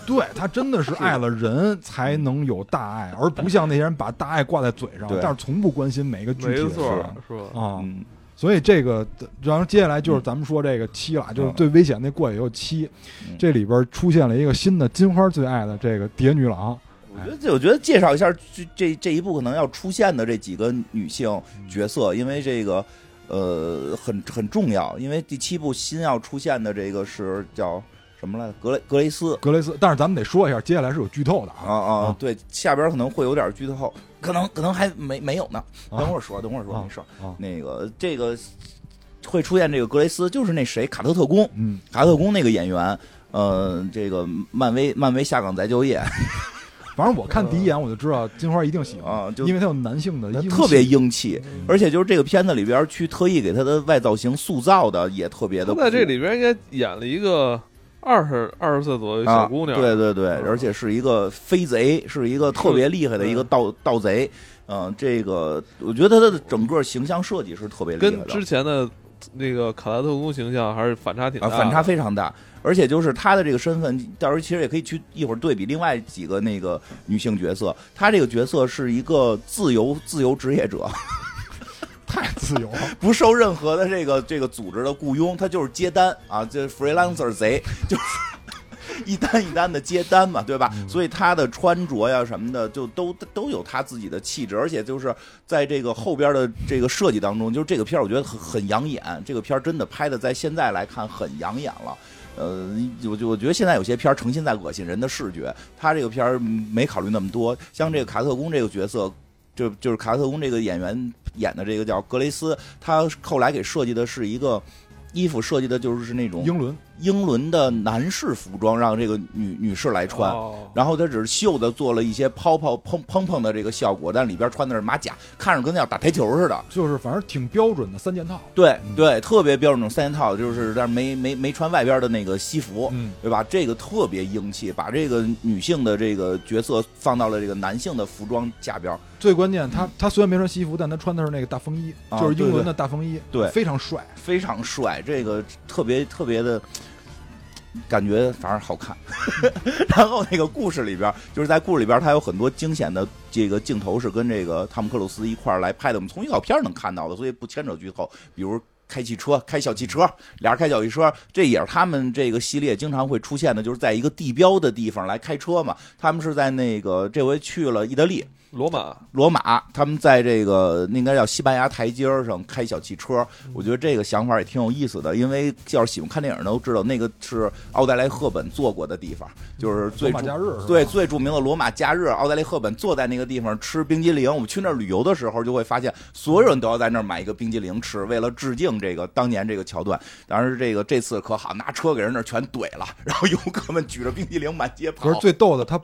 对他真的是爱了人才能有大爱，而不像那些人把大爱挂在嘴上
对，
但是从不关心每一个具体的
没
事
错
儿
是，
是吧？
啊。
嗯
所以这个，然后接下来就是咱们说这个七了，就是最危险那过也有七
嗯，
这里边出现了一个新的金花最爱的这个蝶女郎，
我觉得这，我觉得介绍一下这这这一部可能要出现的这几个女性
嗯
角色，因为这个呃很很重要，因为第七部新要出现的这个是叫什么来着？格雷格雷斯
格雷斯。但是咱们得说一下，接下来是有剧透的
啊
啊，
啊
啊，
对，下边可能会有点剧透，可能可能还没没有呢，
啊
等会儿说，等会儿说，
啊
没事儿
啊。
那个这个会出现这个格雷斯，就是那谁卡特特工，
嗯，
卡特特工那个演员。呃，这个漫威漫威下岗再就业
反正我看第一眼我就知道金花一定喜欢，
啊，就
因为她有男性的英气
特别英气，
嗯
而且就是这个片子里边去特意给他的外造型塑造的也特别
他
的酷，
在这里边应该演了一个二十二十岁左右的
啊
小姑娘，
对对对，
嗯
而且是一个飞贼，是一个特别厉害的一个盗盗贼。嗯、这个我觉得他的整个形象设计是特别厉害
跟
的
之前的那个卡拉特工形象还是反差挺大
啊，
的，
反差非常大。而且就是他的这个身份，到时候其实也可以去一会儿对比另外几个那个女性角色。他这个角色是一个自由自由职业者，
太自由了，
不受任何的这个这个组织的雇佣，他就是接单啊，这 freelancer 贼就是 *laughs* 一单一单的接单嘛，对吧？所以他的穿着呀什么的，就都都有他自己的气质，而且就是在这个后边的这个设计当中，就是这个片儿我觉得很很养眼，这个片儿真的拍的在现在来看很养眼了。呃，我就我觉得现在有些片儿呈现在恶心人的视觉，他这个片儿没考虑那么多。像这个卡特工这个角色，就就是卡特工这个演员演的这个叫格雷斯，他后来给设计的是一个衣服设计的就是那种
英伦
英伦的男士服装，让这个女女士来穿。
哦
然后他只是袖子做了一些泡泡砰砰砰的这个效果，但里边穿的是马甲，看着跟要打台球似的。
就是反正挺标准的三件套，
对
嗯
对，特别标准那种三件套，就是但是没没没穿外边的那个西服。
嗯，
对吧？这个特别英气，把这个女性的这个角色放到了这个男性的服装下边儿，
最关键她她虽然没穿西服，但她穿的是那个大风衣，
啊
就是英
对对
伦的大风衣，
对
非常帅。
非常帅，这个特别特别的。感觉反而好看， *laughs* 然后那个故事里边儿，就是在故事里边儿，它有很多惊险的这个镜头是跟这个汤姆克鲁斯一块儿来拍的，我们从预告片儿能看到的，所以不牵扯剧透。比如开汽车， *laughs* 开小汽车，俩人开小汽车，这也是他们这个系列经常会出现的，就是在一个地标的地方来开车嘛。他们是在那个这回去了意大利，
罗马
罗马，他们在这个那应该叫西班牙台阶儿上开小汽车
嗯，
我觉得这个想法也挺有意思的，因为要是喜欢看电影的都知道，那个是奥黛莱·赫本坐过的地方，就是最
嗯罗马
著
假日是吧
对最著名的罗马假日，奥黛莱·赫本坐在那个地方吃冰激凌。我们去那儿旅游的时候，就会发现所有人都要在那儿买一个冰激凌吃，为了致敬这个当年这个桥段。当然，这个这次可好，拿车给人那儿全怼了，然后游客们举着冰激凌满街跑
可是。最逗的，她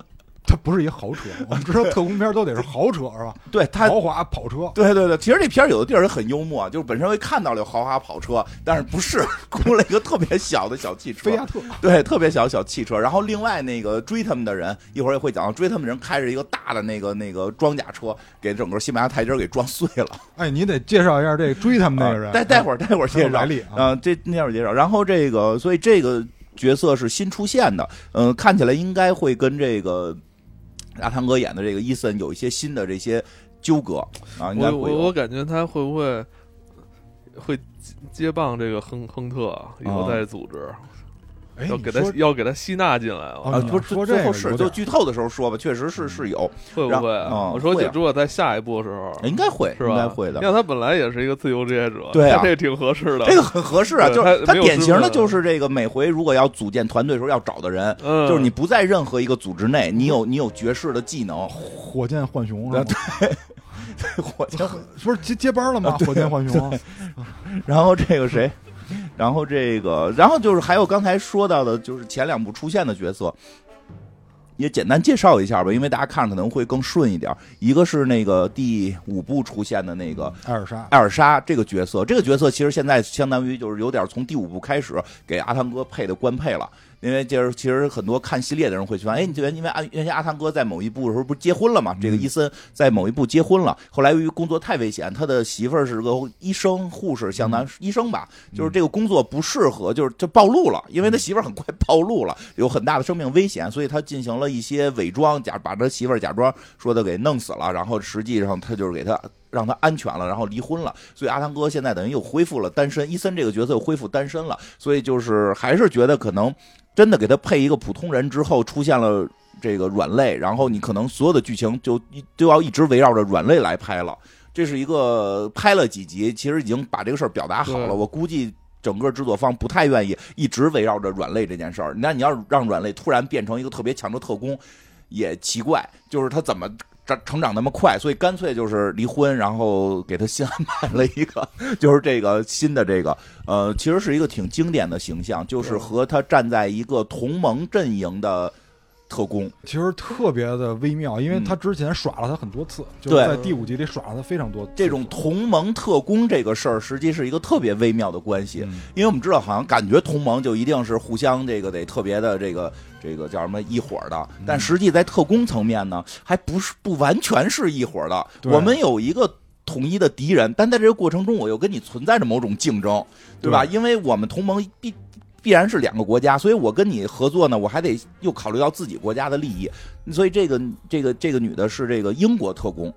她不是一豪车，我们知道特工片都得是豪车是吧？
对他
豪华跑车，
对对对，其实这片儿有的地儿很幽默，啊就是本身会看到有豪华跑车，但是不是 *laughs* 雇了一个特别小的小汽车
菲，亚特。
对，特别小的小汽车。然后另外那个追他们的人，一会儿也会讲到，追他们的人开着一个大的那个那个装甲车，给整个西班牙台阶儿给撞碎了。啊
哎，你得介绍一下这个追他们 *laughs* 那个人。
待待会儿待会儿
他有
介
来
绍。
历啊，
嗯，这那会儿介绍。然后这个，所以这个角色是新出现的，嗯、看起来应该会跟这个阿汤哥演的这个伊森有一些新的这些纠葛啊，应该
我我
会有。
我感觉他会不会会接接棒这个亨亨特啊，以后
啊
再组织，
哎，
要
你
给他
说
要给他吸纳进来
哦
了，
啊，
你
不
说
最
这
后
个哦
是
有
就
点
剧透的时候说吧，确实是是有，
会不会？
然后嗯
我说
会啊哎
如果在下一步的时候，
应该会，
是吧？
应该会的
你。看他本来也是一个自由职业者，
对
*laughs*
啊
他这挺合适的。
这个很合适啊，
对
就是
他
他
没有
典型
身
的
份
就是这个，每回如果要组建团队的时候要找的人，
嗯
就是你不在任何一个组织内，你有你有绝世的
*laughs*
技能，
火箭浣熊是吗？
我就
不啊是接接班了吗？火箭浣熊，
*laughs* 然后这个谁，然后这个，然后就是还有刚才说到的，就是前两部出现的角色，也简单介绍一下吧，因为大家看可能会更顺一点。一个是那个第五部出现的那个
艾尔莎，
艾尔莎这个角色，这个角色其实现在相当于就是有点从第五部开始给阿汤哥配的官配了。因为就是其实很多看系列的人会去问，哎，你觉得因为阿原先阿汤哥在某一部的时候不是结婚了嘛？这个伊森在某一部结婚了，后来由于工作太危险，他的媳妇儿是个医生、护士，相当于医生吧，就是这个工作不适合，就是就暴露了，因为他媳妇儿很快暴露了，有很大的生命危险，所以他进行了一些伪装，假把他媳妇儿假装说的给弄死了，然后实际上他就是给他让他安全了，然后离婚了，所以阿汤哥现在等于又恢复了单身，伊森这个角色又恢复单身了，所以就是还是觉得可能真的给他配一个普通人之后，出现了这个软肋，然后你可能所有的剧情就一都要一直围绕着软肋来拍了。这是一个拍了几集，其实已经把这个事儿表达好了，
对
我估计。整个制作方不太愿意一直围绕着软肋这件事儿，那你要是让软肋突然变成一个特别强的特工，也奇怪，就是他怎么长成长那么快，所以干脆就是离婚，然后给他新安排 *laughs* 了一个，就是这个新的这个，呃，其实是一个挺经典的形象，就是和他站在一个同盟阵营的特工，
其实特别的微妙，因为他之前耍了他很多次，就是
对
在第五集里耍了他非常多次。
这种同盟特工这个事儿，实际是一个特别微妙的关系，
嗯
因为我们知道，好像感觉同盟就一定是互相这个得特别的这个这个叫什么一伙儿的，
嗯
但实际在特工层面呢，还不是不完全是一伙儿的。
对
我们有一个统一的敌人，但在这个过程中，我又跟你存在着某种竞争，对吧？因为我们同盟必。必然是两个国家，所以我跟你合作呢，我还得又考虑到自己国家的利益，所以这个这个这个女的是这个英国特工，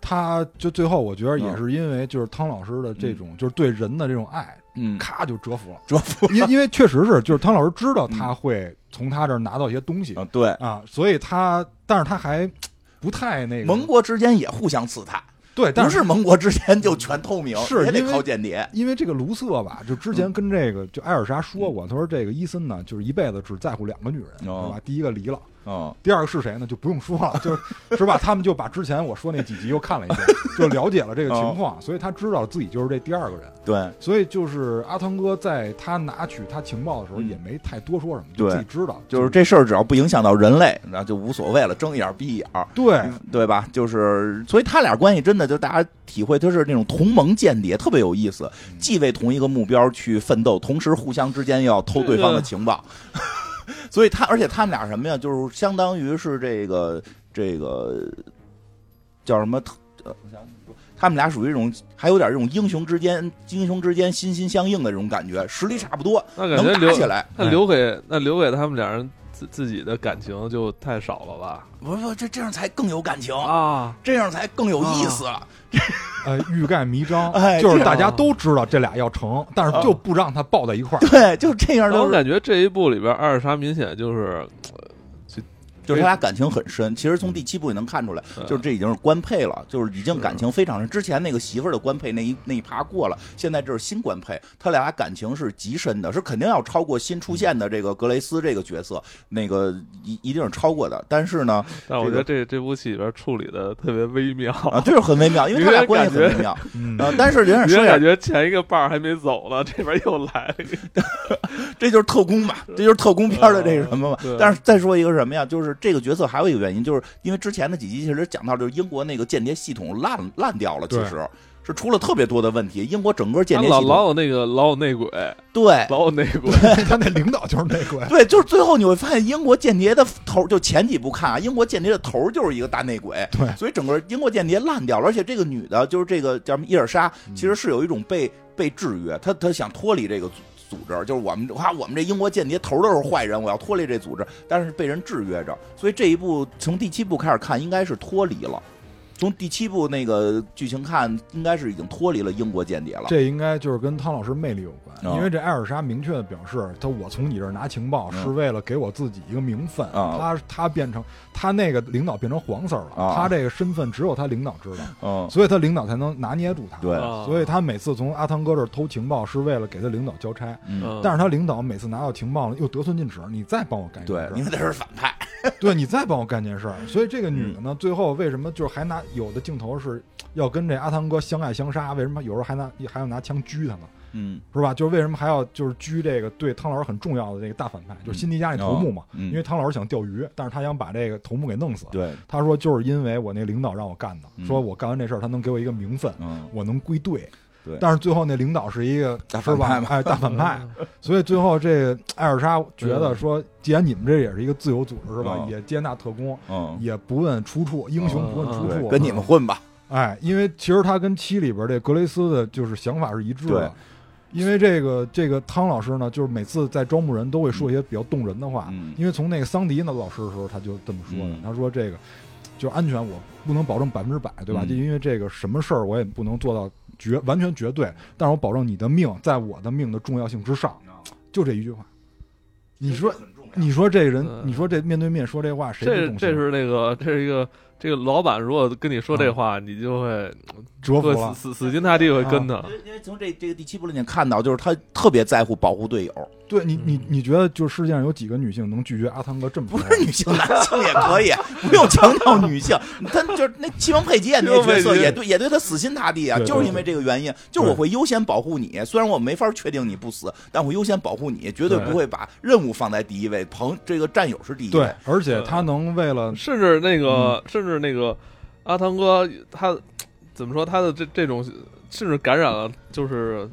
他就最后我觉得也是因为就是汤老师的这种、就是对人的这种爱，
嗯，
咔就折 *laughs* 服了。
折服
因因为确实是就是汤老师知道他会从他这儿拿到一些东西、
啊，对，
啊，所以他但是他还不太那个
盟国之间也互相刺探， *laughs*
对，但
不
是
是盟国之间就全透明，
是
也得
因为
靠间谍。
因为这个卢瑟吧，就之前
嗯
跟这个就艾尔莎说过，他说这个伊森呢，就是一辈子只在乎两个女人，
哦
对吧？第一个离了，
嗯，
第二个是谁呢？就不用说了， *laughs* 就是是吧？他们就把之前我说那几集又
*laughs*
看了一遍，就了解了这个情
哦
况，所以他知道自己就是这第二个人。
对，
所以就是阿汤哥在他拿取他情报的时候，也没太多说什么，就
嗯对
自己知道，
就是这事儿只要不影响到人类，那就无所谓了，睁一眼闭一眼儿，
对。
嗯对吧？就是，所以他俩关系真的就大家体会，就是那种同盟间谍，特别有意思，既为同一个目标去奋斗，同时互相之间要偷对方的情报。 *laughs* 所以他，而且他们俩什么呀？就是相当于是这个这个叫什么特？呃我想想说他们俩属于一种，还有点这种英雄之间、英雄之间心心相印的这种感觉，实力差不多，
*laughs* 那感
能
觉
打
留
起来。
那留给那留给他们俩人自自己的感情就太少了吧？
不不，这这样才更有感情，
啊，
这样才更有意思。
呃，欲盖弥彰，
*laughs* 哎哦
就是大
这
家
样
都知道这俩要成，但是就不让他抱在一块儿。
对，就这样
但我
都是
感觉这一部里边，艾尔莎明显就是
就是他俩感情很深。其实从第七部也能看出来，
嗯
哎就是这已经是官配了，就是已经感情非常深。之前那个媳妇儿的官配那一那一趴过了，现在这是新官配，他俩感情是极深的，是肯定要超过新出现的这个格雷斯这个角色，那个一一定是超过的。但是 *laughs* 呢，
但我觉得这这部戏里边处理的特别微妙，
啊，这是很微妙，因为他俩关系很微妙。
嗯，
啊，但是有点
你就
说点
感觉前一个伴儿还没走呢，这边又来了一个。
这就是特工嘛，这就是特工片儿的这个什么嘛
嗯对。
但是再说一个什么呀，就是这个角色还有一个原因，就是因为之前的几集其实讲到，就是英国那个间谍系统烂烂掉了，其
对
实是出了特别多的问题。英国整个间谍
老
系统，
老有那个老有内鬼，
对
老有内鬼。
嗯 *laughs* 他那领导就是内
*laughs*
鬼，
对，就是最后你会发现英国间谍的头儿，就前几部看啊，英国间谍的头儿就是一个大内鬼，
对
所以整个英国间谍烂掉了。而且这个女的，就是这个叫什么伊尔莎，
嗯
其实是有一种被被制约，她她想脱离这个组组织，就是我们哇，我们这英国间谍头儿都是坏人，我要脱离这组织，但是被人制约着。所以这一部从第七部开始看，应该是脱离了。从第七部那个剧情看，应该是已经脱离了英国间谍了。
这应该就是跟汤老师魅力有关，
啊
因为这艾尔莎明确的表示，他我从你这儿拿情报
嗯
是为了给我自己一个名分，
啊
他他变成他那个领导变成黄色了，
啊
他这个身份只有他领导知道，
嗯，
所以他领导才能拿捏住他。
对
啊
所以他每次从阿汤哥这儿偷情报是为了给他领导交差，
*laughs* 嗯，
嗯
但是他领导每次拿到情报了又得寸进尺，你再帮我干一件
对，
事儿
因为他是反派。
*laughs* 对你再帮我干件事儿，所以这个女的
嗯
呢，最后为什么就是还拿有的镜头是要跟这阿汤哥相爱相杀？为什么有时候还拿还要拿枪狙他呢？
嗯，
是吧？就是为什么还要就是狙这个对汤老师很重要的这个大反派，就是辛迪加那头目嘛？
嗯
因为汤老师想钓鱼，但是他想把这个头目给弄死。
对，
他说就是因为我那领导让我干的，
嗯
说我干完这事儿他能给我一个名分，
嗯，
我能归队。
对
但是最后那领导是一个
大
是
反派嘛？
吧哎，大反派， *laughs* 所以最后这个艾尔莎觉得说，既然你们这也是一个自由组织是吧
嗯，
也接纳特工，
嗯，
也不问出处，英雄不问出
对，
处，
跟你们混吧。
哎，因为其实他跟七里边这格雷斯的就是想法是一致
对
的。因为这个这个汤老师呢，就是每次在招募人都会说一些比较动人的话。
嗯
因为从那个桑迪那老师的时候，他就这么说的，
嗯
他说这个就是安全，我不能保证百分之百，对吧？
嗯
就因为这个什么事儿我也不能做到绝完全绝对，但是我保证你的命在我的命的重要性之上，
嗯
就这一句话。你
哎
说，你说这人
嗯，
你说这面对面说这话，谁不
这
动心
这是那个这是一个这个老板，如果跟你说
嗯
这话，你就会
折服
会
了
死？死死心塌地会跟
啊
他
因。为因为从这这个第七部里面看到，就是他特别在乎保护队友，
对你，你
嗯
你觉得就世界上有几个女性能拒绝阿汤哥这么
不
说？
是女性，男性也可以，不用强调女性。他就是那西蒙佩吉演那个角色，也对，也对他死心塌地啊，
对对
就是因为这个原因，就是我会优先保护你。虽然我没法确定你不死，但我优先保护你，绝对
对
不会把任务放在第一位，朋这个战友是第一
对
位。，
而且他能为了
甚至那
嗯
个，甚至那个阿汤哥，他怎么说？他的这这种，甚至感染了，就是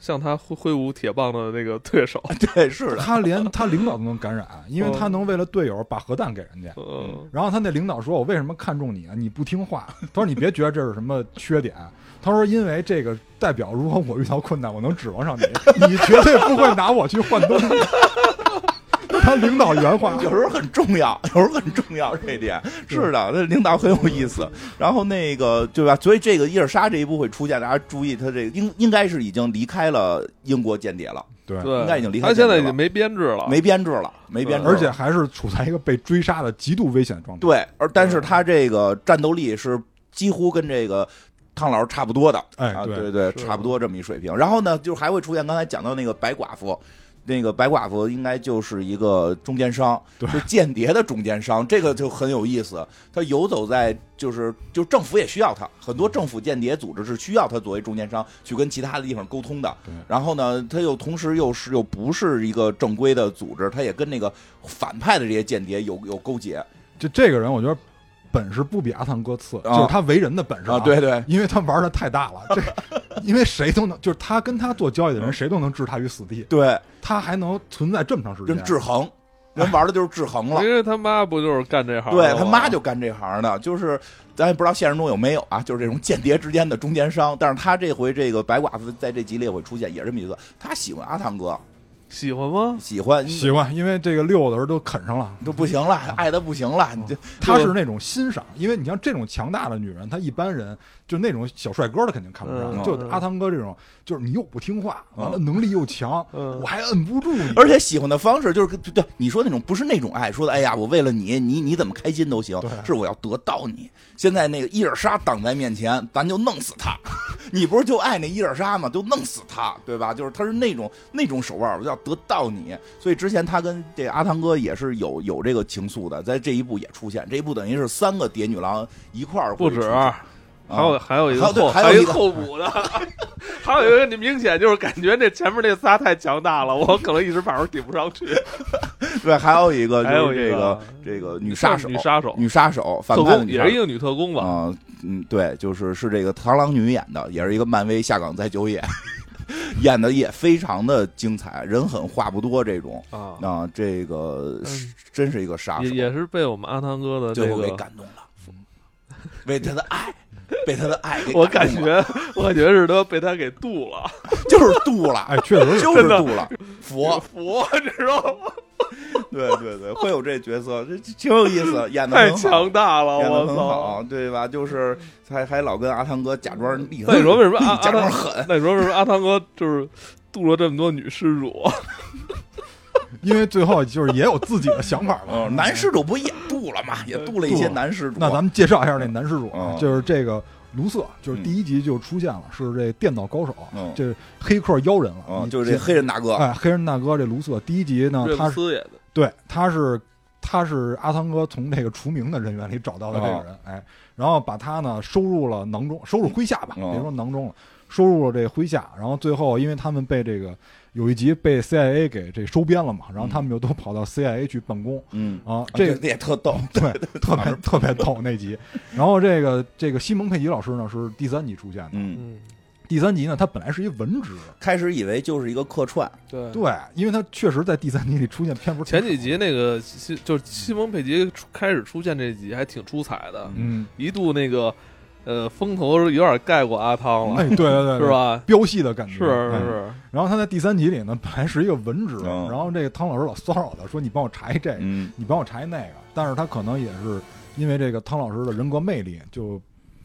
向他挥挥舞铁棒的那个对
*laughs*
手。
*laughs* 对，是的，哦
他连他领导都能感染，因为他能为了队友把核弹给人家。
嗯，
然后他那领导说：“我为什么看中你啊？你不听话。”他说：“你别觉得这是什么缺点。”他说：“因为这个代表，如果我遇到困难，我能指望上你，你绝对不会拿我去换 *laughs* 东西。”他领导原话，
有时候很重要，有时候很重要，这一点是的，那领导很有意思。然后那个对吧？所以这个伊尔莎这一部会出现，大家注意，他这个应应该是已经离开了英国间谍了，
对，
对，
应该已经离开
他现在
间谍
已
了
经没编制了，
没编制了，没编制了，
而且还是啊处在一个被追杀的极度危险状态。
对，而但是他这个战斗力是几乎跟这个汤老师差不多的，
哎
啊，
对
对对，
是
差不多这么一水平。然后呢，就是还会出现刚才讲到那个白寡妇。那个白寡妇应该就是一个中间商，
对
是间谍的中间商，这个就很有意思。他游走在就是就政府也需要他，很多政府间谍组织是需要他作为中间商去跟其他的地方沟通的
对。
然后呢，他又同时又是又不是一个正规的组织，他也跟那个反派的这些间谍有有勾结
就这个人，我觉得本事不比阿汤哥次，
啊
就是他为人的本事
啊，对对，
因为他玩的太大了，这因为谁都能，就是他跟他做交易的
嗯
人，谁都能置他于死地，
对，
他还能存在这么长时
人
间，
制衡，人玩的就是制衡了。
因为他妈不就是干这行啊的吗？
对他妈就干这行的，就是咱也不知道现实中有没有啊，就是这种间谍之间的中间商。但是他这回这个白寡妇在这集里也会出现，也是这么一个，他喜欢阿汤哥，
喜欢吗？
喜欢
喜欢，因为这个六的人都啃上了。
都不行了，爱的不行了，你这
他是那种欣赏，因为你像这种强大的女人，她一般人就那种小帅哥的肯定看不上，
嗯
就
嗯
阿汤哥这种，就是你又不听话，
嗯
完了能力又强，
嗯
我还摁不住你，
而且喜欢的方式就是跟对你说那种不是那种爱，说的哎呀，我为了你，你你怎么开心都行
对，
是我要得到你。现在那个伊尔莎挡在面前，咱就弄死他。 *laughs* 你不是就爱那伊尔莎吗？就弄死他，对吧？就是他是那种那种手腕儿，我要得到你。所以之前他跟这阿汤哥也是有有这个情愫的，在这一部也出现。这一部等于是三个蝶女郎一块儿
不
会出
止，
现，
还有
啊
还有一个
还有对
后
还有
有
一
一
个
后补的， *laughs* 还有一个你明显就是感觉这前面那仨太强大了，我可能一时半会儿顶不上去。
对，还有一个
还有
就
一
是这
个
这个女杀手，
女杀手，
女杀手，反
特
派的
工
女
也
杀
是
手
一个女特工吧？
啊、嗯，对，就是是这个螳螂女演的，也是一个漫威下岗再就业， *laughs* 演的也非常的精彩，人狠话不多这种
啊，
啊、这个
嗯
是真是一个杀
也
手，
也是被我们阿汤哥的
最
这
后给
个，
感动了，为他的爱，被他的爱给
我
感
感
动了
觉我感觉是他被他给渡了，
就是度了，
哎
哎，确实
*laughs*
是
就是度了，佛
服，你知道吗？
对对对，会有这角色，这这挺有意思，演的
太强大了，
演
我
的很
操！嗯
好，对吧？就是还还老跟阿汤哥假装厉害，
那你说为什么阿
假
阿
装
汤？
狠？
那你说为什么阿汤哥就是度了这么多女施主？
因为最后就是也有自己的想法嘛。
嗯，男施主不也度了吗？也度了一些男施主。
那咱们介绍一下那男施主啊
嗯，
就是这个卢瑟，就是第一集就出现了，是这电脑高手
嗯，
这是黑客妖人了。
嗯，
你
就是这黑人大哥，
哎，黑人大哥这卢瑟，第一集呢
瑞，
他
姆
是
斯演的，
对，他是他是阿汤哥从这个除名的人员里找到的这
哦
个人，哎，然后把他呢收入了囊中，收入麾下吧，
嗯
别说囊中了，收入了这麾下，然后最后因为他们被这个有一集被 CIA 给这收编了嘛，然后他们就都跑到 CIA 去办公。
嗯，
啊，这个
啊也特
*laughs*
逗，
对，特别特别逗那集。然后这个这个西蒙佩吉老师呢是第三集出现的，
嗯，
嗯，
第三集呢他本来是一文职，
开始以为就是一个客串，
对。
对，因为他确实在第三集里出现篇幅挺
嗯前几
少
集那个西就是西蒙佩吉出开始出现这集还挺出彩的，
嗯，
一度那个呃风头有点盖过阿汤了，
哎，对对对，
嗯是？吧？
飙戏的感觉
是
哎
是是，
然后他在第三集里呢，本来是一个文职，
嗯
然后这个汤老师老骚扰他说：“你帮我查一这个，
嗯
你帮我查一那个。”但是他可能也是因为这个汤老师的人格魅力，就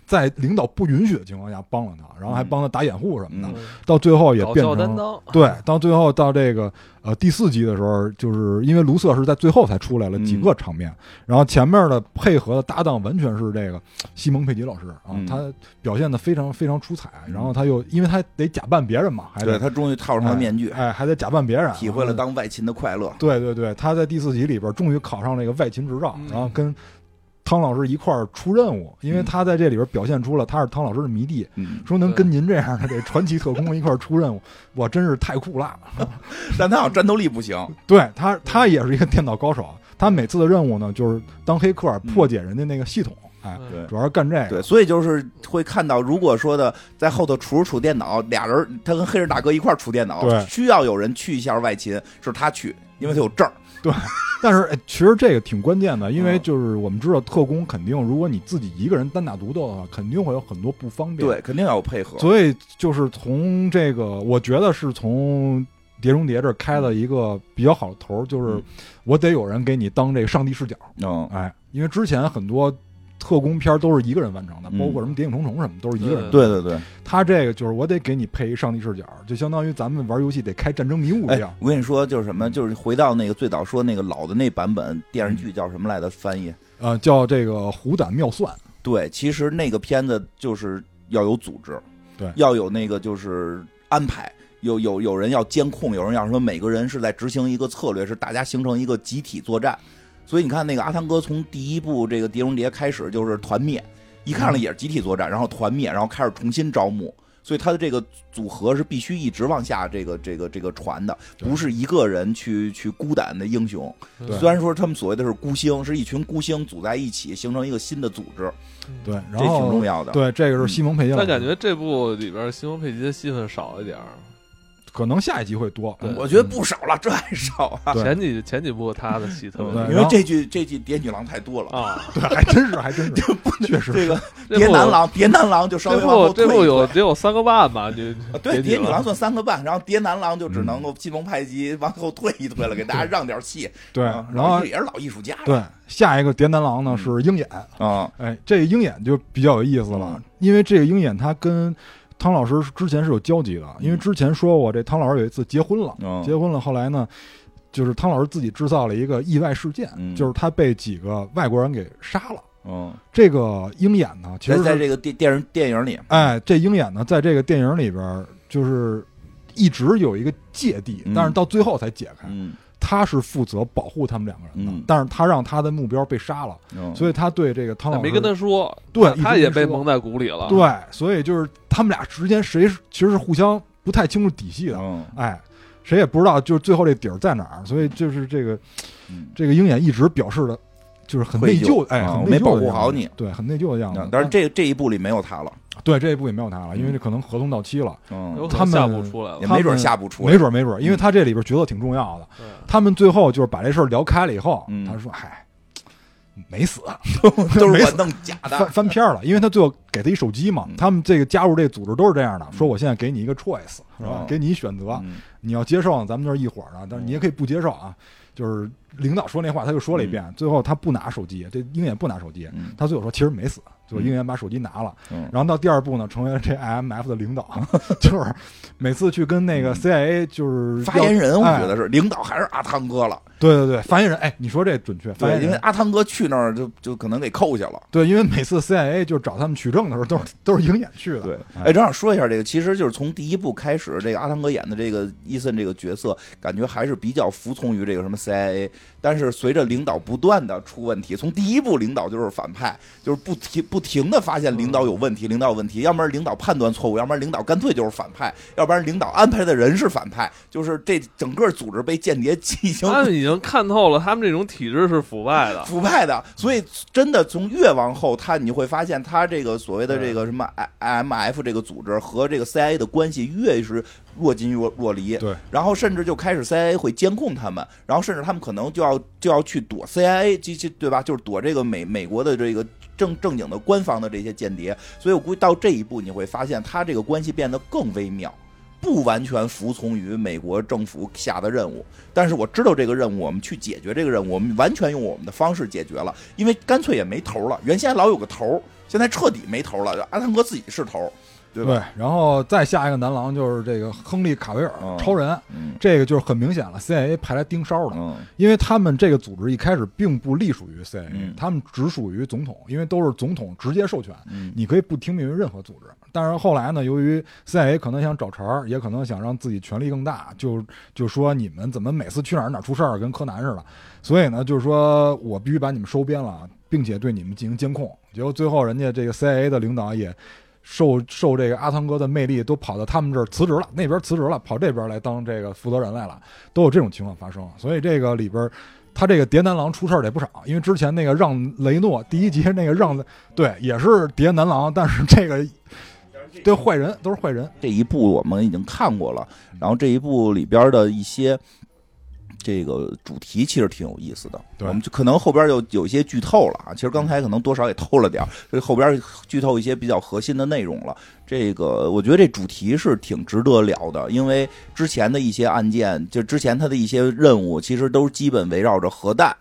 在领导不允许的情况下帮了他，然后还帮他打掩护什么的，
嗯
到最后也
搞
变
笑担
成
当，
对，到最后到这个呃第四集的时候，就是因为卢瑟是在最后才出来了
嗯
几个场面，然后前面的配合的搭档完全是这个西蒙佩吉老师啊，
嗯
他表现的非常非常出彩，
嗯
然后他又因为他得假扮别人嘛，还
对
得
他终于套上了面具，
哎还得假扮别人，
体会了
然后
当外勤的快乐。
对对对，他在第四集里边终于考上了一个外勤执照，
嗯
然后跟汤老师一块儿出任务，因为
嗯
他在这里边表现出了他是汤老师的迷弟，
嗯，
说能
对
跟您这样的这传奇特工一块儿出任务，我真是太酷辣了。
但他好像战斗力不行，
对他，他也是一个电脑高
嗯
手。他每次的任务呢，就是当黑客破解人家那个系统，哎，
嗯
对
主要是干这个。
对，所以就是会看到，如果说的在后头杵着杵电脑，俩人他跟黑人大哥一块儿杵电脑
对，
需要有人去一下外勤，是他去，因为他有证儿。
但是、哎其实这个挺关键的，因为
嗯
就是我们知道特工肯定，如果你自己一个人单打独斗的话，肯定会有很多不方便。，
对，肯定要有配合。
所以就是从这个，我觉得是从。碟中谍这儿开了一个比较好的头儿，就是
嗯
我得有人给你当这个上帝视角，
嗯，
哎，因为之前很多特工片儿都是一个人完成的，
嗯
包括什么《谍影重重》什么都是一个人
对
对对对，
他这个就是我得给你配一上帝视角，就相当于咱们玩游戏得开战争迷雾一样
哎。，我跟你说，就是什么，就是回到那个最早说那个老的那版本电视剧叫什么来的翻译？
呃，叫这个虎胆妙算，
对，其实那个片子就是要有组织，
对
要有那个就是安排。有有有人要监控，有人要什么？每个人是在执行一个策略，是大家形成一个集体作战。所以你看，那个阿汤哥从第一部这个《碟中谍》开始就是团灭，一看了
嗯
也是集体作战，然后团灭，然后开始重新招募。所以他的这个组合是必须一直往下这个这个这个传的，
对
不是一个人去去孤胆的英雄。
嗯
对
虽然说他们所谓的是孤星，是一群孤星组在一起形成一个新的组织，
对，然
这挺
后
重要的。
对，这个是西蒙佩吉老师，
但感觉这部里边西蒙佩吉的戏份少一点儿，
可能下一集会多。嗯
对
我觉得不少了，这还少啊，
对
前几前几部他的戏特别
对
多
因为这句这句谍女郎太多了， *laughs*
啊。
对，还真是
*laughs*
还真是，确实
这个
这
谍
部
男郎谍男郎就稍微
这
往后
部这
退一
部
步啊
有得有三个半吧，就
对谍
别
女郎算三个半，然后谍男郎就只能
嗯
够西蒙派吉往后退一退了，给大家让点气。
对。
啊
然后
也是老艺术家了，
对下一个谍南郎
嗯
呢是鹰眼，
啊，
哎，这鹰眼就比较有意思了
嗯，
因为这个鹰眼他跟汤老师之前是有交集的，因为之前说过这汤老师有一次结婚了，
嗯
结婚了，后来呢，就是汤老师自己制造了一个意外事件，
嗯
就是他被几个外国人给杀了。
嗯，
这个鹰眼呢，其
在
实是
在这个电电影电影里，
哎，这鹰眼呢，在这个电影里边儿就是一直有一个芥蒂，
嗯
但是到最后才解开。
嗯
他是负责保护他们两个人的，
嗯
但是他让他的目标被杀了，
嗯，
所以他对这个汤老师
没跟他说，
对
他也被。
一直没
蒙在鼓里
啊
了。
说，对，所以就是他们俩之间谁是其实是互相不太清楚底细的，
嗯
哎，谁也不知道就是最后这底儿在哪儿，所以就是这个
嗯，
这个鹰眼一直表示的，就是很内
愧疚
疚，哎，
啊
很
我没
内疚
保
的
护
样
好
子
你
对，很内疚的样子
嗯。但是这这一部里没有他了，
对这一步也没有他了，因为这可能合同到期了，
有
嗯，
可能
他
下
们
部出来了
也。
他
没准
们
下不出来
没，准儿没准儿，因为他这里边角色挺重要的。他们最后就是把这事儿聊开了以后，
嗯
他说：“嗨，没死，啊
*laughs*
*laughs*
都
没
是我
死
弄假
翻
的，
翻篇儿了。”因为他最后给他一手机嘛
嗯，
他们这个加入这个组织都是这样的，说我现在给你一个 choice，是吧
哦？
给你一选择，
嗯
你要接受咱们就是一伙儿的，但是你也可以不接受啊。就是领导说那话，他又说了一遍。最后他不拿手机，这鹰眼不拿手机，
嗯
他最后说其实没死，就是鹰眼把手机拿了。
嗯
然后到第二步呢，成为了这 IMF 的领导， *laughs* 就是每次去跟那个 CIA 就是
嗯发言人，我
要哎
觉得是领导还是阿汤哥了，
对对对，发言人，哎，你说这准确，发言
对，因为
人。
阿汤哥去那儿就就可能给扣下了。
对，因为每次 CIA 就找他们取证的时候，都是都是鹰眼去的。
对，哎，
哎，
正好说一下这个，其实就是从第一部开始，这个阿汤哥演的这个伊森这个角色，感觉还是比较服从于这个什么 CIA，但是随着领导不断的出问题，从第一部领导就是反派，就是不停不停的发现领导有问题，领导有问题，要不然领导判断错误，要不然领导干脆就是反派，要不然领导安排的人是反派，就是这整个组织被间谍 *laughs* 进行
他们已经看透了，他们这种体制是腐败
*laughs*
的。
腐败的，所以真的从越往后，他你会发现，他这个所谓的这个什么 I M F 这个组织和这个 C I A 的关系越是若即若若离，
对，
然后甚至就开始 C I A 会监控他们，然后甚至他们可能就要就要去躲 C I A 机器，对吧？就是躲这个美美国的这个正正经的官方的这些间谍，所以我估计到这一步，你会发现他这个关系变得更微妙。不完全服从于美国政府下的任务，但是我知道这个任务，我们去解决这个任务，我们完全用我们的方式解决了，因为干脆也没头了。原先老有个头，现在彻底没头了。阿汤哥自己是头，对吧？
对，然后再下一个男郎就是这个亨利·卡维尔，
嗯
超人，
嗯
这个就是很明显了，CIA 派来盯梢的。
嗯
因为他们这个组织一开始并不隶属于 CIA，、
嗯
他们只属于总统，因为都是总统直接授权，
嗯
你可以不听命于任何组织。但是后来呢，由于 CIA 可能想找茬儿，也可能想让自己权力更大，就就说你们怎么每次去哪儿哪儿出事儿，跟柯南似的。所以呢，就是说我必须把你们收编了，并且对你们进行监控。结果最后人家这个 CIA 的领导也。受受这个阿汤哥的魅力，都跑到他们这儿辞职了，那边辞职了，跑这边来当这个负责人来了，都有这种情况发生。啊所以这个里边他这个《谍南郎》出事儿也不少，因为之前那个让雷诺第一集那个让对也是谍南郎，但是这个对坏人都是坏人，
这一部我们已经看过了，然后这一部里边的一些这个主题其实挺有意思的。
对
我们就可能后边有有一些剧透了啊，其实刚才可能多少也透了点儿，所以后边剧透一些比较核心的内容了。这个我觉得这主题是挺值得聊的，因为之前的一些案件，就之前他的一些任务，其实都基本围绕着核弹。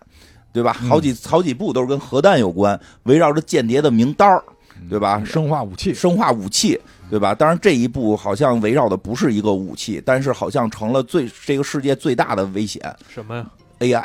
对吧？好几好几部都是跟核弹有关，围绕着间谍的名单儿，对吧？
生化武器
生化武器，对吧？当然这一步好像围绕的不是一个武器，但是好像成了最这个世界最大的危险
什么呀？
AI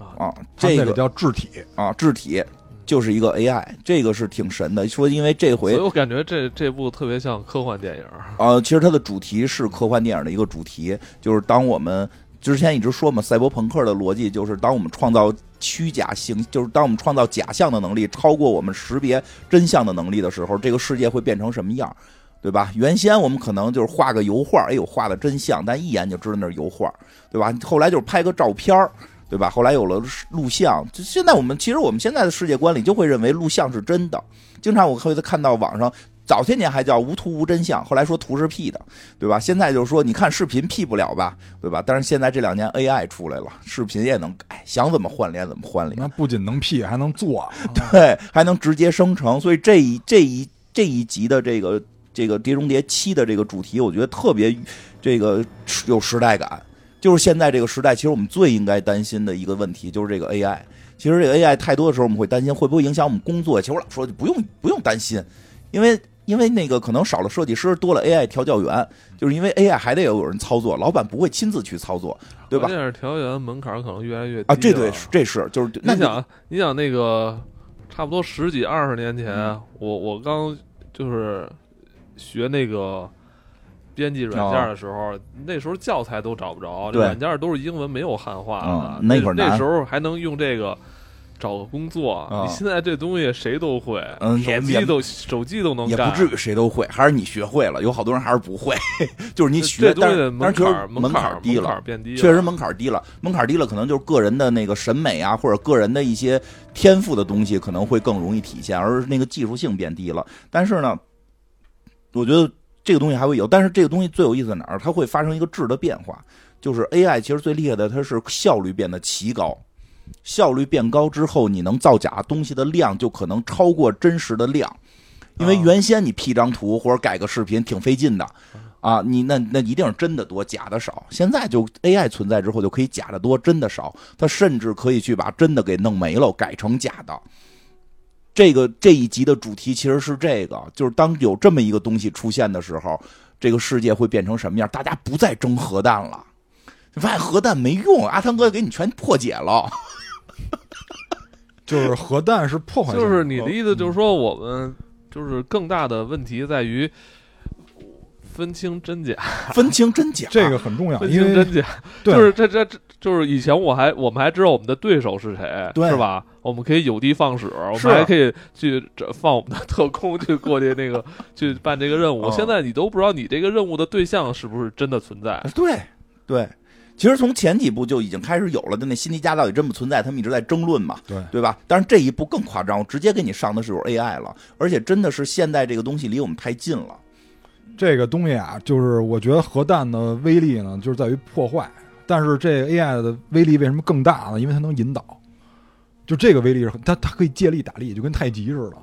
啊
啊，
他们
这
那里
个
叫智体，
啊肢体就是一个 AI，这个是挺神的。说因为这
所以
回
我感觉这这部特别像科幻电影儿。
呃，其实它的主题是科幻电影的一个主题，就是当我们之前一直说嘛，赛博朋克的逻辑就是当我们创造虚假形，就是当我们创造假象的能力超过我们识别真相的能力的时候，这个世界会变成什么样？对吧？原先我们可能就是画个油画，哎呦，画的真像，但一眼就知道那是油画，对吧？后来就是拍个照片儿，对吧？后来有了录像，就现在我们其实我们现在的世界观里就会认为录像是真的。经常我会看到网上早些年还叫无图无真相，后来说图是 P 的，对吧？现在就是说，你看视频 P 不了吧，对吧？但是现在这两年 AI 出来了，视频也能改，想怎么换脸怎么换脸，
那不仅能 P 还能做，啊
对， *laughs* 还能直接生成。所以这一这一这一集的这个这个《碟中谍七》的这个主题，我觉得特别这个有时代感。就是现在这个时代，其实我们最应该担心的一个问题就是这
嗯
个 AI。其实这个 AI 太多的时候，我们会担心会不会影响我们工作。其实我老说就不用不用担心，因为因为那个可能少了设计师，多了 AI 调教员，就是因为 AI 还得有人操作，老板不会亲自去操作，对吧
关？键是调研门槛儿可能越来越低
啊，这对
了
这是就是那
你想，你想那个差不多十几二十年前，
嗯
我我刚就是学那个编辑软件的时候，那时候教材都找不着，这
哦对
软件都是英文，没有汉化的。
嗯那会儿
那
难
时候还能用这个。找个工作，
嗯
你现在这东西谁都会，
嗯
手
也
机都手机都能
也
干，
不至于谁都会，还是你学会了，有好多人还是不会， *laughs* 就是你学
这，东
但
西
是
的
但
门
是确
槛
实
儿
门
槛
槛
儿
低
门槛儿
了。
变低了，
确实门槛低了，门槛低了，可能就是个人的那个审美啊，或者个人的一些天赋的东西，可能会更容易体现，而那个技术性变低了。但是呢，我觉得这个东西还会有，但是这个东西最有意思在哪儿？它会发生一个质的变化，就是 AI 其实最厉害的，它是效率变得奇高，效率变高之后，你能造假东西的量就可能超过真实的量，因为
啊
原先你 P 张图或者改个视频挺费劲的。啊，你那那一定是真的多，假的少。现在就 AI 存在之后，就可以假的多，真的少。它甚至可以去把真的给弄没了，改成假的。这个这一集的主题其实是这个，就是当有这么一个东西出现的时候，这个世界会变成什么样？大家不再争核弹了，发现核弹没用，阿汤哥给你全破解了。
*laughs* 就是核弹是破坏性
就
的，
是
哦
你的意思
嗯
就是说，我们就是更大的问题在于分清真假，
分清真假。
这个很重要，
分
因
清
为
真假，
对
啊就是这这这。就是以前我还我们还知道我们的对手是谁，
对
是吧？我们可以有的放矢，我们
是啊
还可以去这放我们的特工去过去那个去办这个任务。
嗯
现在你都不知道你这个任务的对象是不是真的存在，
对对，其实从前几部就已经开始有了的那辛迪加到底真不存在，他们一直在争论嘛，
对
对吧？但是这一步更夸张，我直接给你上的是有 AI 了，而且真的是现在这个东西离我们太近了。
这个东西啊，就是我觉得核弹的威力呢，就是在于破坏，但是这 AI 的威力为什么更大呢？因为它能引导，就这个威力是很它它可以借力打力，就跟太极似的。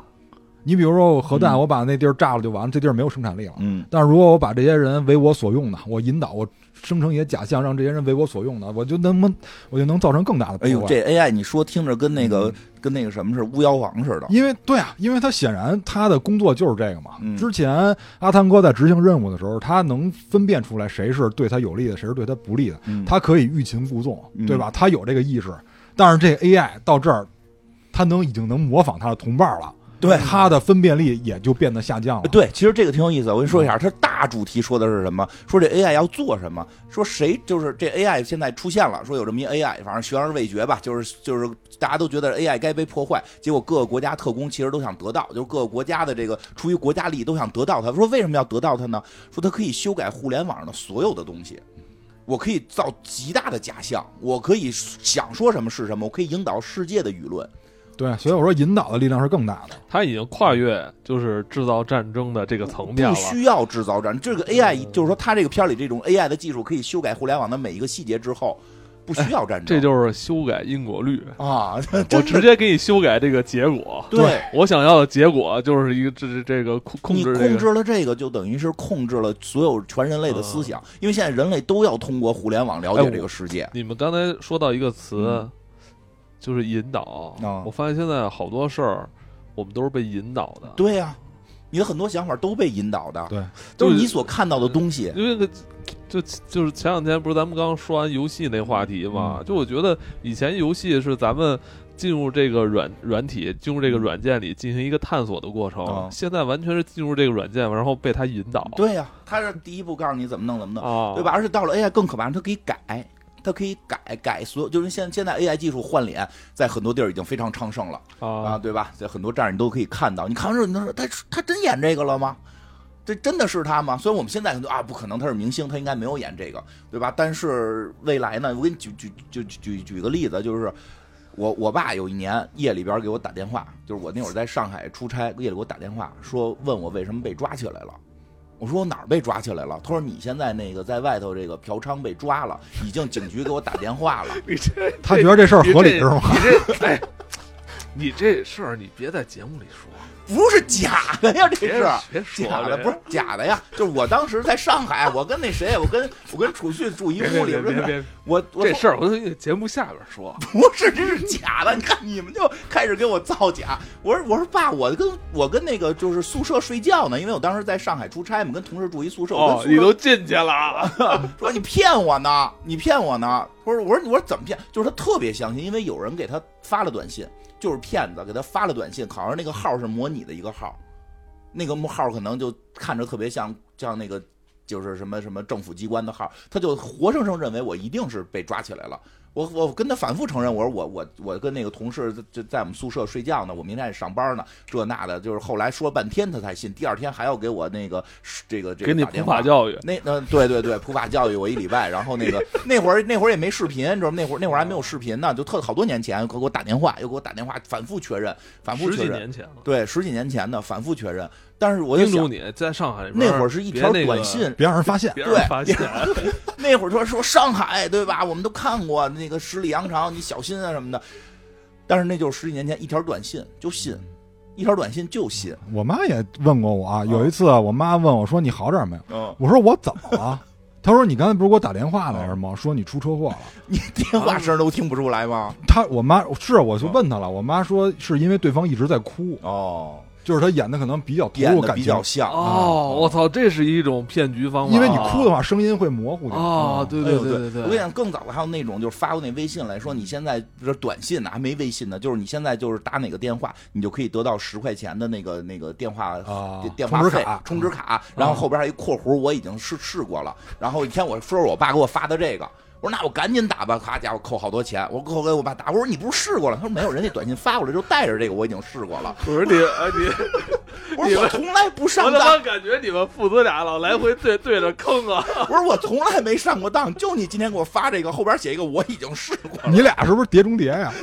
你比如说我核弹，
嗯
我把那地儿炸了就完了，这地儿没有生产力了。
嗯，
但是如果我把这些人为我所用呢，我引导我生成一些假象，让这些人为我所用呢，我就能不能我就能造成更大的破
哎
坏。
呦，这 AI 你说听着跟那个、
嗯
跟那个什么似的，巫妖王似的。
因为对啊，因为他显然他的工作就是这个嘛。
嗯
之前阿汤哥在执行任务的时候，他能分辨出来谁是对他有利的，谁是对他不利的，
嗯
他可以欲擒故纵，
嗯
对吧？他有这个意识，但是这 AI 到这儿，他能已经能模仿他的同伴了，
对
他的分辨力也就变得下降了。
对，其实这个挺有意思的。我跟你说一下，它大主题说的是什么？说这 AI 要做什么？说谁就是这 AI 现在出现了，说有这么一 AI，反正悬而未决吧。就是就是大家都觉得 AI 该被破坏，结果各个国家特工其实都想得到，就是各个国家的这个出于国家利益都想得到它。说为什么要得到它呢？说它可以修改互联网上的所有的东西。我可以造极大的假象，我可以想说什么是什么，我可以引导世界的舆论。
对所以我说引导的力量是更大的。
它已经跨越就是制造战争的这个层面了嗯
不。需要制造战。这个 AI 就是说，它这个片儿里这种 AI 的技术可以修改互联网的每一个细节之后，不需要战争。
哎这就是修改因果律，
啊，
我
真
直
的
接给你修改这个结果。
对。
我想要的结果就是一个这这这个控控
你
制这
控
个。
制了这个，就等于是控制了所有全人类的思想，因为现在人类都要通过互联网了
嗯哎
解
我
这个世界。
你们刚才说到一个词，
嗯
就是引导。
啊
我发现现在好多事儿，我们都是被引导的。
对呀、你的很多想法都被引导的，
对，
都是你所看到的东西。
因为那个就就是前两天不是咱们刚说完游戏那话题
嗯
嘛？就我觉得以前游戏是咱们进入这个软软体，进入这个软件里进行一个探索的过程，
啊
现在完全是进入这个软件，然后被它引导。
对呀、他是第一步告诉你怎么弄怎么弄，
啊，
对吧？？而且到了 AI 更可怕，它可以改，它可以改改所有，就是现现在 AI 技术换脸，在很多地儿已经非常昌盛了。啊，
啊，
对吧？在很多站你都可以看到，你看完之后你都说他他真演这个了吗？这真的是他吗？虽然我们现在很多啊，不可能，他是明星，他应该没有演这个，对吧？但是未来呢？我给你举举举举举举个例子，就是我我爸有一年夜里边给我打电话，就是我那会儿在上海出差，夜里给我打电话说问我为什么被抓起来了。我说我哪儿被抓起来了？他说你现在那个在外头这个嫖娼被抓了，已经警局给我打电话了。
你这
他觉得这事儿合理
你
是吗？
这你这哎，你这事儿你别在节目里说，
*laughs* 不是假的呀，这
别
是
别说
假的，
这
不是假的呀！就是我当时在
*laughs*
上海，我跟那谁，我跟我跟楚旭住一
别别
屋里，
别
真
别
的，
别，
我我
这事儿我在那个节目下边说。 *laughs*
不是，这是假的。你看你们就开始给我造假。我说我说爸，我跟我跟那个就是宿舍睡觉呢，因为我当时在上海出差嘛，跟同事住一宿舍，我跟
哦
宿，舍
你都进去了啊，
说你骗我呢，你骗我呢。我说我说我说怎么骗？就是他特别相信，因为有人给他发了短信，就是骗子给他发了短信，好像那个号是模拟的一个号，那个号可能就看着特别像像那个就是什么什么政府机关的号，他就活生生认为我一定是被抓起来了。我我跟他反复承认，我说我我我跟那个同事就在我们宿舍睡觉呢，我明天还上班呢，这那的，就是后来说半天他才信，第二天还要给我那个这个这个
给你
打
普
电
法
话。
教育，
那那对对对，普法教育我一礼拜，然后
*laughs*
那个那会儿那会儿也没视频，你知道吗？那会儿那会儿还没有视频呢，就特好多年前，给我打电话，又给我打电话，反复确认，反复
十
确
几
认，
年前了。
对，十几年前的反复确认。但是我就
叮嘱
想，
你在上海
那会儿是一条
别那个
短信，
别让人发现。
别人
对
发现， *laughs*
那会儿说说上海对吧？我们都看过那个十里洋场，你小心啊什么的。但是那就是十几年前一条短信就信，一条短信就信。
我妈也问过
啊
我，啊有一次我妈问我说：“你好点儿没有
嗯？”，
哦
我说：“我怎么了？”她说：“你刚才不是给我打电话来着吗？说你出车祸了。
啊
你电话声都听不出来吗？”
她我妈是我就问她了，我妈说是因为对方一直在哭，
哦，
就是她演的可能比较投
演
入
的
感
比
情
较，像。
哦，我操，这是一种骗局方法。
因为你哭的话声音会模糊掉。
啊，
嗯
对
哎呦
对对
我跟你讲，更早还有那种就是发过那微信来说，你现在就是短信啊呢，还没微信呢，就是你现在就是打哪个电话，你就可以得到十块钱的那个那个电话、
啊
电电话
充值
费
卡
充
嗯
值卡，然后后边还有一括弧，我已经试试过了。然后一天我说是我爸给我发的这个。我说那我赶紧打吧，咔家伙扣好多钱，我扣给我爸打。我说你不是试过了？他说没有，人家短信发过来就带着这个，我已经试过了。
不是你啊你，
我说我从来不上
我
当
他，妈感觉你们父子俩老来回对对着坑啊！
不是我从来没上过当，就你今天给我发这个，后边写一个我已经试过了。
你俩是不是碟中谍呀？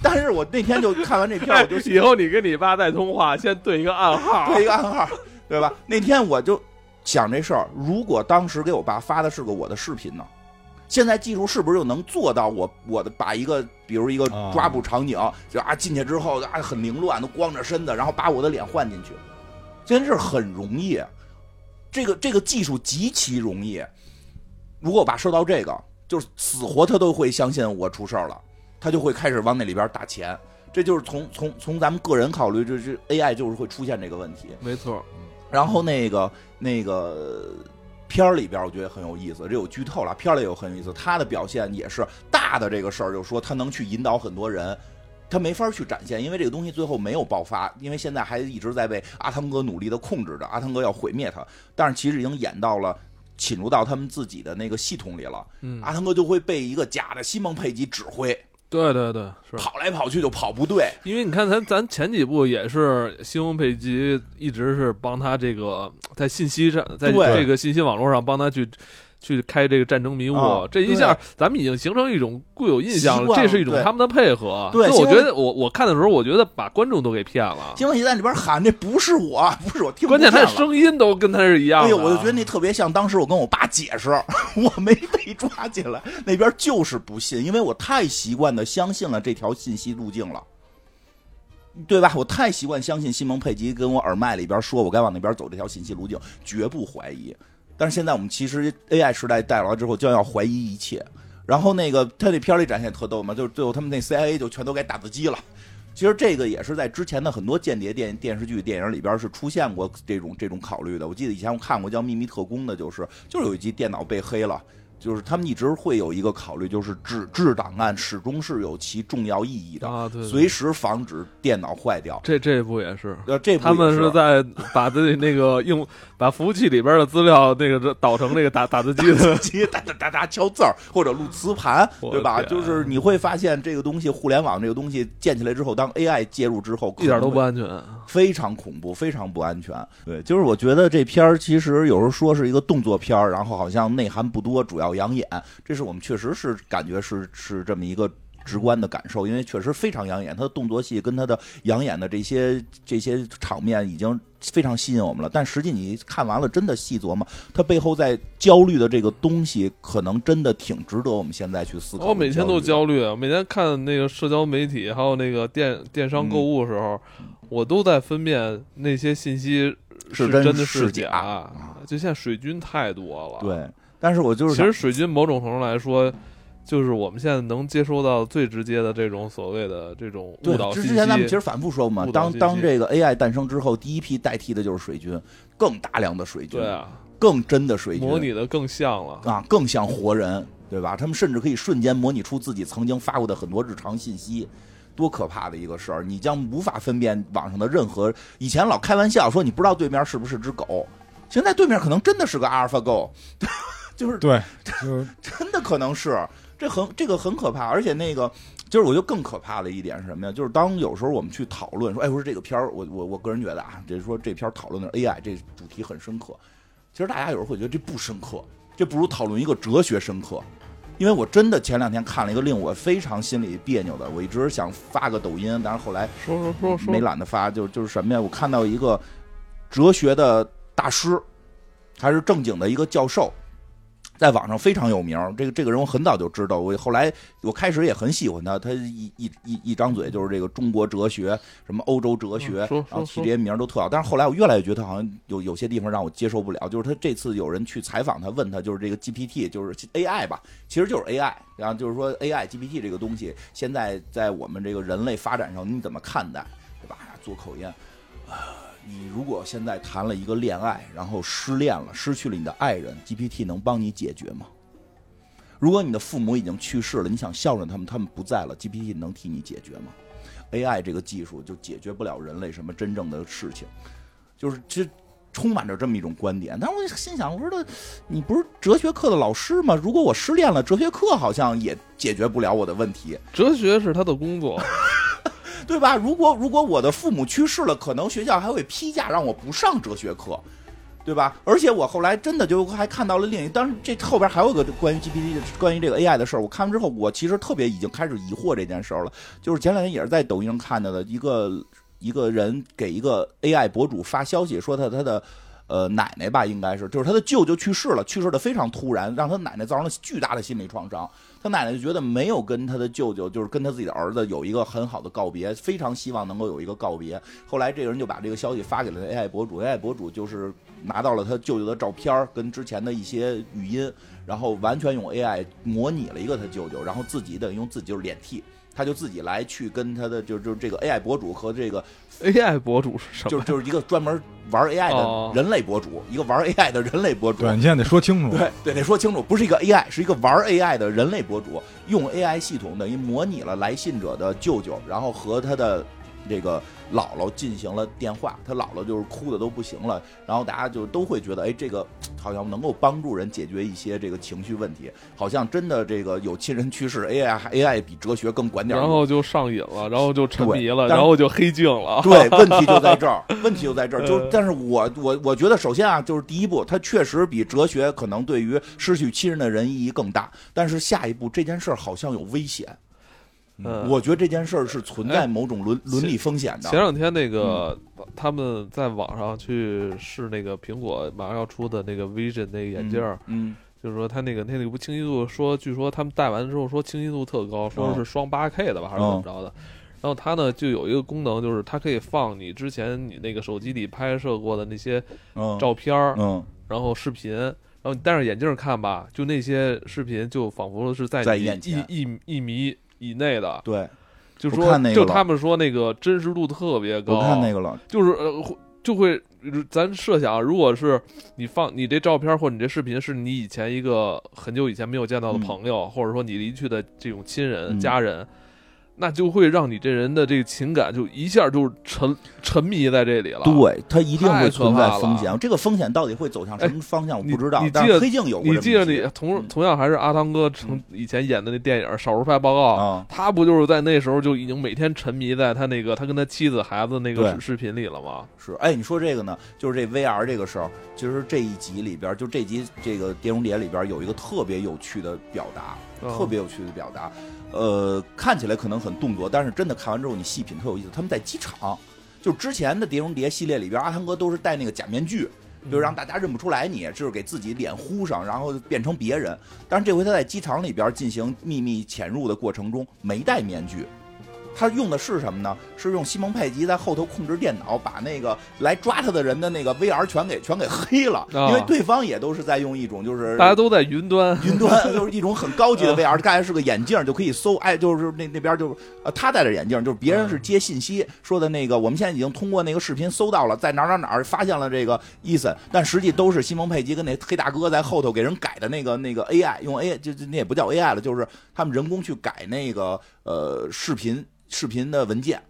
但是我那天就看完这片儿，
哎
我就
*laughs*
*laughs*
以后你跟你爸再通话，先对一个暗号
对一个暗号，对吧？那天我就想这事儿，如果当时给我爸发的是个我的视频呢，现在技术是不是就能做到我我的把一个比如一个
啊
抓捕场景，就啊进去之后啊很凌乱，都光着身子，然后把我的脸换进去，这件事很容易，这个这个技术极其容易。如果我爸收到这个，就是死活他都会相信我出事儿了，他就会开始往那里边打钱。这就是从从从咱们个人考虑，这这 AI 就是会出现这个问题。
没错，
然后那个那个片儿里边，我觉得很有意思，这有剧透了。片儿里有很有意思，他的表现也是大的这个事儿，就是说他能去引导很多人。他没法去展现，因为这个东西最后没有爆发，因为现在还一直在被阿汤哥努力的控制着，阿汤哥要毁灭他，但是其实已经演到了侵入到他们自己的那个系统里了，
嗯，
阿汤哥就会被一个假的西蒙佩吉指挥，
对对对，是。 *laughs*
跑来跑去就跑不对，
因为你看咱咱前几部也是西蒙佩吉一直是帮他这个在信息上，在
对
这个信息网络上帮他去去开这个战争迷雾，
啊
这一下咱们已经形成一种固有印象
习
了，
惯
这
了
是一种
对
他们的配合。
对
所以我
西蒙
觉得我我看的时候，我觉得把观众都给骗了，
西蒙佩吉在里边喊这不是我，不是我听不
关键
见
他的
了。
声音都跟他是一样的。
哎呦，我就觉得那特别像当时我跟我爸解释， *laughs* 我没被抓进来，那边就是不信，因为我太习惯的相信了这条信息路径了，对吧？我太习惯相信西蒙佩吉跟我耳麦里边说我该往那边走这条信息路径，绝不怀疑。但是现在我们其实 AI 时代带来之后，就要怀疑一切。然后那个他那片儿里展现特逗嘛，就是最后他们那 CIA 就全都该打字机了。其实这个也是在之前的很多间谍电电视剧、电影里边是出现过这种这种考虑的。我记得以前我看过叫《秘密特工》的，就是就是有一集电脑被黑了，就是他们一直会有一个考虑，就是制制档案始终是有其重要意义的，
啊，对，对
随时防止电脑坏掉。
这这一部啊也是。
呃，这部
他们
也
是
是
在把自己那个用把服务器里边的资料那个导成那个打打字机的
机哒哒哒哒敲字儿或者录磁盘，
我
对吧？
天啊
就是你会发现这个东西，互联网这个东西建起来之后，当 AI 介入之后，
一点都
可能会
不 *laughs* 安全。
非常恐怖，非常不安全。对，就是我觉得这片儿其实有时候说是一个动作片儿，然后好像内涵不多，主要养眼，这是我们确实是感觉是是这么一个。直观的感受，因为确实非常养眼，它的动作戏跟它的养眼的这些这些场面已经非常吸引我们了。但实际你看完了，真的细琢磨，它背后在焦虑的这个东西，可能真的挺值得我们现在去思考。
我每天都
焦虑
焦虑，啊每天看那个社交媒体，还有那个电电商
嗯
购物的时候，我都在分辨那些信息
是
真
真
的
是
假。
假啊
就现在水军太多了，
的。，对，但是我就是
其
想
实水军某种程度来说。就是我们现在能接收到最直接的这种所谓的这种
对
误导，信
之
息。
之前咱们其实反复说过嘛
误，导
当
信息
当这个 AI 诞生之后，第一批代替的就是水军，更大量的水军，
对啊，
更真的水军，
模拟的更像了。
啊，更像活人，对吧？他们甚至可以瞬间模拟出自己曾经发过的很多日常信息。多可怕的一个事儿！你将无法分辨网上的任何。以前老开玩笑说你不知道对面是不是只狗，现在对面可能真的是个阿尔法狗， *laughs* 就是
对， *laughs* 就是
真的可能是，这很这个很可怕，而且那个就是我觉得更可怕的一点是什么呀？就是当有时候我们去讨论说，哎，我说这个片儿，我我我个人觉得啊，这说这片儿讨论的是 AI 这主题很深刻，其实大家有时候会觉得这不深刻，这不如讨论一个哲学深刻。因为我真的前两天看了一个令我非常心里别扭的，我一直想发个抖音，但是后来
说说说说，
没懒得发，就就是什么呀？我看到一个哲学的大师，还是正经的一个教授，在网上非常有名儿。这个这个人我很早就知道，我后来我开始也很喜欢他，他一一一一张嘴就是这个中国哲学，什么欧洲哲学，
嗯说
然
说
后起这些名儿都特好。但是后来我越来越觉得他好像有有些地方让我接受不了，就是他这次有人去采访他，问他就是这个 GPT 就是 AI 吧，其实就是 AI，然后就是说 AI GPT 这个东西现在在我们这个人类发展上你怎么看待，对吧？做口音。你如果现在谈了一个恋爱，然后失恋了，失去了你的爱人，GPT 能帮你解决吗？如果你的父母已经去世了，你想孝顺他们，他们不在了，GPT 能替你解决吗？AI 这个技术就解决不了人类什么真正的事情，就是这充满着这么一种观点。但是我心想，我说的，你不是哲学课的老师吗？如果我失恋了，哲学课好像也解决不了我的问题。
哲学是他的工
*laughs*
作，
对吧？如果如果我的父母去世了，可能学校还会批假让我不上哲学课，对吧？而且我后来真的就还看到了另一，当然这后边还有个关于 GPT 的关于这个 AI 的事儿。我看完之后，我其实特别已经开始疑惑这件事儿了。就是前两天也是在抖音上看到的一个一个人给一个 AI 博主发消息，说他他的。呃，奶奶吧，应该是，就是他的舅舅去世了，去世的非常突然，让他奶奶造成了巨大的心理创伤。他奶奶就觉得没有跟他的舅舅，就是跟他自己的儿子有一个很好的告别，非常希望能够有一个告别。后来这个人就把这个消息发给了 AI 博主，AI 博主就是拿到了他舅舅的照片儿跟之前的一些语音，然后完全用 AI 模拟了一个他舅舅，然后自己的用自己就是脸替。他就自己来去跟他的就就这个 AI 博主和这个
AI 博主是什么？
就是就是一个专门玩 AI
哦
的人类博主，一个玩 AI 的人类博主，
对，你现在得说清楚。
对对，得说清楚，不是一个 AI，是一个玩 AI 的人类博主，用 AI 系统等于模拟了来信者的舅舅，然后和他的这个姥姥进行了电话，他姥姥就是哭的都不行了，然后大家就都会觉得，哎，这个好像能够帮助人解决一些这个情绪问题，好像真的这个有亲人去世，AI 还 AI 比哲学更管点儿
然
用。
后就上瘾了，然后就沉迷
对
了，
但
然后就黑镜 *laughs* 了。
对，问题就在这儿，问题就在
*laughs*
这儿。就
呃
但是我我我觉得，首先啊，就是第一步，它确实比哲学可能对于失去亲人的人意义更大。但是下一步这件事儿好像有危险，
嗯，
我觉得这件事儿是存在
哎
某种伦伦理风险
前
的。
两天那个
嗯
他们在网上去试那个苹果马上要出的那个 Vision 那个眼镜儿，
嗯，
就是说它那个那那个不清晰度说，据说他们戴完之后说清晰度特
哦
高，说是双八 K 的吧，还是怎么着的。然后它呢就有一个功能，就是它可以放你之前你那个手机里拍摄过的那些
嗯，
照片儿，
嗯，
然后视频，然后你戴上眼镜看吧，就那些视频就仿佛是在
在
你
眼前
一一一米以内的，
对，
就
我
说
看那个
就
了
他们说那个真实度特别高，
我看那个了，
就是呃会就会，咱设想，啊如果是你放你这照片或者你这视频是你以前一个很久以前没有见到的
嗯
朋友，或者说你离去的这种亲人、
嗯
家人，那就会让你这人的这个情感就一下就沉沉迷在这里了。，
对，它一定
太
会
可
存在
怕
风
了
险。这个风险到底会走向什
哎
么方向，我
你
不知道
你。
但
记
是
得
黑镜有过
你
这
记
么
得
一集
你同
嗯
同样还是阿汤哥成以前演的那电影《少数派报告》
啊？
他不就是在那时候就已经每天沉迷在他那个他跟他妻子孩子那个
对
视视频里了吗？
是，哎，你说这个呢，就是这 VR 这个事儿，其实这一集里边儿，就这集这个《碟中谍》里边儿有一个特别有趣的表达，
嗯
特别有趣的表达，呃，看起来可能很动作，但是真的看完之后你细品特有意思。他们在机场，就之前的《碟中谍》系列里边儿，阿汤哥都是戴那个假面具，就是让大家认不出来你，就是给自己脸糊上，然后变成别人。但是这回他在机场里边进行秘密潜入的过程中没戴面具，他用的是什么呢？是用西蒙佩吉在后头控制电脑，把那个来抓他的人的那个 VR 全给全给黑了，
啊
因为对方也都是在用一种就是
嗯大家都在云端，
*laughs* 云端就是一种很高级的 VR，刚才是个眼镜就可以搜，哎，就是那那边就是呃，他戴着眼镜，就是别人是接信息说的那个，我们现在已经通过那个视频搜到了，在哪儿哪儿哪儿发现了这个伊森，但实际都是西蒙佩吉跟那黑大哥在后头给人改的那个那个 AI，用 AI 就就那也不叫 AI 了，就是他们人工去改那个呃视频视频的文件。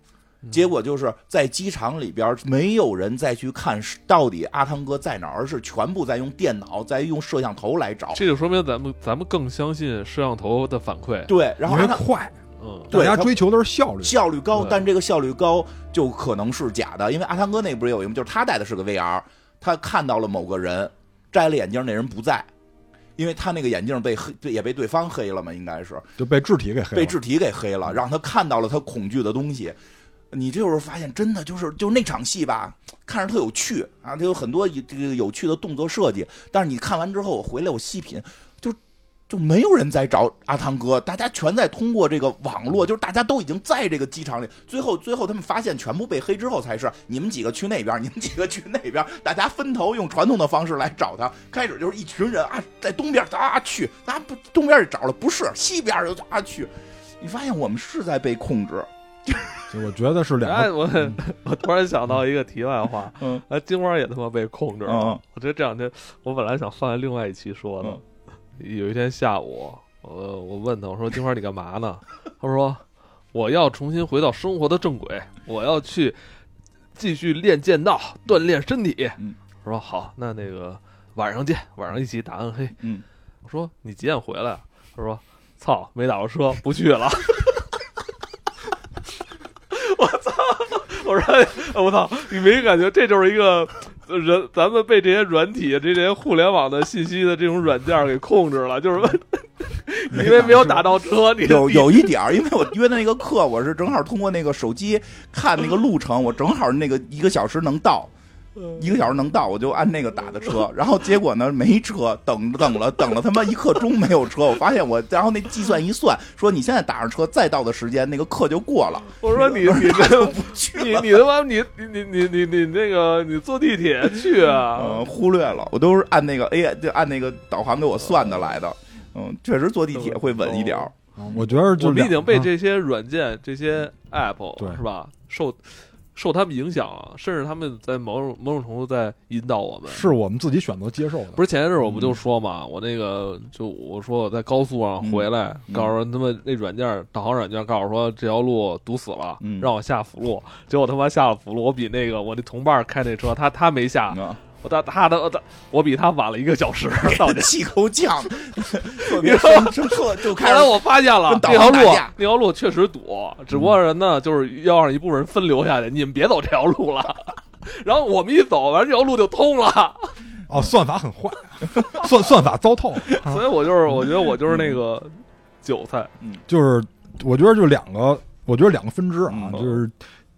结果就是在机场里边，没有人再去看是到底阿汤哥在哪儿，而是全部在用电脑、在用摄像头来找。
这就说明咱们咱们更相信摄像头的反馈。
对，然后
因为
阿汤
快，
嗯，
对
大
他
家追求的是效率。
效率高，
对
但这个效率高就可能是假的，因为阿汤哥那不是有一幕，就是他戴的是个 VR，他看到了某个人，摘了眼镜，那人不在，因为他那个眼镜被黑，对也被对方黑了嘛，应该是
就被肢体给
被
黑了。嗯
智体给黑了，让他看到了他恐惧的东西。你这就是发现，真的就是就是那场戏吧，看着特有趣啊，它有很多有这个有趣的动作设计。但是你看完之后，我回来我细品，就没有人在找阿汤哥，大家全在通过这个网络，就是大家都已经在这个机场里。最后，最后他们发现全部被黑之后，才是你们几个去那边，你们几个去那边，大家分头用传统的方式来找他。开始就是一群人啊，在东边啊去，啊不东边找了，不是西边儿就啊去。你发现我们是在被控制，
就我觉得是两
哎，
个，
我
嗯
我突然想到一个题外话，
嗯
哎，金花也他妈被控制了。
嗯
我觉得这两天，我本来想放在另外一期说的。有一天下午，我我问他，我说金花你干嘛呢？他说我要重新回到生活的正轨，我要去继续练剑道，锻炼身体。
嗯
我说好，那那个晚上见，晚上一起打暗黑。
嗯，
我说你几点回来啊？他说操，没打着车，不去了。 *laughs* 我操！我说我操，你没感觉这就是一个呃人，咱们被这些软体、这些互联网的信息的这种软件给控制了，就是因为没有打到车，你
*laughs* 有有一点儿，因为我约的那个课，我是正好通过那个手机看那个路程，我正好那个一个小时能到，一个小时能到，我就按那个打的车。 *laughs* 然后结果呢，没车，等等了等了他妈一刻钟没有车，我发现我，然后那计算一算，说你现在打上车再到的时间，那个课就过了。
我说你你
我
这
不去
你
了。
你他妈你你你你你你那个你坐地铁去啊！
*laughs* 嗯，忽略了，我都是按那个 A 就按那个导航给我算的来的。嗯，确实坐地铁会稳一点儿。
嗯我觉得就
我们已
两
经被
个
这些软件、这些 app
对
是吧受受他们影响啊，甚至他们在某种某种程度在引导我们。
是嗯我们自己选择接受的，
不是前一阵儿我不就说嘛，我那个就我说我在高速上回来，
嗯
告诉人他们那软件儿导航软件儿告诉我说这条路堵死了，
嗯
让我下辅路，结果他妈下了辅路，我比那个我那同伴儿开那车，他他没
嗯
下，
啊，
我他他的我他我比他晚了一个小时 *laughs* 到家。
气够
*laughs*
呛，特别生特就
后
开
来
始
我发现了
跟导
那条
航
路
打架，
那条路确实堵，只不过人呢，就是要让一部分人分流下去，你们别走这条路了。 *laughs* 然后我们一走，完这条路就通了。
哦，算法很坏， *laughs* 算算法糟透了，啊
所以我就是，我觉得我就是那个韭菜。
就是我觉得就两个，我觉得两个分支啊，
嗯
就是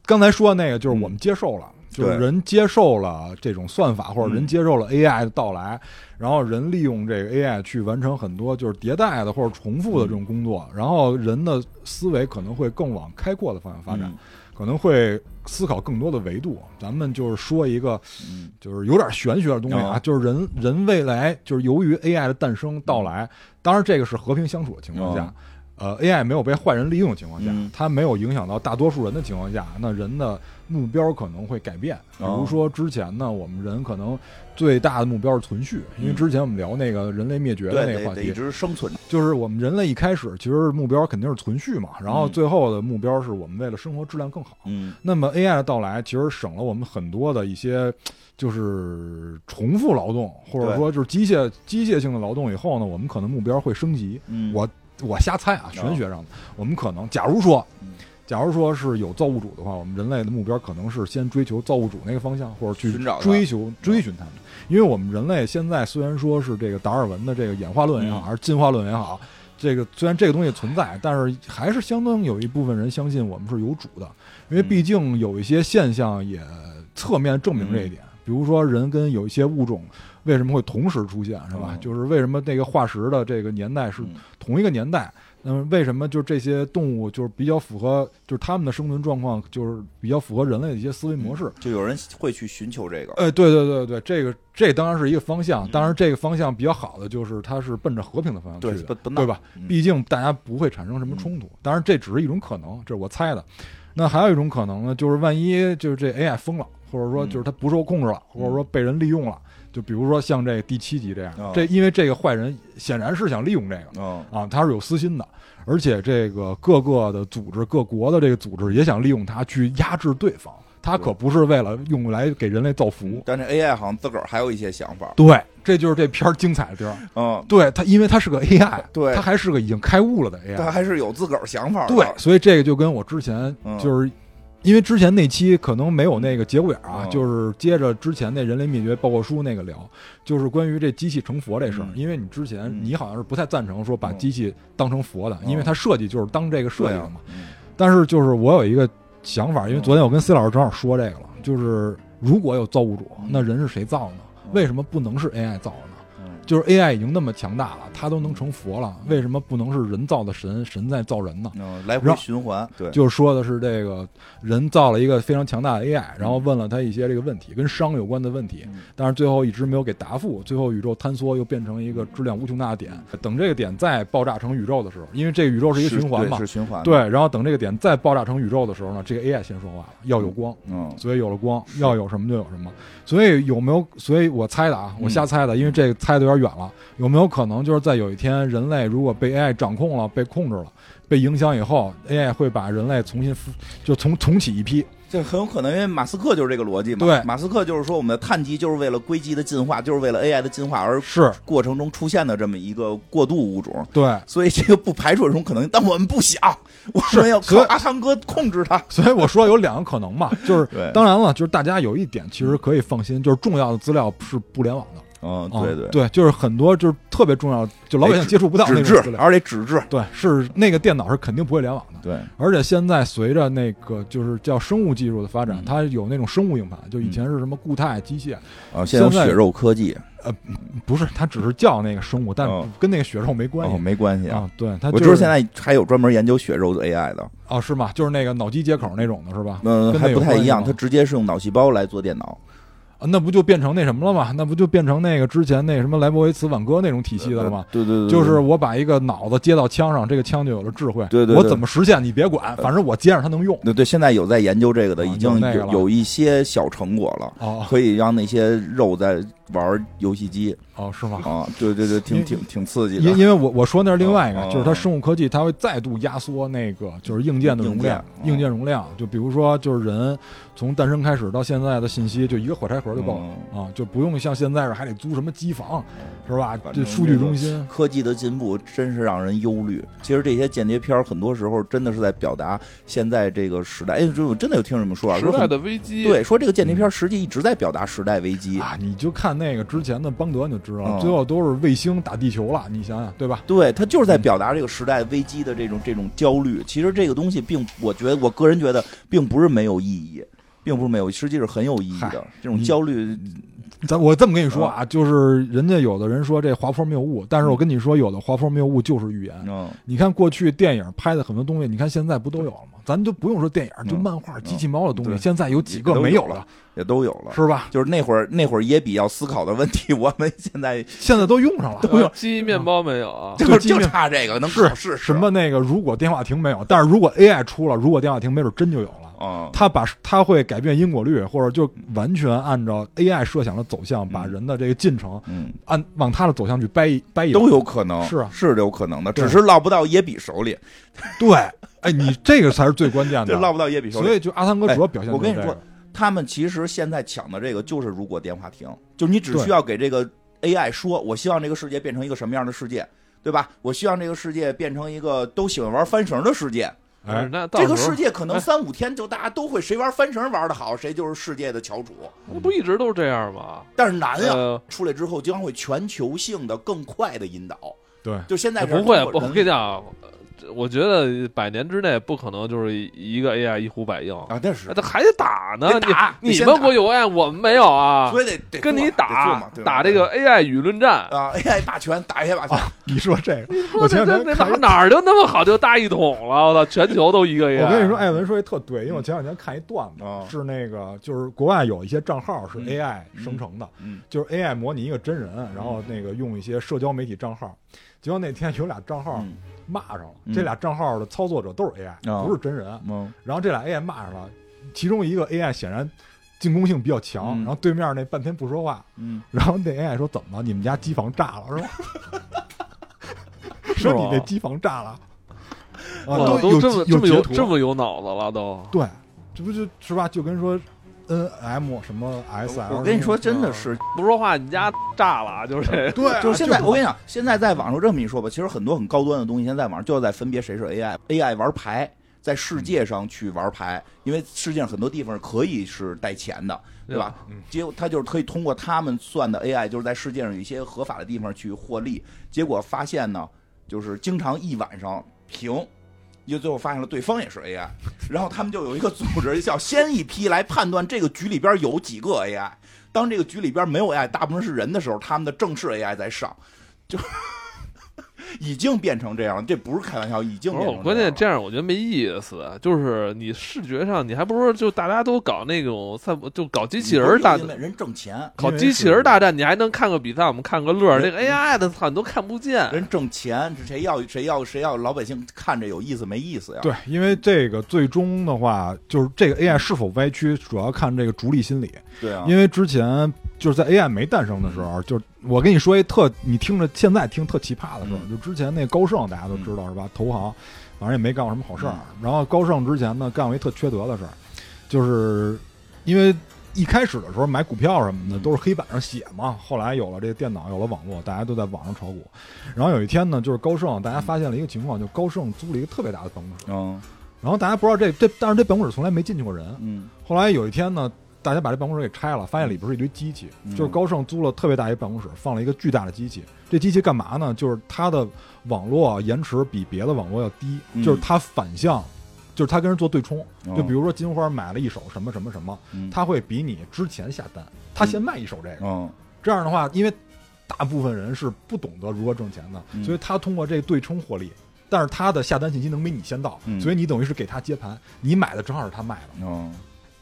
刚才说的那个，就是我们接受了，就是
对
人接受了这种算法，或者
嗯
人接受了 AI 的到来，然后人利用这个 AI 去完成很多就是迭代的或者重复的这种工
嗯
作，然后人的思维可能会更往开阔的方向发
嗯
展，可能会思考更多的维度。咱们就是说一个
嗯
就是有点玄学的东西啊，
哦
就是人人未来就是由于 AI 的诞生到
嗯
来，当然这个是和平相处的情况
哦
下，呃，AI 没有被坏人利用的情况下，
嗯
它没有影响到大多数人的情况下，那人的目标可能会改变。比如
哦
说之前呢，我们人可能最大的目标是存续，因为
嗯
之前我们聊那个人类灭绝
对
的那个
得
话
得一
题，
直生存。
就是我们人类一开始其实目标肯定是存续嘛，然后
嗯
最后的目标是我们为了生活质量更好。
嗯
那么 AI 的到来，其实省了我们很多的一些，就是重复劳动，或者
对
说就是机械机械性的劳动。以后呢，我们可能目标会升级。
嗯哦
我我瞎猜啊，玄学上的，我们可能，假如说
嗯，
假如说是有造物主的话，我们人类的目标可能是先追求造物主那个方向，或者去
寻找他嗯
追求追寻他们。因为我们人类现在虽然说是这个达尔文的这个演化论也好，
嗯
还是进化论也好，这个虽然这个东西存在，但是还是相当有一部分人相信我们是有主的，因为
嗯
毕竟有一些现象也侧面证明这
嗯
一点。比如说，人跟有一些物种为什么会同时出现，是吧？
嗯
就是为什么那个化石的这个年代是
嗯
同一个年代，那么为什么就这些动物就是比较符合，就是它们的生存状况就是比较符合人类的一些思维模式？
就有人会去寻求这个。
呃，对对对对，这个这当然是一个方向，
嗯
当然这个方向比较好的就是它是奔着和平的方向
对
去
不
的，
不
对
闹
吧
嗯？
毕竟大家不会产生什么冲突，当然这只是一种可能，这是我猜的。那还有一种可能呢，就是万一就是这 AI 疯了，或者说
嗯
就是它不受控制了，或者说被人利用了，就比如说像这第七集这样，
哦
这因为这个坏人显然是想利用这个，
嗯
啊，他是有私心的，而且这个各个的组织、各国的这个组织也想利用他去压制对方，他可不是为了用来给人类造福。
但这 AI 好像自个儿还有一些想法。
对，这就是这片儿精彩的地儿。
嗯，
对他，因为他是个 AI，
对
他还是个已经开悟了的
他
AI，
还是有自个儿想法的。
对，所以这个就跟我之前
嗯
就是。因为之前那期可能没有那个节骨眼儿啊，
嗯
就是接着之前那人类灭绝报告书那个聊，就是关于这机器成佛这事儿。
嗯
因为你之前
嗯
你好像是不太赞成说把
嗯
机器当成佛的，
嗯
因为它设计就是当这个设
对
计的
啊
嘛。，
嗯
但是就是我有一个想法，因为昨天我跟 C 老师正好说这个了，就是如果有造物主，
嗯
那人是谁造呢？
嗯
为什么不能是 AI 造呢？
嗯
就是 AI 已经那么强大了，它都能成佛了，为什么不能是人造的神，神在造人呢？
嗯，来回
然后
循环，对，
就是说的是这个人造了一个非常强大的 AI，然后问了他一些这个问题，跟商有关的问题
嗯，
但是最后一直没有给答复。最后宇宙坍缩又变成一个质量无穷大的点，等这个点再爆炸成宇宙的时候，因为这个宇宙是一个循环
对
嘛
是，循环，
对，，然后等这个点再爆炸成宇宙的时候呢，这个 AI 先说话了，要有光。
嗯，
所以有了光，要有什么就有什么。所以有没有？所以我猜的啊，我
嗯
瞎猜的，因为这个猜的有点远了。有没有可能就是在有一天，人类如果被 AI 掌控了、被控制了、被影响以后，AI 会把人类重新复就重重启一批？
这很有可能，因为马斯克就是这个逻辑嘛。
对
马斯克就是说，我们的碳基就是为了硅基的进化，就是为了 AI 的进化而
是
过程中出现的这么一个过渡物种。
对，
所以这个不排除这种可能，但我们不
*laughs*
想，我们要靠
所以
阿汤哥控制它。
所以我说有两个可能嘛，就是
对
当然了，就是大家有一点其实可以放心，就是重要的资料是不联网的。
嗯，
啊
对对，哎
对，就是很多就是特别重要，就老百姓接触不到那
纸
种资
质，
料。
而且纸质，
对，是那个电脑是肯定不会联网的。
对，
而且现在随着那个就是叫生物技术的发展，
嗯
它有那种生物硬盘，就以前是什么固态机械，
啊，现在有
现在
血肉科技，
不是，它只是叫那个生物，但
哦
跟那个血肉没关
哦，
系。
没关系啊。
啊，对，它
我
就
知
是
道现在还有专门研究血肉的 AI 的，
哦，是吗？就是那个脑机接口那种的是吧？
嗯，
跟那
还
有
不太
关系
一样，
吗
它直接是用脑细胞来做电脑，
啊那不就变成那什么了吗？那不就变成那个之前那什么莱博维茨挽歌那种体系的了吗？
呃对对对，对
就是我把一个脑子接到枪上，这个枪就有了智慧。
对呃对对
我怎么实现你别管，反正我接上它能用。
对对，现在有在研究这个的，
啊
已经
有那个
有
了
有一些小成果了，
哦
可以让那些肉在玩游戏机
哦，是吗？
啊，对对对，挺
因
挺挺刺激
因
的。
因为我我说那是另外一个
哦，
就是它生物科技它会再度压缩那个就是硬件的容量，
硬件哦
硬件容量，就比如说就是人从诞生开始到现在的信息，就一个火柴盒就够了
嗯
啊，就不用像现在是还得租什么机房是吧
反？正
这数据中心
科技的进步真是让人忧虑。其实这些间谍片儿很多时候真的是在表达现在这个时代。哎，这我真的有听你们说啊，
时
说
代
很
的危机，呃
对，说这个间谍片儿实际一直在表达时代危机。
啊，你就看那个之前的邦德你就知道
哦
了，最后都是卫星打地球了，你想想对吧？
对他就是在表达这个时代危机的这种这种焦虑。其实这个东西并，我觉得我个人觉得并不是没有意义，并不是没有，实际是很有意义的。这种焦虑，
咱我这么跟你说
嗯
啊，就是人家有的人说这华坡谬误，但是我跟你说，有的华坡谬误就是预言。
嗯，
你看过去电影拍的很多东西，你看现在不都有了吗？咱就不用说电影，就
嗯
漫画、机器猫的东
对
西，现在有几个没
有
了，，
也都有了。
是吧？
就是那会儿，那会儿也比较思考的问题，我们现在
现在都用
*laughs*
上了。
呃，鸡面包没有啊？
就
就
就
尽量
差这个能考试
什么那个如果电话亭没有，但是如果 AI 出了，如果电话亭没准真就有了。
啊，
它把它会改变因果律，或者就
嗯
完全按照 AI 设想的走向，把人的这个进程
嗯，
按往它的走向去掰一掰一
都有可能，
是啊
是有可能的，
对
只是落不到耶比手里，
对。哎，你这个才是最关
啊
*laughs*
键
对，落
的。
不到耶比手里
所。以就阿汤哥主要表现、
哎我跟你说，，他们其实现在抢的这个就是如果电话亭，就是你只
对
需要给这个 AI 说，我希望这个世界变成一个什么样的世界，对吧？我希望这个世界变成一个都喜欢玩翻绳的世界。
不是
哎，
那到
这
时
个
候
世界可能
哎
三五天就大家都会，谁玩翻绳玩的好，谁就是世界的翘楚。
那不一直都是这样吗？
但是难哎呀，
呃，
出来之后将会全球性的更快的引导。
对， *laughs*
就现在是
不会，
通
不，
过
我
人
跟你讲啊，呃这我觉得百年之内不可能就是一个 AI 一呼百应，
啊，那是
哎，他还得打呢
得。打
你
你
你
先
们
打
国有 AI，我们没有啊。
所以得得
跟
做
你
嘛得做
打
嘛对吧
打这啊个 AI 舆论战，
啊 AI 霸权，打 AI 霸权。
你说这个，我前两
这
天
这
看一
哪哪儿就那么好就搭一桶了？我操，全球都一个 AI。
我跟你说，艾文说一特对，因为我前两天看一段子，
嗯
哦
是那个就是国外有一些账号是
嗯
AI 生成的，
嗯
就是 AI 模拟一个真人，然后
嗯
那个用一些社交媒体账号，结果那天有俩账号
嗯
骂上了，
嗯
这俩账号的操作者都是 AI，、
啊
哦
不是真人，
嗯，
然后这俩 AI 骂上了，其中一个 AI 显然。进攻性比较强，
嗯
然后对面那半天不说话，
嗯，
然后那 AI 说怎么了？你们家机房炸了是吧？ *laughs*
是
说
吗
你那机房炸了，啊，
哇
有
这么
有
这么有
截图，
这么有脑子了都。
对，这不就是吧？就跟说 N M 什么 S L，
我跟你说，真的是，
不说话，你家炸了啊，就是这。
对啊，
嗯就是现在，我跟
你
你讲，现在在网上这么一说吧，其实很多很高端的东西，现在在网上就要在分别谁是 AI，AI 玩牌，在世界上去玩牌，因为世界上很多地方是可以是带钱的， *laughs* 对吧？
嗯
结果他就是可以通过他们算的 AI，就是在世界上有一些合法的地方去获利，结果发现呢，就是经常一晚上平。就最后发现了对方也是
*laughs*
AI，然后他们就有一个组织叫先一批来判断这个局里边有几个 AI。当这个局里边没有 AI，大部分是人的时候，他们的正式 AI 在上，就 *laughs* 已经变成这样了。这不是开玩笑，已经
不
变
是
成
我，哦关键
这
这
样
样我觉得没意思。啊就是你视觉上，你还不如就大家都搞那种赛博，就搞机
了
器人儿大
你不是因为人挣钱，
搞机器人儿大战，你还能看个比赛，我们看个乐儿。那个 AI 的操，你都看不见。
*laughs* 人挣钱，谁要谁要谁要老百姓看着有意思没意思呀？
对，因为这个最终的话，就是这个 AI 是否歪曲，主要看这个逐利心理。
对啊，嗯
因为之前就是在 AI 没诞生的时候，就是我跟你说一特，你听着现在听特奇葩的事儿，
嗯
就之前那高盛大家都知道是吧？投行，反正也没干过什么好事儿。
嗯
然后高盛之前呢，干过一特缺德的事儿，就是因为一开始的时候买股票什么的
嗯
都是黑板上写嘛，后来有了这个电脑，有了网络，大家都在网上炒股。然后有一天呢，就是高盛，大家发现了一个情况，就高盛租了一个特别大的办公室，
嗯
然后大家不知道这这，但是这办公室从来没进去过人。
嗯
后来有一天呢，大家把这办公室给拆了，发现里边是一堆机器，
嗯
就是高盛租了特别大一办公室，放了一个巨大的机器。这机器干嘛呢？就是它的网络啊延迟比别的网络要低，
嗯
就是它反向，就是它跟人做对冲。
哦
就比如说金花买了一手什么什么什么，
嗯
它会比你之前下单，它先卖一手这个。
嗯
这样的话，因为大部分人是不懂得如何挣钱的，
嗯
所以他通过这对冲获利。但是他的下单信息能比你先到，
嗯
所以你等于是给他接盘，你买的正好是他卖的。
嗯，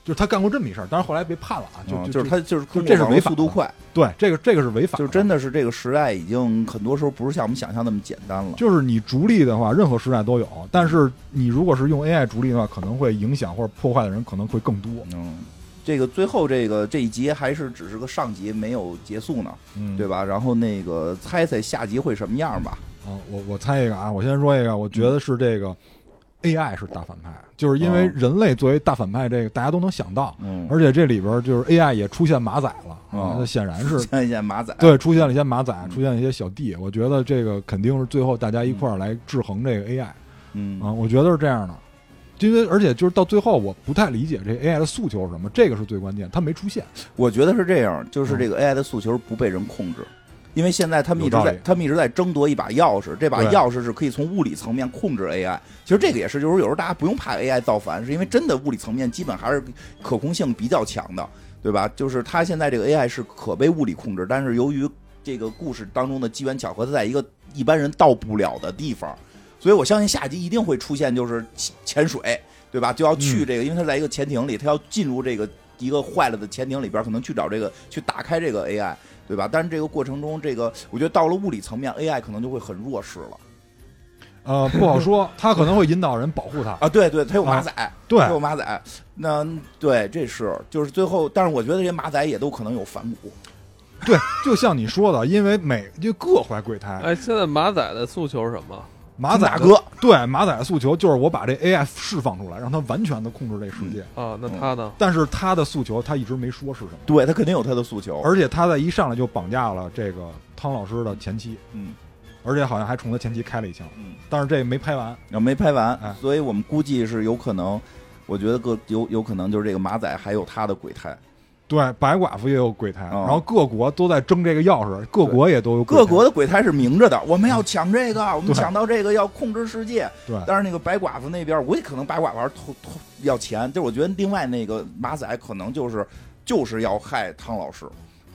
就是他干过这么一事儿，但是后来被判了啊，就、
嗯
就
就是他就是
就这是违法
速度
的
快，
对这个这个是违法，
就是真，的是这个时代已经很多时候不是像我们想象那么简单了。
就是你逐利的话，任何时代都有，但是你如果是用 AI 逐利的话，可能会影响或者破坏的人可能会更多，
嗯，这个最后这个这一集还是只是个上集，没有结束呢，
嗯
对
吧？
吧？然后那个猜猜下集会什么样吧？
啊，我我猜一个啊，我先说一个，我觉得是这个 AI 是大反派，就是因
嗯
为
哦
人类作为大反派，这个大家都能想到，
嗯
而且这里边就是 AI 也出现马仔了啊
哦，
那显然是
*laughs* 看一下马仔，
对，出现了一些马仔
嗯，
出现了一些小弟，我觉得这个肯定是最后大家一块儿来制衡这个 AI。
嗯
啊，我觉得是这样的，因为而且就是到最后，我不太理解这 AI 的诉求是什么，这个是最关键，它没出现。
我觉得是这样，
嗯
就是这个 AI 的诉求不被人控制。因为现在他们一直
有道
在
理，
他们一直在争夺一把钥匙，这把
对
钥匙是可以从物理层面控制 AI。其实这个也是，就是有时候大家不用怕 AI 造反，是因为真的物理层面基本还是可控性比较强的，对吧？就是它现在这个 AI 是可被物理控制，但是由于这个故事当中的机缘巧合，它在一个一般人到不了的地方，所以我相信下集一定会出现就是潜潜水，对吧？就要
嗯
去这个，因为他在一个潜艇里，他要进入这个一个坏了的潜艇里边，可能去找这个去打开这个 AI，对吧？但是这个过程中，这个我觉得到了物理层面，AI 可能就会很弱势了
呃，不好说，它可能会引导人保护它。
啊！对对，他有马仔，
对
*laughs* 他有马仔，那对这是就是最后，但是我觉得这些马仔也都可能有反骨，
对，就像你说的，因为每就各怀鬼胎。
哎，现在马仔的诉求是什么？
马仔
马
的
哥
对马仔的诉求就是我把这 AI 释放出来，让它完全的控制这世界。
嗯
啊，那他呢？
但是他的诉求他一直没说是什么，
对他肯定有他的诉求，
而且他在一上来就绑架了这个汤老师的前妻，
嗯
而且好像还冲他前妻开了一枪，
嗯，
但是这没拍完。
然后啊没拍完
哎，
所以我们估计是有可能。我觉得各有有可能就是这个马仔还有他的鬼胎，
对，白寡妇也有鬼胎，
哦
然后各国都在争这个钥匙，各国也都有鬼胎
各国的鬼胎是明着的，我们要抢这
*laughs*
个，我们
对
抢到这个要控制世界。
对
但是那个白寡妇那边，我也可能白寡妇还是偷偷要钱，就是我觉得另外那个马仔可能就是就是要害汤老师，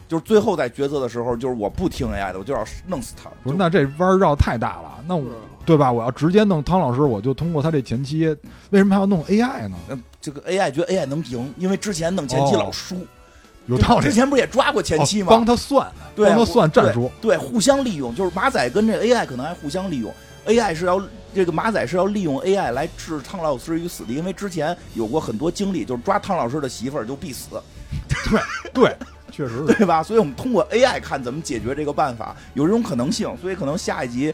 就是最后在抉择的时候，就是我不听 AI 的，我就要弄死他。
不是，
就
那这弯儿绕太大了，那我对吧？我要直接弄汤老师，我就通过他这前期，为什么还要弄 AI 呢？
呃这个 AI 觉得 AI 能赢，因为之前弄前期
哦
老输，
有道理
之，前不是也抓过前期
哦
吗？
帮他算，
对啊，
帮他
我
算
*laughs*
战术，
对，对互相利用，就是马仔跟这 AI 可能还互相利用。AI 是要这个马仔是要利用 AI 来置汤老师于死地，因为之前有过很多经历，就是抓汤老师的媳妇儿就必死， *laughs*
对，确实是。
对吧？所以我们通过 AI 看怎么解决这个办法，有这种可能性。所以可能下一集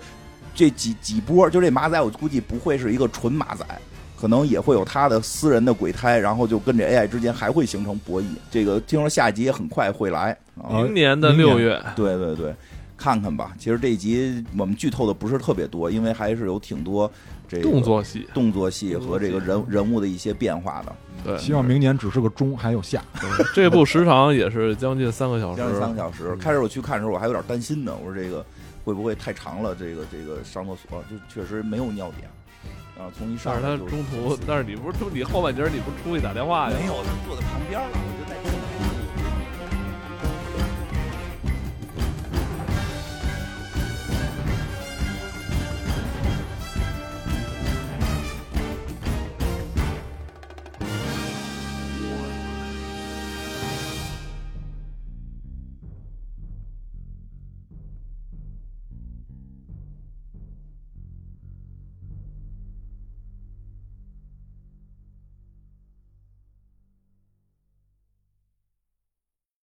这几几波，就这马仔，我估计不会是一个纯马仔。可能也会有他的私人的鬼胎，然后就跟这 AI 之间还会形成博弈。这个听说下一集也很快会来啊，
哦
明年的
明年
六月，
对对对，看看吧。其实这一集我们剧透的不是特别多，因为还是有挺多这个
动作戏。
动作戏和这个
动
人人物的一些变化的。
对，
希望明年只是个中，还有下。
这部时长也是将近三个小时
将。近三个小时，开始我去看的时候，我还有点担心呢，我说这个会不会太长了？这个这个上厕所就确实没有尿点。啊，从一上
但是
来
他
就
中途
就，
但是你不是你后半截儿你不是出去打电话去？
没有，他坐在旁边了。